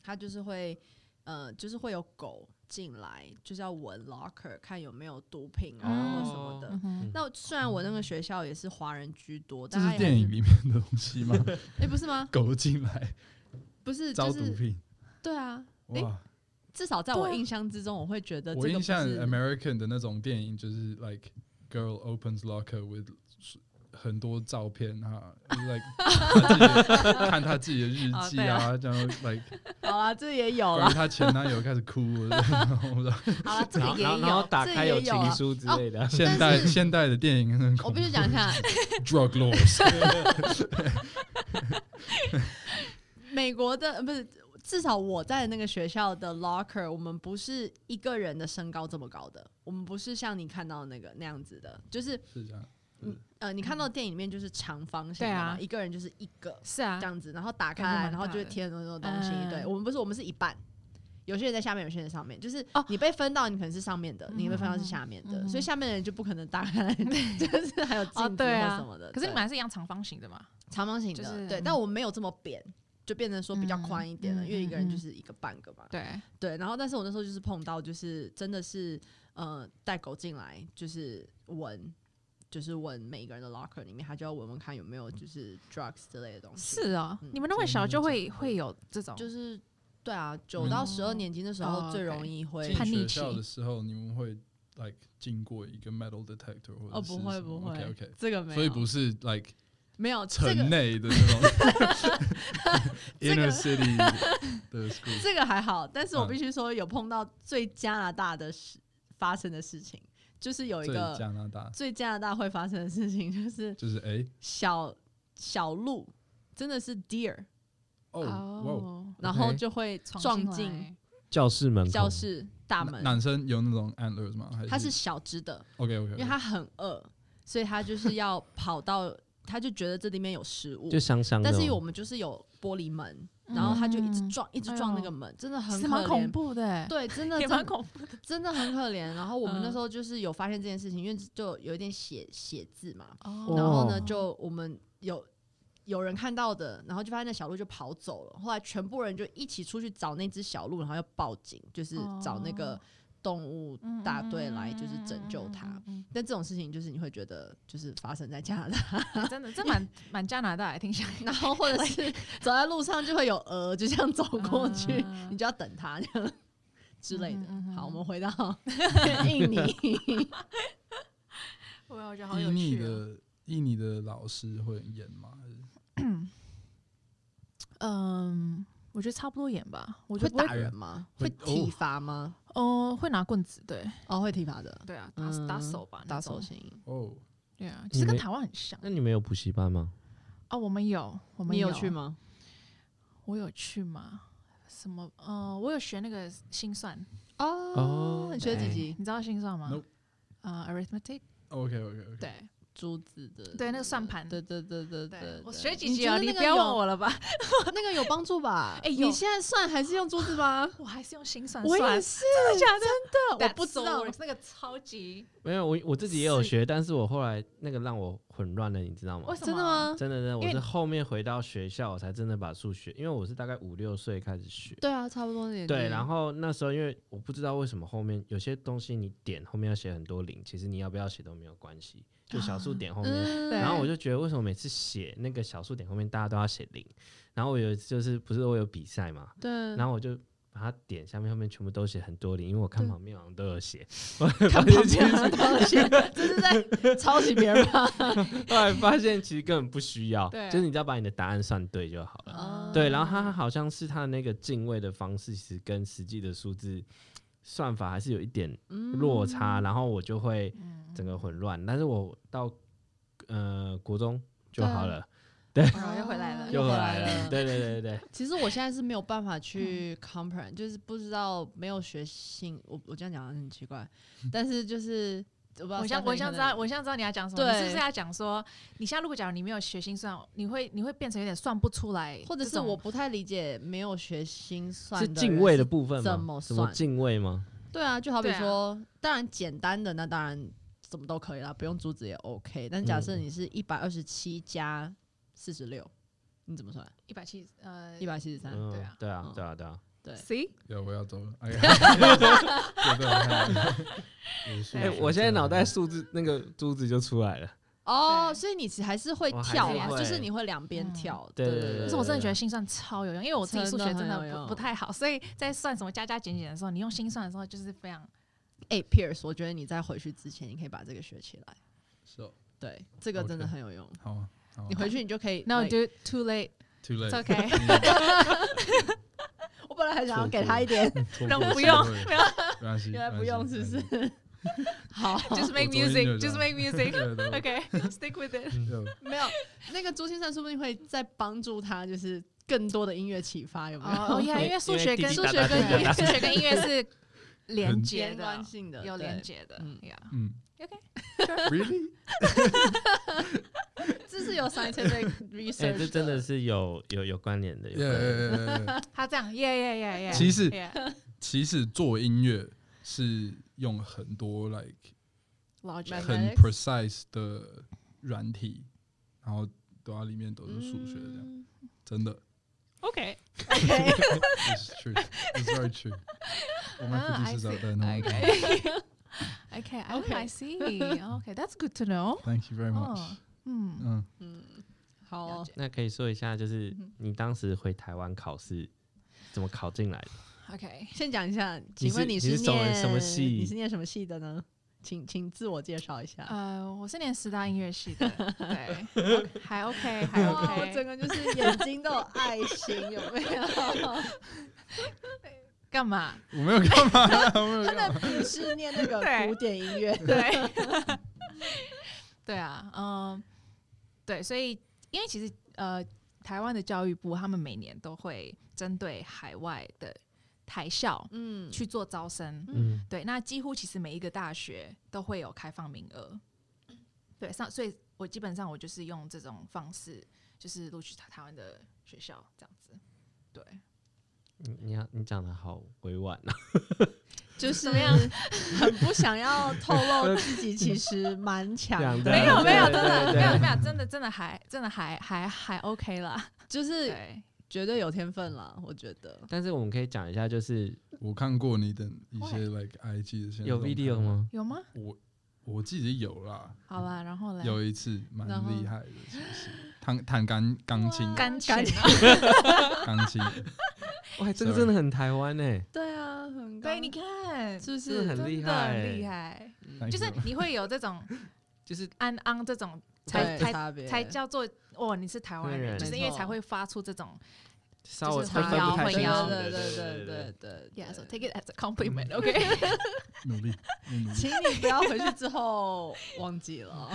[SPEAKER 2] 它就是会呃就是会有狗进来，就是要闻 locker 看有没有毒品啊或什么
[SPEAKER 1] 哦
[SPEAKER 2] 的。
[SPEAKER 4] 嗯哼
[SPEAKER 2] 那虽然我那个学校也是华人居多，
[SPEAKER 3] 这
[SPEAKER 2] 但它
[SPEAKER 3] 是
[SPEAKER 2] 也
[SPEAKER 3] 电影里面的东西 吗？
[SPEAKER 2] 哎、不是吗？
[SPEAKER 3] 狗进来
[SPEAKER 2] 不是，
[SPEAKER 3] 招
[SPEAKER 2] 就
[SPEAKER 3] 毒
[SPEAKER 2] 是
[SPEAKER 3] 品，
[SPEAKER 2] 对啊，诶
[SPEAKER 3] 哇！
[SPEAKER 2] 至少在我
[SPEAKER 4] 对啊
[SPEAKER 2] 印象之中，我会觉呃得这
[SPEAKER 3] 我
[SPEAKER 2] 个不
[SPEAKER 3] 印象
[SPEAKER 2] 是
[SPEAKER 3] American 的那种电影就是 like girl opens locker with 很多照片哈，like 她自 己的看她自己的日记啊，这样 like
[SPEAKER 2] 哦好啦，这也有啦
[SPEAKER 3] 关于。她前男友开始哭，我 我不知道
[SPEAKER 2] 好了，这
[SPEAKER 1] 然
[SPEAKER 2] 个
[SPEAKER 1] 后
[SPEAKER 2] 也
[SPEAKER 1] 然
[SPEAKER 2] 有，
[SPEAKER 1] 后然后打
[SPEAKER 2] 这
[SPEAKER 1] 开
[SPEAKER 2] 也有
[SPEAKER 1] 情
[SPEAKER 2] 啊。
[SPEAKER 1] 书之类的，
[SPEAKER 3] 现代
[SPEAKER 2] 但是
[SPEAKER 3] 现代的电影很
[SPEAKER 2] 我
[SPEAKER 3] 恐怖
[SPEAKER 2] 必须讲一下，
[SPEAKER 3] drug laws，
[SPEAKER 2] 美国的呃不是，至少我在那个学校的 locker，我们不是一个人的身高这么高的，我们不是像你看到那个那样子的，就是
[SPEAKER 3] 是这样。
[SPEAKER 2] 呃，你看到电影里面就是长方形的
[SPEAKER 4] 对啊
[SPEAKER 2] 嘛，一个人就是一个
[SPEAKER 4] 是啊
[SPEAKER 2] 这，样子，然后打开
[SPEAKER 4] 感觉
[SPEAKER 2] 来，
[SPEAKER 4] 蛮
[SPEAKER 2] 然后
[SPEAKER 4] 大
[SPEAKER 2] 就会
[SPEAKER 4] 的
[SPEAKER 2] 贴很多很多东西。
[SPEAKER 4] 嗯
[SPEAKER 2] 对我们不是，我们是一半。有些人在下面，有些人在上面，就是
[SPEAKER 4] 哦
[SPEAKER 2] 你被分到，你可能是上面的，你被分到是下面的，
[SPEAKER 4] 嗯嗯
[SPEAKER 2] 所以下面的人就不可能打开来， 就是还有镜子或
[SPEAKER 4] 哦对啊
[SPEAKER 2] 什么的。
[SPEAKER 4] 可是你
[SPEAKER 2] 对
[SPEAKER 4] 们还是一样长方形的嘛？
[SPEAKER 2] 长方形的，
[SPEAKER 4] 就是
[SPEAKER 2] 对，
[SPEAKER 4] 嗯
[SPEAKER 2] 但我们没有这么扁，就变成说比较
[SPEAKER 4] 嗯
[SPEAKER 2] 宽一点了，
[SPEAKER 4] 嗯
[SPEAKER 2] 因为一个人
[SPEAKER 4] 嗯
[SPEAKER 2] 就是一个半个嘛，
[SPEAKER 4] 对，
[SPEAKER 2] 对。然后，但是我那时候就是碰到，就是真的是，呃，带狗进来，就是闻，就是闻每一个人的 locker 里面，他就要闻闻看有没有就是 drugs 之类的东西。
[SPEAKER 4] 是哦，
[SPEAKER 2] 嗯
[SPEAKER 4] 你们那么小就会会有这种，
[SPEAKER 2] 就是对啊，九到十二
[SPEAKER 4] 嗯
[SPEAKER 2] 年级那时
[SPEAKER 4] 哦
[SPEAKER 2] 候
[SPEAKER 4] ，OK
[SPEAKER 2] 最容易会
[SPEAKER 3] 进
[SPEAKER 4] 叛逆
[SPEAKER 3] 学
[SPEAKER 4] 期
[SPEAKER 3] 校的时候，你们会 like 经过一个 metal detector 或者
[SPEAKER 2] 哦，不会不会
[SPEAKER 3] o k
[SPEAKER 2] 这个
[SPEAKER 3] OK，
[SPEAKER 2] 没有，
[SPEAKER 3] 所以不是 like
[SPEAKER 2] 没有这
[SPEAKER 3] 城
[SPEAKER 2] 个
[SPEAKER 3] 内的那 种
[SPEAKER 2] 这个
[SPEAKER 3] inner city 的 school，
[SPEAKER 2] 这个还好，但是我
[SPEAKER 3] 嗯
[SPEAKER 2] 必须说有碰到最加拿大的事发生的事情，就是有一
[SPEAKER 3] 在
[SPEAKER 2] 个
[SPEAKER 3] 加拿大
[SPEAKER 2] 最加拿大会发生的事情，就是
[SPEAKER 3] 就是哎
[SPEAKER 2] 小小鹿真的是 deer，
[SPEAKER 3] 哦哇，
[SPEAKER 2] 然后就会撞进
[SPEAKER 1] 教室门口
[SPEAKER 2] 教室大门
[SPEAKER 3] 男。男生有那种 antlers 吗？还
[SPEAKER 2] 它是小只的，
[SPEAKER 3] OK OK，
[SPEAKER 2] 因为它很饿，所以它就是要跑到，它就觉得这里面有食物
[SPEAKER 1] 就。香香的哦，
[SPEAKER 2] 但是因为我们就是有玻璃门，
[SPEAKER 4] 嗯
[SPEAKER 2] 然后它就一直撞，一直
[SPEAKER 4] 哎
[SPEAKER 2] 撞那
[SPEAKER 4] 呦
[SPEAKER 2] 个门，真的很
[SPEAKER 4] 是
[SPEAKER 2] 可
[SPEAKER 4] 蛮恐
[SPEAKER 2] 怜。
[SPEAKER 4] 怖的，
[SPEAKER 2] 对，真的
[SPEAKER 4] 也
[SPEAKER 2] 真
[SPEAKER 4] 蛮恐怖的。
[SPEAKER 2] 真的很可怜。然后我们那
[SPEAKER 4] 嗯
[SPEAKER 2] 时候就是有发现这件事情，因为就有一点写写字嘛，
[SPEAKER 4] 哦
[SPEAKER 2] 然后呢，
[SPEAKER 1] 哦
[SPEAKER 2] 就我们有有人看到的，然后就发现那小鹿就跑走了。后来全部人就一起出去找那只小鹿，然后要报警，就是找那个
[SPEAKER 4] 哦
[SPEAKER 2] 动物大队来就是拯救它。
[SPEAKER 4] 嗯嗯嗯
[SPEAKER 2] 但这种事情就是你会觉得就是发生在加拿大，
[SPEAKER 4] 嗯嗯真的这蛮蛮加拿大的，听起来
[SPEAKER 2] 然后或 者是走在路上就会有鹅就这样走过去，
[SPEAKER 4] 嗯
[SPEAKER 2] 你就要等它这样之类的。
[SPEAKER 4] 嗯哼嗯哼
[SPEAKER 2] 好，我们回 到印 尼。
[SPEAKER 4] 我我觉得
[SPEAKER 3] 印
[SPEAKER 2] 啊
[SPEAKER 3] 尼的印尼的老师会很严吗？还是
[SPEAKER 4] 嗯，我觉得差不多演吧，我觉
[SPEAKER 2] 会
[SPEAKER 4] 得不会
[SPEAKER 2] 打人吗？
[SPEAKER 3] 会
[SPEAKER 2] 会
[SPEAKER 3] 哦
[SPEAKER 2] 体罚吗？
[SPEAKER 4] 哦，会拿棍子，对
[SPEAKER 2] 哦，会体罚的，
[SPEAKER 4] 对啊，打打
[SPEAKER 2] 嗯
[SPEAKER 4] 手吧，
[SPEAKER 2] 打
[SPEAKER 4] 那种
[SPEAKER 2] 手，心。
[SPEAKER 3] 哦，
[SPEAKER 4] 对啊，
[SPEAKER 1] 你
[SPEAKER 4] 其实跟
[SPEAKER 1] 没
[SPEAKER 4] 台湾很像
[SPEAKER 1] 那你们有补习班吗？
[SPEAKER 4] 哦。我们有，我们
[SPEAKER 2] 你有去？吗？
[SPEAKER 4] 我有去吗？什么？呃，我有学那个心算，
[SPEAKER 2] 哦
[SPEAKER 1] 哦，
[SPEAKER 2] 你学几
[SPEAKER 1] 对
[SPEAKER 2] 级？
[SPEAKER 4] 你知道心算吗
[SPEAKER 3] Nope？
[SPEAKER 4] 呃，arithmetic，
[SPEAKER 3] OK OK OK，
[SPEAKER 4] 对
[SPEAKER 2] 珠子的，
[SPEAKER 4] 对，那个算盘，
[SPEAKER 2] 对对对对
[SPEAKER 4] 对
[SPEAKER 2] 对，，
[SPEAKER 4] 我
[SPEAKER 2] 对
[SPEAKER 4] 学几
[SPEAKER 2] 你
[SPEAKER 4] 级
[SPEAKER 2] 觉
[SPEAKER 4] 啊？
[SPEAKER 2] 得
[SPEAKER 4] 你
[SPEAKER 2] 那个
[SPEAKER 4] 不
[SPEAKER 2] 有
[SPEAKER 4] 要问我了吧？
[SPEAKER 2] 那个有帮助吧？
[SPEAKER 4] 哎有
[SPEAKER 2] 你现在算还是用珠子吗？
[SPEAKER 4] 我还是用心 算
[SPEAKER 2] 我也
[SPEAKER 4] 算，
[SPEAKER 2] 是，
[SPEAKER 4] 真的假的？
[SPEAKER 2] 真的，我不
[SPEAKER 4] That's
[SPEAKER 2] 知道
[SPEAKER 4] all，那个超级，
[SPEAKER 1] 没有，我我自己也有
[SPEAKER 4] 是
[SPEAKER 1] 学，但是我后来那个让我混乱了，你知道吗
[SPEAKER 4] 为？什么？
[SPEAKER 2] 真的？吗？
[SPEAKER 1] 真的真的，
[SPEAKER 4] 因
[SPEAKER 1] 我
[SPEAKER 4] 为
[SPEAKER 1] 是后面回到学校，我才真的把数学，因为我是大概五六岁开始学。
[SPEAKER 2] 对啊，差不多那年纪。
[SPEAKER 1] 对，然后那时候因为我不知道为什么后面有些东西你点后面要写很多零，其实你要不要写都没有关系，就小数点后面。
[SPEAKER 2] 嗯，
[SPEAKER 4] 对
[SPEAKER 1] 然后我就觉得为什么每次写那个小数点后面大家都要写零？然后我有就是不是我有比赛嘛，
[SPEAKER 2] 对，
[SPEAKER 1] 然后我就把它点下面后面全部都写很多零，因为我看
[SPEAKER 2] 对
[SPEAKER 1] 旁边好像都有 写，
[SPEAKER 2] 看旁边的东西，这是 在抄袭别人吧？
[SPEAKER 1] 后来发现其实根本不需要，
[SPEAKER 4] 对
[SPEAKER 1] 就是你只要把你的答案算对就好
[SPEAKER 4] 嗯
[SPEAKER 1] 了。
[SPEAKER 2] 哦
[SPEAKER 1] 对，然后它好像是它的那个进位的方式，其实跟实际的数字算法还是有一点
[SPEAKER 2] 嗯
[SPEAKER 1] 落差，然后我就会
[SPEAKER 4] 嗯
[SPEAKER 1] 整个混乱。但是我到呃国中就好了，
[SPEAKER 4] 哦又回来了
[SPEAKER 2] 哦
[SPEAKER 1] 就
[SPEAKER 2] 又
[SPEAKER 1] 回
[SPEAKER 2] 回
[SPEAKER 1] 来
[SPEAKER 2] 来
[SPEAKER 1] 了。
[SPEAKER 2] 了。
[SPEAKER 1] 对嗯对对对对，
[SPEAKER 2] 其实我现在是没有办法去 comprehend，就是不知道没有学心，我我这样讲很奇怪，
[SPEAKER 1] 嗯
[SPEAKER 2] 但是就是我不知道
[SPEAKER 4] 我像我
[SPEAKER 2] Stephanie
[SPEAKER 4] 像
[SPEAKER 2] 可
[SPEAKER 4] 知
[SPEAKER 2] 能
[SPEAKER 4] 道，我像知道你要讲什么。你是不是
[SPEAKER 2] 对
[SPEAKER 4] 要讲说，你现在如果假如你没有学心算，你会你会变成有点算不出来这种，
[SPEAKER 2] 或者是我不太理解没有学心算
[SPEAKER 1] 是
[SPEAKER 2] 人
[SPEAKER 1] 进位的部分吗？
[SPEAKER 2] 怎么
[SPEAKER 1] 什么
[SPEAKER 2] 算
[SPEAKER 1] 进位吗？
[SPEAKER 2] 对啊，就好比
[SPEAKER 4] 对啊
[SPEAKER 2] 说，当然简单的那当然怎么都可以啦，不用珠子也 OK。但假设
[SPEAKER 1] 嗯
[SPEAKER 2] 你是一百二十七加四十六，你怎么算？
[SPEAKER 4] 一百七呃
[SPEAKER 2] 一百七十三，
[SPEAKER 1] 嗯，
[SPEAKER 4] 对啊
[SPEAKER 1] 对啊
[SPEAKER 2] 嗯，
[SPEAKER 1] 对啊，对啊。
[SPEAKER 2] 对，
[SPEAKER 4] C
[SPEAKER 3] 要我要走了。 哎 呀嗯
[SPEAKER 1] 哎，我现在脑袋数字那个珠子就出来了。
[SPEAKER 2] 哦，
[SPEAKER 4] 对
[SPEAKER 2] 所以你其还是会
[SPEAKER 1] 我还是
[SPEAKER 2] 跳啦，
[SPEAKER 1] 会
[SPEAKER 2] 就是你会两边
[SPEAKER 4] 嗯
[SPEAKER 2] 跳。
[SPEAKER 1] 对
[SPEAKER 2] 对
[SPEAKER 1] 对对
[SPEAKER 4] 可是我真的觉得心算超有用，因为我自己数学真
[SPEAKER 2] 真的很有
[SPEAKER 4] 的
[SPEAKER 2] 用
[SPEAKER 4] 不不太好，所以在算什么加加减减的时候，你用心算的时候就是非常
[SPEAKER 2] 哎，Pierce，我觉得你在回去之前，你可以把这个学起来。
[SPEAKER 3] 是哦，
[SPEAKER 2] 对，这个真的
[SPEAKER 3] OK
[SPEAKER 2] 很有用。
[SPEAKER 1] 哦
[SPEAKER 3] 好啊，好啊
[SPEAKER 2] 你回去你就可以。
[SPEAKER 4] No
[SPEAKER 2] like-
[SPEAKER 4] dude too late
[SPEAKER 3] ，too
[SPEAKER 4] it's
[SPEAKER 3] late，
[SPEAKER 4] okay
[SPEAKER 2] 我本来还想要
[SPEAKER 1] 错
[SPEAKER 2] 给
[SPEAKER 1] 过
[SPEAKER 2] 他一点，
[SPEAKER 3] 嗯错
[SPEAKER 4] 那
[SPEAKER 3] 过
[SPEAKER 4] 我不
[SPEAKER 3] 机
[SPEAKER 4] 用
[SPEAKER 3] 会
[SPEAKER 4] 不用
[SPEAKER 3] 没关系，
[SPEAKER 2] 原来不用，是不是？ 好，
[SPEAKER 4] just make
[SPEAKER 3] 我昨天就
[SPEAKER 4] music
[SPEAKER 3] 这
[SPEAKER 4] just
[SPEAKER 3] 样
[SPEAKER 4] make music
[SPEAKER 3] 对
[SPEAKER 4] OK stick with it
[SPEAKER 3] 对，
[SPEAKER 2] 没有那个朱先生，说不定会再帮助他，就是更多的音乐启发，有没 有？
[SPEAKER 4] 哦呀，因为数学
[SPEAKER 1] 因为
[SPEAKER 4] 跟
[SPEAKER 1] 滴
[SPEAKER 4] 数
[SPEAKER 1] 滴答答
[SPEAKER 4] 学跟
[SPEAKER 1] 滴
[SPEAKER 4] 音
[SPEAKER 1] 滴答
[SPEAKER 4] 乐
[SPEAKER 1] 答
[SPEAKER 4] 数学跟音乐是连
[SPEAKER 3] 很
[SPEAKER 4] 接
[SPEAKER 2] 连
[SPEAKER 4] 的
[SPEAKER 2] 贯，性的
[SPEAKER 4] 有连
[SPEAKER 2] 对
[SPEAKER 4] 接的
[SPEAKER 2] 嗯
[SPEAKER 4] 呀。
[SPEAKER 3] 嗯
[SPEAKER 4] OK
[SPEAKER 3] ，really，
[SPEAKER 2] 这是有 scientific
[SPEAKER 1] 哎，
[SPEAKER 2] research，
[SPEAKER 1] 这真的是有有有关联的，有关联的
[SPEAKER 3] Yeah，
[SPEAKER 4] 他这样耶耶耶 耶，
[SPEAKER 3] 其实
[SPEAKER 4] yeah
[SPEAKER 3] 其实做音乐是用很多 like
[SPEAKER 4] logic
[SPEAKER 3] 很
[SPEAKER 2] Mathematics
[SPEAKER 3] precise 的软体，然后都要里面都是数学这样，
[SPEAKER 2] 嗯
[SPEAKER 3] 真的
[SPEAKER 4] OK
[SPEAKER 2] Oh,
[SPEAKER 3] ，it's true，it's very true。我们
[SPEAKER 4] Ah, I
[SPEAKER 3] 不是
[SPEAKER 4] see.
[SPEAKER 3] 在在弄
[SPEAKER 4] OK Okay, I,
[SPEAKER 2] Okay.
[SPEAKER 4] I see. Okay, that's good to know.
[SPEAKER 3] Thank you
[SPEAKER 2] Oh.
[SPEAKER 3] very much。
[SPEAKER 4] 哦嗯，
[SPEAKER 3] 嗯，
[SPEAKER 2] 好
[SPEAKER 4] 了
[SPEAKER 2] 哦
[SPEAKER 4] 解。
[SPEAKER 1] 那可以说一下，就是你当时回台湾考试怎么考进来的？
[SPEAKER 4] OK，
[SPEAKER 2] 先讲一下，请
[SPEAKER 1] 是
[SPEAKER 2] 问
[SPEAKER 1] 你
[SPEAKER 2] 是
[SPEAKER 1] 是什么
[SPEAKER 2] 念
[SPEAKER 1] 什么系
[SPEAKER 2] 你是念什么系的呢？请请自我介绍一下。
[SPEAKER 4] 呃，我是念师大音乐系的，对，OK，还 OK，还
[SPEAKER 2] 哇，我
[SPEAKER 4] OK，
[SPEAKER 2] 整个就是眼睛都有爱心，有没 有？
[SPEAKER 4] 干嘛？
[SPEAKER 3] 我没有干嘛，我没有
[SPEAKER 2] 他
[SPEAKER 3] 干嘛。
[SPEAKER 2] 的笔是念那个
[SPEAKER 4] 对
[SPEAKER 2] 古典音 乐，
[SPEAKER 4] 对，对啊，嗯，对，所以因为其实呃，台湾的教育部他们每年都会针对海外的台校
[SPEAKER 2] 嗯，
[SPEAKER 4] 去做招生，
[SPEAKER 1] 嗯，
[SPEAKER 4] 对，那几乎其实每一个大学都会有开放名额，对，上所以我基本上我就是用这种方式，就是录取台台湾的学校这样子，对，
[SPEAKER 1] 你你要你讲的好委婉啊，
[SPEAKER 2] 就是那样，很不想要透露自己其实蛮强
[SPEAKER 1] 强
[SPEAKER 2] 的，
[SPEAKER 1] 的
[SPEAKER 4] 没有没有，
[SPEAKER 1] 对
[SPEAKER 4] 真的
[SPEAKER 1] 对
[SPEAKER 4] 没有没有，真的真的还真的还还还 OK 啦。
[SPEAKER 2] 就是
[SPEAKER 4] 对，
[SPEAKER 2] 绝对有天分啦，我觉得。
[SPEAKER 1] 但是我们可以讲一下，就是
[SPEAKER 3] 我看过你的一些 like IG 的现实
[SPEAKER 1] 有
[SPEAKER 3] 动态
[SPEAKER 1] video？吗？
[SPEAKER 4] 有吗？
[SPEAKER 3] 我我自己有啦，
[SPEAKER 4] 好啦，然
[SPEAKER 2] 啊
[SPEAKER 4] 后嘞，
[SPEAKER 3] 有一次蛮
[SPEAKER 2] 然后
[SPEAKER 3] 厉害的，其实弹弹钢钢琴，
[SPEAKER 4] 钢琴
[SPEAKER 2] 钢
[SPEAKER 4] 啊，
[SPEAKER 3] 钢琴，
[SPEAKER 1] 哇，这个真的很台湾欸呢、
[SPEAKER 2] 对啊，很高
[SPEAKER 4] 对，你看，
[SPEAKER 2] 是不
[SPEAKER 1] 真的
[SPEAKER 2] 是？
[SPEAKER 1] 很
[SPEAKER 4] 真
[SPEAKER 1] 厉害
[SPEAKER 4] 的
[SPEAKER 1] 欸、
[SPEAKER 4] 很厉害，
[SPEAKER 3] Thank
[SPEAKER 4] 就是
[SPEAKER 3] you
[SPEAKER 4] 你会有这种
[SPEAKER 1] 就是
[SPEAKER 4] 安安这种才
[SPEAKER 2] 对
[SPEAKER 4] 才
[SPEAKER 2] 差别
[SPEAKER 4] 才叫做哦，你是台湾人，
[SPEAKER 1] 嗯
[SPEAKER 4] 就是因为
[SPEAKER 2] 没错
[SPEAKER 4] 才会发出这种
[SPEAKER 1] 稍微
[SPEAKER 4] 就是
[SPEAKER 1] 会
[SPEAKER 4] 混
[SPEAKER 1] 分
[SPEAKER 4] 淆
[SPEAKER 1] 不太
[SPEAKER 4] 混
[SPEAKER 1] 清楚
[SPEAKER 4] 淆
[SPEAKER 1] 的
[SPEAKER 2] 对
[SPEAKER 1] 对
[SPEAKER 2] 对
[SPEAKER 1] 对
[SPEAKER 2] 对对对
[SPEAKER 4] ，yeah，so take it as a compliment，OK？
[SPEAKER 3] 努 力，我努
[SPEAKER 2] 请你不要回去之后忘记了，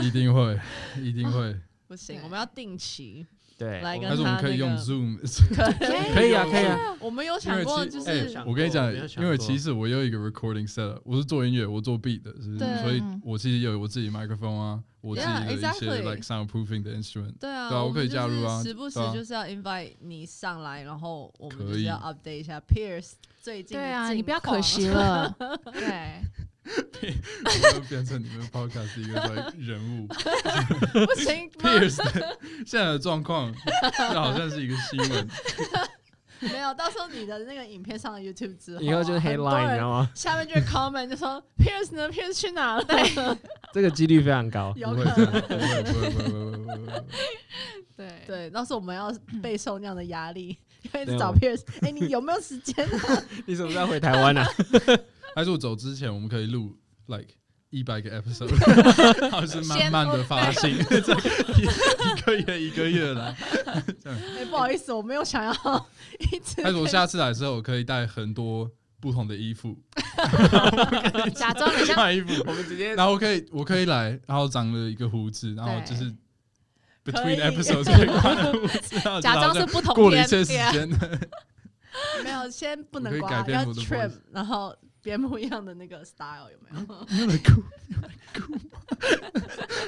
[SPEAKER 3] 力，一定会，一定会。
[SPEAKER 2] 不行，
[SPEAKER 4] 对
[SPEAKER 2] 我们要定 期。
[SPEAKER 1] 对，
[SPEAKER 2] 来
[SPEAKER 1] 我
[SPEAKER 2] 跟
[SPEAKER 3] 但是我们可以用
[SPEAKER 2] 那个
[SPEAKER 3] Zoom，
[SPEAKER 1] 可以啊可以啊，
[SPEAKER 2] 我们有想过，就
[SPEAKER 3] 因为
[SPEAKER 2] 是
[SPEAKER 3] 其
[SPEAKER 1] 想
[SPEAKER 3] 哎，
[SPEAKER 1] 过
[SPEAKER 3] 我跟你
[SPEAKER 1] 我
[SPEAKER 3] 讲
[SPEAKER 1] 没有，想
[SPEAKER 3] 因为
[SPEAKER 1] 过
[SPEAKER 3] 其实我有一个 recording setup，我是做音乐，我做 beat 的，是不是
[SPEAKER 2] 对
[SPEAKER 3] 所以
[SPEAKER 4] 嗯
[SPEAKER 3] 我其实有我自己麦克风啊，我自己
[SPEAKER 2] Yeah，
[SPEAKER 3] 的一些
[SPEAKER 2] exactly
[SPEAKER 3] like soundproofing 的 instrument。
[SPEAKER 2] 对啊，
[SPEAKER 3] 对啊
[SPEAKER 2] 我
[SPEAKER 3] 我可以
[SPEAKER 2] 们
[SPEAKER 3] 加入
[SPEAKER 2] 就是
[SPEAKER 3] 啊
[SPEAKER 2] 时不时
[SPEAKER 3] 对啊
[SPEAKER 2] 就是要 invite 你上来，然后我们就
[SPEAKER 3] 可
[SPEAKER 2] 是
[SPEAKER 3] 以
[SPEAKER 2] 要 update 一下 Pierce 最近的
[SPEAKER 4] 对啊，
[SPEAKER 2] 近
[SPEAKER 4] 你不要可
[SPEAKER 2] 况
[SPEAKER 4] 惜。 了，对，
[SPEAKER 3] 我又变成你们 podcast 一个 like 人物
[SPEAKER 2] 不行吗？
[SPEAKER 3] Pierce 的现在的状况，这好像是一个新闻。
[SPEAKER 2] 没有，到时候你的那个影片上了 YouTube 之后啊，
[SPEAKER 1] 以后就是
[SPEAKER 2] 很多
[SPEAKER 1] headline，你知
[SPEAKER 2] 人
[SPEAKER 1] 道吗？
[SPEAKER 2] 下面就是 comment 就说 Pierce 呢，Pierce 去哪了？
[SPEAKER 1] 这个几率非常 高。
[SPEAKER 2] 有
[SPEAKER 3] 不
[SPEAKER 2] 可
[SPEAKER 3] 会
[SPEAKER 2] 能
[SPEAKER 3] 这样，不会，不会，不会，不会不会，不会。
[SPEAKER 4] 对对，
[SPEAKER 2] 对，到时候我们要备受那样的压力，
[SPEAKER 3] 啊
[SPEAKER 2] 因为一直
[SPEAKER 1] 对
[SPEAKER 2] 找
[SPEAKER 1] 我
[SPEAKER 2] Pierce，哎，你有没有时间啊？
[SPEAKER 1] 你什么时候回台湾呢、啊？
[SPEAKER 3] 还是我走之前，我们可以录 like 一百个 episode，还 是慢慢的发行， 这一一个月一个月来。
[SPEAKER 2] 哎，不好意思，我没有想要一直
[SPEAKER 3] 但是我下次来的时候，我可以带很多不同的衣服，
[SPEAKER 4] 假 装 很像
[SPEAKER 3] 换衣服，
[SPEAKER 1] 我们直接
[SPEAKER 3] 然后我可以我可以来，然后长了一个胡子，然后就是
[SPEAKER 2] 可以
[SPEAKER 3] between episodes 可以换胡子，然后
[SPEAKER 4] 假
[SPEAKER 3] 然
[SPEAKER 4] 装是
[SPEAKER 3] 后
[SPEAKER 4] 不
[SPEAKER 3] 就
[SPEAKER 4] 同
[SPEAKER 3] 过了
[SPEAKER 4] 边
[SPEAKER 3] 一些时
[SPEAKER 4] ，yeah
[SPEAKER 3] 间，
[SPEAKER 2] 没有，先不
[SPEAKER 3] 我
[SPEAKER 2] 能
[SPEAKER 3] 可以
[SPEAKER 2] 刮，
[SPEAKER 3] 改变
[SPEAKER 2] 要
[SPEAKER 3] 我的
[SPEAKER 2] trim，
[SPEAKER 3] voice
[SPEAKER 2] 然后编不一样的那个 style 有没 有？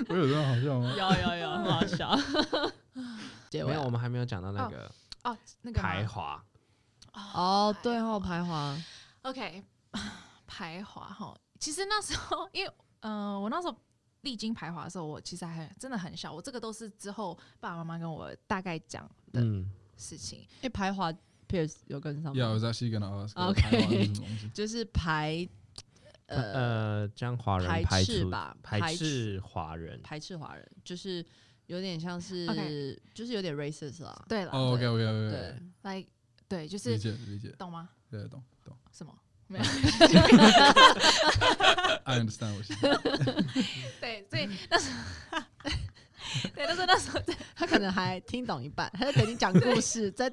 [SPEAKER 3] 我有这么好笑吗？
[SPEAKER 2] 有有有，很好笑。 结
[SPEAKER 1] 没有，我们还没有讲到那个
[SPEAKER 4] 哦，那个吗
[SPEAKER 1] 排华。
[SPEAKER 2] 哦，对哦，排华，
[SPEAKER 4] OK，排华哈，其实那时候因为呃，我那时候历经排华的时候，我其实还真的很小，我这个都是之后爸爸妈妈跟我大概讲对
[SPEAKER 1] 嗯，
[SPEAKER 4] 事情。
[SPEAKER 2] 哎，排华 Pierce 有跟上
[SPEAKER 3] Yeah,
[SPEAKER 2] 吗？
[SPEAKER 3] I was actually gonna ask.
[SPEAKER 2] Okay
[SPEAKER 3] 台湾是什么东西
[SPEAKER 2] 就是排呃
[SPEAKER 1] 呃，将华人
[SPEAKER 2] 排
[SPEAKER 1] 排
[SPEAKER 2] 斥
[SPEAKER 1] 除
[SPEAKER 2] 吧排
[SPEAKER 1] 排
[SPEAKER 2] 斥
[SPEAKER 1] 斥华人。
[SPEAKER 2] 排斥华人，就是有点像是
[SPEAKER 4] OK
[SPEAKER 2] 就是有点 racist 啦。
[SPEAKER 4] 对了、
[SPEAKER 3] 哦 OK OK OK，
[SPEAKER 2] 对，
[SPEAKER 4] 来对，就
[SPEAKER 3] 理
[SPEAKER 4] 是
[SPEAKER 3] 解嗯理解，
[SPEAKER 4] 懂吗？
[SPEAKER 3] 对，懂懂。
[SPEAKER 4] 什么？没有
[SPEAKER 3] I understand 我是
[SPEAKER 4] 对，所以那时候 对，但是那时候
[SPEAKER 2] 他可能还听懂一半，他就给你讲故 事，再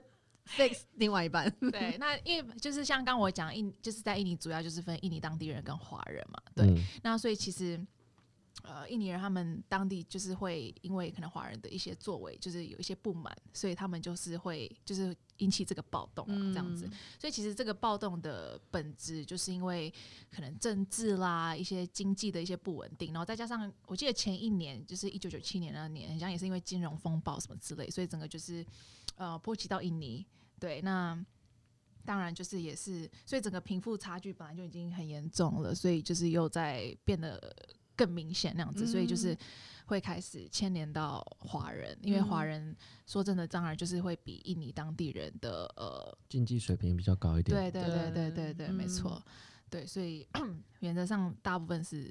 [SPEAKER 2] fix 另外一半。
[SPEAKER 4] 对，那因为就是像刚我讲印，就是在印尼主要就是分印尼当地人跟华人嘛，对，
[SPEAKER 1] 嗯
[SPEAKER 4] 那所以其实，呃，印尼人他们当地就是会因为可能华人的一些作为，就是有一些不满，所以他们就是会就是引起这个暴动啊，这样子。所以其实这个暴动的本质，就是因为可能政治啦、一些经济的一些不稳定，然后再加上我记得前一年就是一九九七年那年，好像也是因为金融风暴什么之类，所以整个就是呃波及到印尼。对，那当然就是也是，所以整个贫富差距本来就已经很严重了，所以就是又在变得更明显那样子，所以
[SPEAKER 2] 嗯
[SPEAKER 4] 就是会开始牵连到华人，因为华
[SPEAKER 2] 嗯
[SPEAKER 4] 人说真的，当然就是会比印尼当地人的呃
[SPEAKER 1] 经济水平比较高一点。
[SPEAKER 4] 对对对
[SPEAKER 2] 对
[SPEAKER 4] 对对对，没
[SPEAKER 2] 嗯
[SPEAKER 4] 错。对，所以 原则上大部分是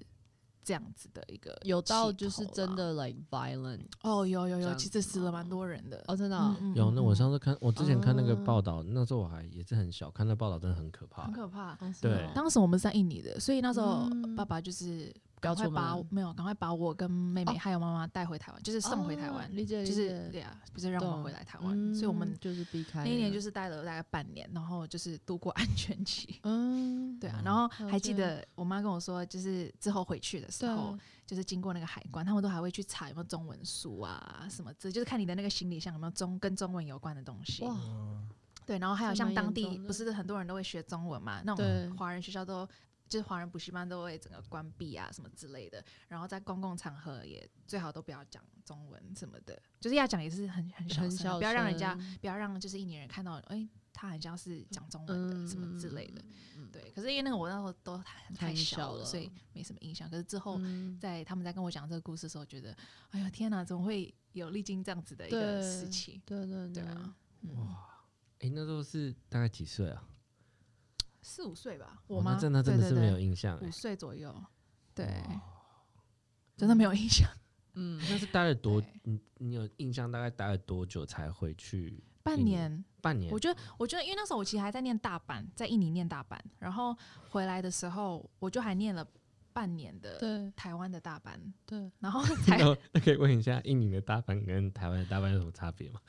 [SPEAKER 4] 这样子的一个
[SPEAKER 2] 有到
[SPEAKER 4] 起
[SPEAKER 2] 就是
[SPEAKER 4] 头
[SPEAKER 2] 真
[SPEAKER 4] 啦
[SPEAKER 2] 的 like violent
[SPEAKER 4] 哦，有有
[SPEAKER 2] 这
[SPEAKER 4] 有，
[SPEAKER 2] 样
[SPEAKER 4] 其
[SPEAKER 2] 子
[SPEAKER 4] 实死了蛮
[SPEAKER 2] 吗
[SPEAKER 4] 多人的。
[SPEAKER 2] 哦，真的
[SPEAKER 4] 嗯
[SPEAKER 2] 哦，
[SPEAKER 4] 嗯
[SPEAKER 1] 有，那我
[SPEAKER 4] 嗯
[SPEAKER 1] 上次看，我之前看那个
[SPEAKER 2] 哦
[SPEAKER 1] 报道，那时候我还也是很小，看那报道真的很可怕
[SPEAKER 4] 很。可怕。
[SPEAKER 2] 哦是
[SPEAKER 1] 对
[SPEAKER 2] 哦
[SPEAKER 4] 当时我们是在印尼的，所以那时候
[SPEAKER 2] 嗯
[SPEAKER 4] 爸爸就是
[SPEAKER 2] 不要
[SPEAKER 4] 赶快
[SPEAKER 2] 出
[SPEAKER 4] 把
[SPEAKER 2] 门
[SPEAKER 4] 我没有赶快把我跟妹妹
[SPEAKER 2] 哦
[SPEAKER 4] 还有妈妈带回台湾，就是送回台
[SPEAKER 2] 哦
[SPEAKER 4] 湾，
[SPEAKER 2] 理解理
[SPEAKER 4] 就是对
[SPEAKER 2] 解
[SPEAKER 4] 啊，不是让我们回来台湾，
[SPEAKER 2] 嗯
[SPEAKER 4] 所以我们
[SPEAKER 2] 就是避开
[SPEAKER 4] 那一年就是是待了大概半年，然后就是度过安全期。
[SPEAKER 2] 嗯，
[SPEAKER 4] 对啊
[SPEAKER 1] 嗯，
[SPEAKER 4] 然后
[SPEAKER 2] 了
[SPEAKER 4] 还记
[SPEAKER 2] 解
[SPEAKER 4] 得我妈跟我说，就是之后回去的时
[SPEAKER 2] 对啊
[SPEAKER 4] 候，就是经过那个海关，他们都还会去查有没有中文书啊什么之类，就是看你的那个行李箱有没有中跟中文有关的东西。
[SPEAKER 3] Oh.
[SPEAKER 2] 哇
[SPEAKER 4] 对，然后还有
[SPEAKER 2] 这
[SPEAKER 4] 像
[SPEAKER 2] 蛮
[SPEAKER 4] 当
[SPEAKER 2] 严
[SPEAKER 4] 地
[SPEAKER 2] 重的
[SPEAKER 4] 不是很多人都会学中文嘛，那
[SPEAKER 2] 对
[SPEAKER 4] 种华人学校都就是华人补习班都会整个关闭啊什么之类的，然后在公共场合也最好都不要讲中文什么的，就是要讲也是很很小
[SPEAKER 2] 很
[SPEAKER 4] 声啊
[SPEAKER 2] 小
[SPEAKER 4] 不要让人家
[SPEAKER 2] 声
[SPEAKER 4] 不要让就是印尼人看到，哎、他好像是讲中文的、什么之类的。
[SPEAKER 2] 嗯
[SPEAKER 4] 对，可是因为那个我那时候都太
[SPEAKER 2] 太
[SPEAKER 4] 太
[SPEAKER 2] 小
[SPEAKER 4] 小
[SPEAKER 2] 了
[SPEAKER 4] 了，所以没什么印象。可是之后
[SPEAKER 2] 嗯
[SPEAKER 4] 在他们在跟我讲这个故事的时候，觉得，哎呦天哪，怎么会有历经这样子的一个事
[SPEAKER 2] 对
[SPEAKER 4] 情？
[SPEAKER 2] 对对
[SPEAKER 4] 对啊，嗯，
[SPEAKER 1] 哇，哎，那时候是大概几岁啊？
[SPEAKER 4] 四五岁吧，
[SPEAKER 1] 哇
[SPEAKER 4] 我
[SPEAKER 1] 哦那
[SPEAKER 4] 妈
[SPEAKER 1] 真的真的是没有
[SPEAKER 4] 对
[SPEAKER 1] 印象
[SPEAKER 4] 对对
[SPEAKER 1] 哎
[SPEAKER 4] 五。岁左右，对，真的没有印象，
[SPEAKER 2] 嗯，
[SPEAKER 1] 那是待了多
[SPEAKER 4] 对，
[SPEAKER 1] 你你有印象大概待了多久才回去？
[SPEAKER 4] 半
[SPEAKER 1] 印尼
[SPEAKER 4] 年。
[SPEAKER 1] 半年
[SPEAKER 4] 我。觉得，我觉得，因为那时候我其实还在念大阪，在印尼念大阪，然后回来的时候，我就还念了半年的
[SPEAKER 2] 对
[SPEAKER 4] 台湾的大阪，
[SPEAKER 2] 对，
[SPEAKER 4] 然后才
[SPEAKER 1] 那我那可以问一下，印尼的大阪跟台湾的大阪有什么差别吗？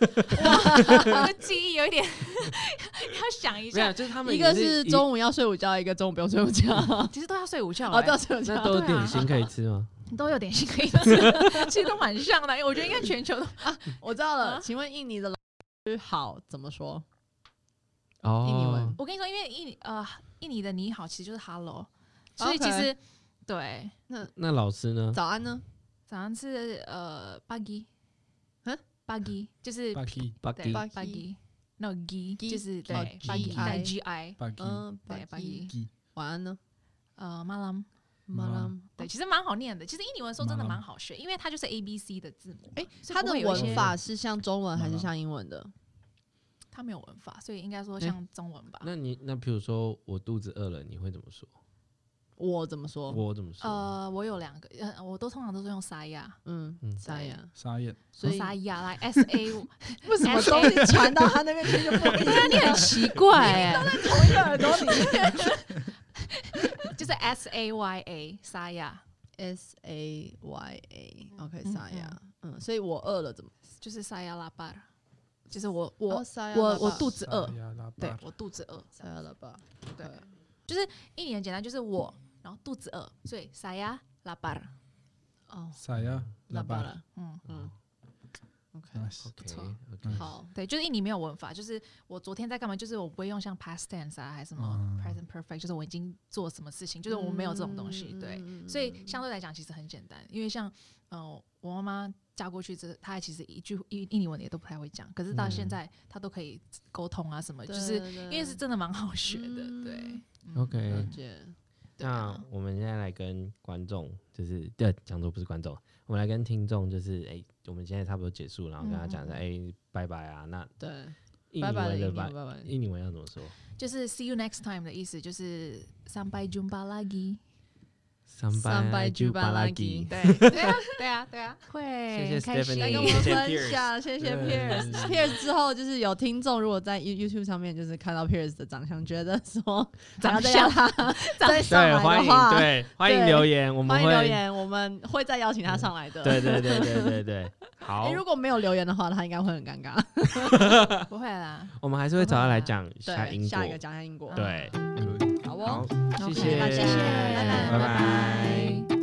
[SPEAKER 4] 我的记忆有一点要想一
[SPEAKER 1] 没有，
[SPEAKER 4] 下，
[SPEAKER 1] 就是他们
[SPEAKER 2] 一个
[SPEAKER 1] 也
[SPEAKER 2] 是
[SPEAKER 1] 一，
[SPEAKER 2] 中午要睡午觉，一个中午不用睡午 觉，哦，
[SPEAKER 4] 其实都要睡午觉、欸，
[SPEAKER 2] 都要睡午觉
[SPEAKER 1] 那，都有
[SPEAKER 4] 对啊
[SPEAKER 1] 点心可以吃吗？
[SPEAKER 4] 都有点心可以吃，其实都蛮像的。因为我觉得应该全球都
[SPEAKER 2] 我知道了。
[SPEAKER 4] 啊
[SPEAKER 2] 请问印尼的老师好怎么说？
[SPEAKER 1] 哦，
[SPEAKER 2] 印尼文
[SPEAKER 4] 我跟你说，因为印尼呃印尼的你好其实就是 hello，所以其实对
[SPEAKER 1] 那老师呢？
[SPEAKER 2] 早安呢？
[SPEAKER 4] 早上是呃 buggy，
[SPEAKER 2] 嗯
[SPEAKER 4] buggy 就是
[SPEAKER 3] 巴 k
[SPEAKER 1] 巴
[SPEAKER 4] 对
[SPEAKER 1] y
[SPEAKER 2] Buggy
[SPEAKER 4] buggy no gi
[SPEAKER 2] 鸡
[SPEAKER 4] 就是对
[SPEAKER 2] 哦
[SPEAKER 4] buggy
[SPEAKER 2] GI
[SPEAKER 4] 带 gi
[SPEAKER 3] 巴 k
[SPEAKER 2] 嗯，
[SPEAKER 4] 对
[SPEAKER 2] 巴基
[SPEAKER 4] buggy
[SPEAKER 3] 基
[SPEAKER 2] 晚安呢？
[SPEAKER 4] 呃 malam
[SPEAKER 2] 马拉姆
[SPEAKER 4] 对，其实蛮好念的。其实印尼文说真的蛮好学，因为它就是 A B C 的字母嘛。
[SPEAKER 2] 哎，
[SPEAKER 4] 所以
[SPEAKER 2] 它
[SPEAKER 4] 不
[SPEAKER 2] 的
[SPEAKER 4] 会有一些
[SPEAKER 2] 文法是像中文还
[SPEAKER 3] 马
[SPEAKER 2] 是
[SPEAKER 3] 拉姆
[SPEAKER 2] 像英文的？
[SPEAKER 4] 它没有文法，所以应该说
[SPEAKER 1] 诶
[SPEAKER 4] 像中文吧。
[SPEAKER 1] 那你那比如说我肚子饿了，你会怎么说？
[SPEAKER 2] 我怎么说？
[SPEAKER 1] 我怎么说？
[SPEAKER 4] 呃，我有两个，呃，我都通常都是用沙亚，
[SPEAKER 2] 嗯
[SPEAKER 1] 嗯，
[SPEAKER 2] 沙呀，
[SPEAKER 3] 沙眼，
[SPEAKER 2] 所以
[SPEAKER 4] 沙亚 来 S A，
[SPEAKER 2] 为什么
[SPEAKER 4] S A
[SPEAKER 2] 东西传到他那边去就不一样？
[SPEAKER 4] 你很奇怪哎、
[SPEAKER 2] 同一个啊耳朵里
[SPEAKER 4] 就是 S A Y A 沙亚，
[SPEAKER 2] S A Y A，OK，
[SPEAKER 4] 嗯
[SPEAKER 2] 沙呀，嗯，所以我饿了怎么？
[SPEAKER 4] 就是沙亚拉巴，就是我我、
[SPEAKER 2] 哦沙呀
[SPEAKER 4] 我
[SPEAKER 2] 拉巴
[SPEAKER 4] 我肚子饿，对
[SPEAKER 3] 对
[SPEAKER 4] 我肚子饿，
[SPEAKER 2] 沙呀了吧？
[SPEAKER 4] 对，就是一年简单就是我，然后肚子饿，所以沙亚拉巴，
[SPEAKER 2] 哦，
[SPEAKER 3] 沙呀
[SPEAKER 2] 拉
[SPEAKER 3] 拉
[SPEAKER 2] 巴
[SPEAKER 3] 巴
[SPEAKER 2] 了，
[SPEAKER 4] 嗯，
[SPEAKER 2] 嗯，OK，
[SPEAKER 3] ，nice，
[SPEAKER 1] OK
[SPEAKER 4] 错
[SPEAKER 1] OK，
[SPEAKER 2] 好，
[SPEAKER 4] 哦对，就是印尼没有文法，就是我昨天在干嘛，就是我不会用像 past tense 啊，还是什么
[SPEAKER 3] 嗯
[SPEAKER 4] present perfect，就是我已经做什么事情，就是我没有这种东西，对，
[SPEAKER 2] 嗯
[SPEAKER 4] 所以相对来讲其实很简单，因为像呃我妈妈嫁过去之后，她其实一句印印尼文也都不太会讲，可是到现在她都可以沟通啊什么，就是因为是真的蛮好学的，对
[SPEAKER 2] 嗯
[SPEAKER 4] 嗯
[SPEAKER 1] OK，
[SPEAKER 2] 姐，
[SPEAKER 4] 对
[SPEAKER 1] 那
[SPEAKER 4] 啊
[SPEAKER 1] 我们现在来跟观众，就是对，讲座不是观众，我们来跟听众，就是哎、我们现在差不多结束，然后跟他讲一下，哎、拜拜啊。那
[SPEAKER 2] 对，
[SPEAKER 1] 印尼
[SPEAKER 2] 嗯拜拜了，
[SPEAKER 1] 文
[SPEAKER 2] 印
[SPEAKER 1] 的
[SPEAKER 2] 尼，拜
[SPEAKER 1] 拜，
[SPEAKER 2] 拜。
[SPEAKER 1] 印尼文要怎么说？
[SPEAKER 4] 就是 see you next time 的意思，就是三拜 jumpa lagi，
[SPEAKER 1] 三
[SPEAKER 2] 三拜
[SPEAKER 1] 猪
[SPEAKER 2] 猪巴
[SPEAKER 1] 巴
[SPEAKER 2] 拉
[SPEAKER 1] 拉
[SPEAKER 2] 吉
[SPEAKER 1] 吉。
[SPEAKER 4] 对对啊对啊对啊，
[SPEAKER 1] 谢
[SPEAKER 4] 会
[SPEAKER 1] 谢
[SPEAKER 4] 开心
[SPEAKER 1] Stephanie
[SPEAKER 2] 来跟我们分享，谢谢 Pierce。Pierce 之后就是有听众，如果在 You- YouTube 上面就是看到 Pierce 的长相，觉得说
[SPEAKER 4] 长
[SPEAKER 2] 想
[SPEAKER 4] 相
[SPEAKER 2] 要再让他再上
[SPEAKER 1] 对，
[SPEAKER 2] 来
[SPEAKER 1] 欢
[SPEAKER 2] 的
[SPEAKER 1] 迎
[SPEAKER 2] 话，
[SPEAKER 1] 对，欢迎
[SPEAKER 2] 对
[SPEAKER 1] 留言，我们
[SPEAKER 2] 欢
[SPEAKER 1] 会
[SPEAKER 2] 迎留。言，我们会再邀请他上来的。
[SPEAKER 1] 对对对对对对，好
[SPEAKER 2] 诶，哎如果没有留言的话，他应该会很尴尬。
[SPEAKER 4] 不会啦，
[SPEAKER 1] 我们还是会找他来讲一下
[SPEAKER 2] 对，
[SPEAKER 1] 英国
[SPEAKER 2] 下一。个讲一下英国。
[SPEAKER 1] 对，
[SPEAKER 3] 可以
[SPEAKER 2] 好哦
[SPEAKER 1] 好，，
[SPEAKER 4] OK，
[SPEAKER 1] 谢谢，
[SPEAKER 2] 那谢谢
[SPEAKER 4] 拜
[SPEAKER 2] 拜
[SPEAKER 1] 拜
[SPEAKER 4] 拜
[SPEAKER 1] 拜。
[SPEAKER 4] 拜。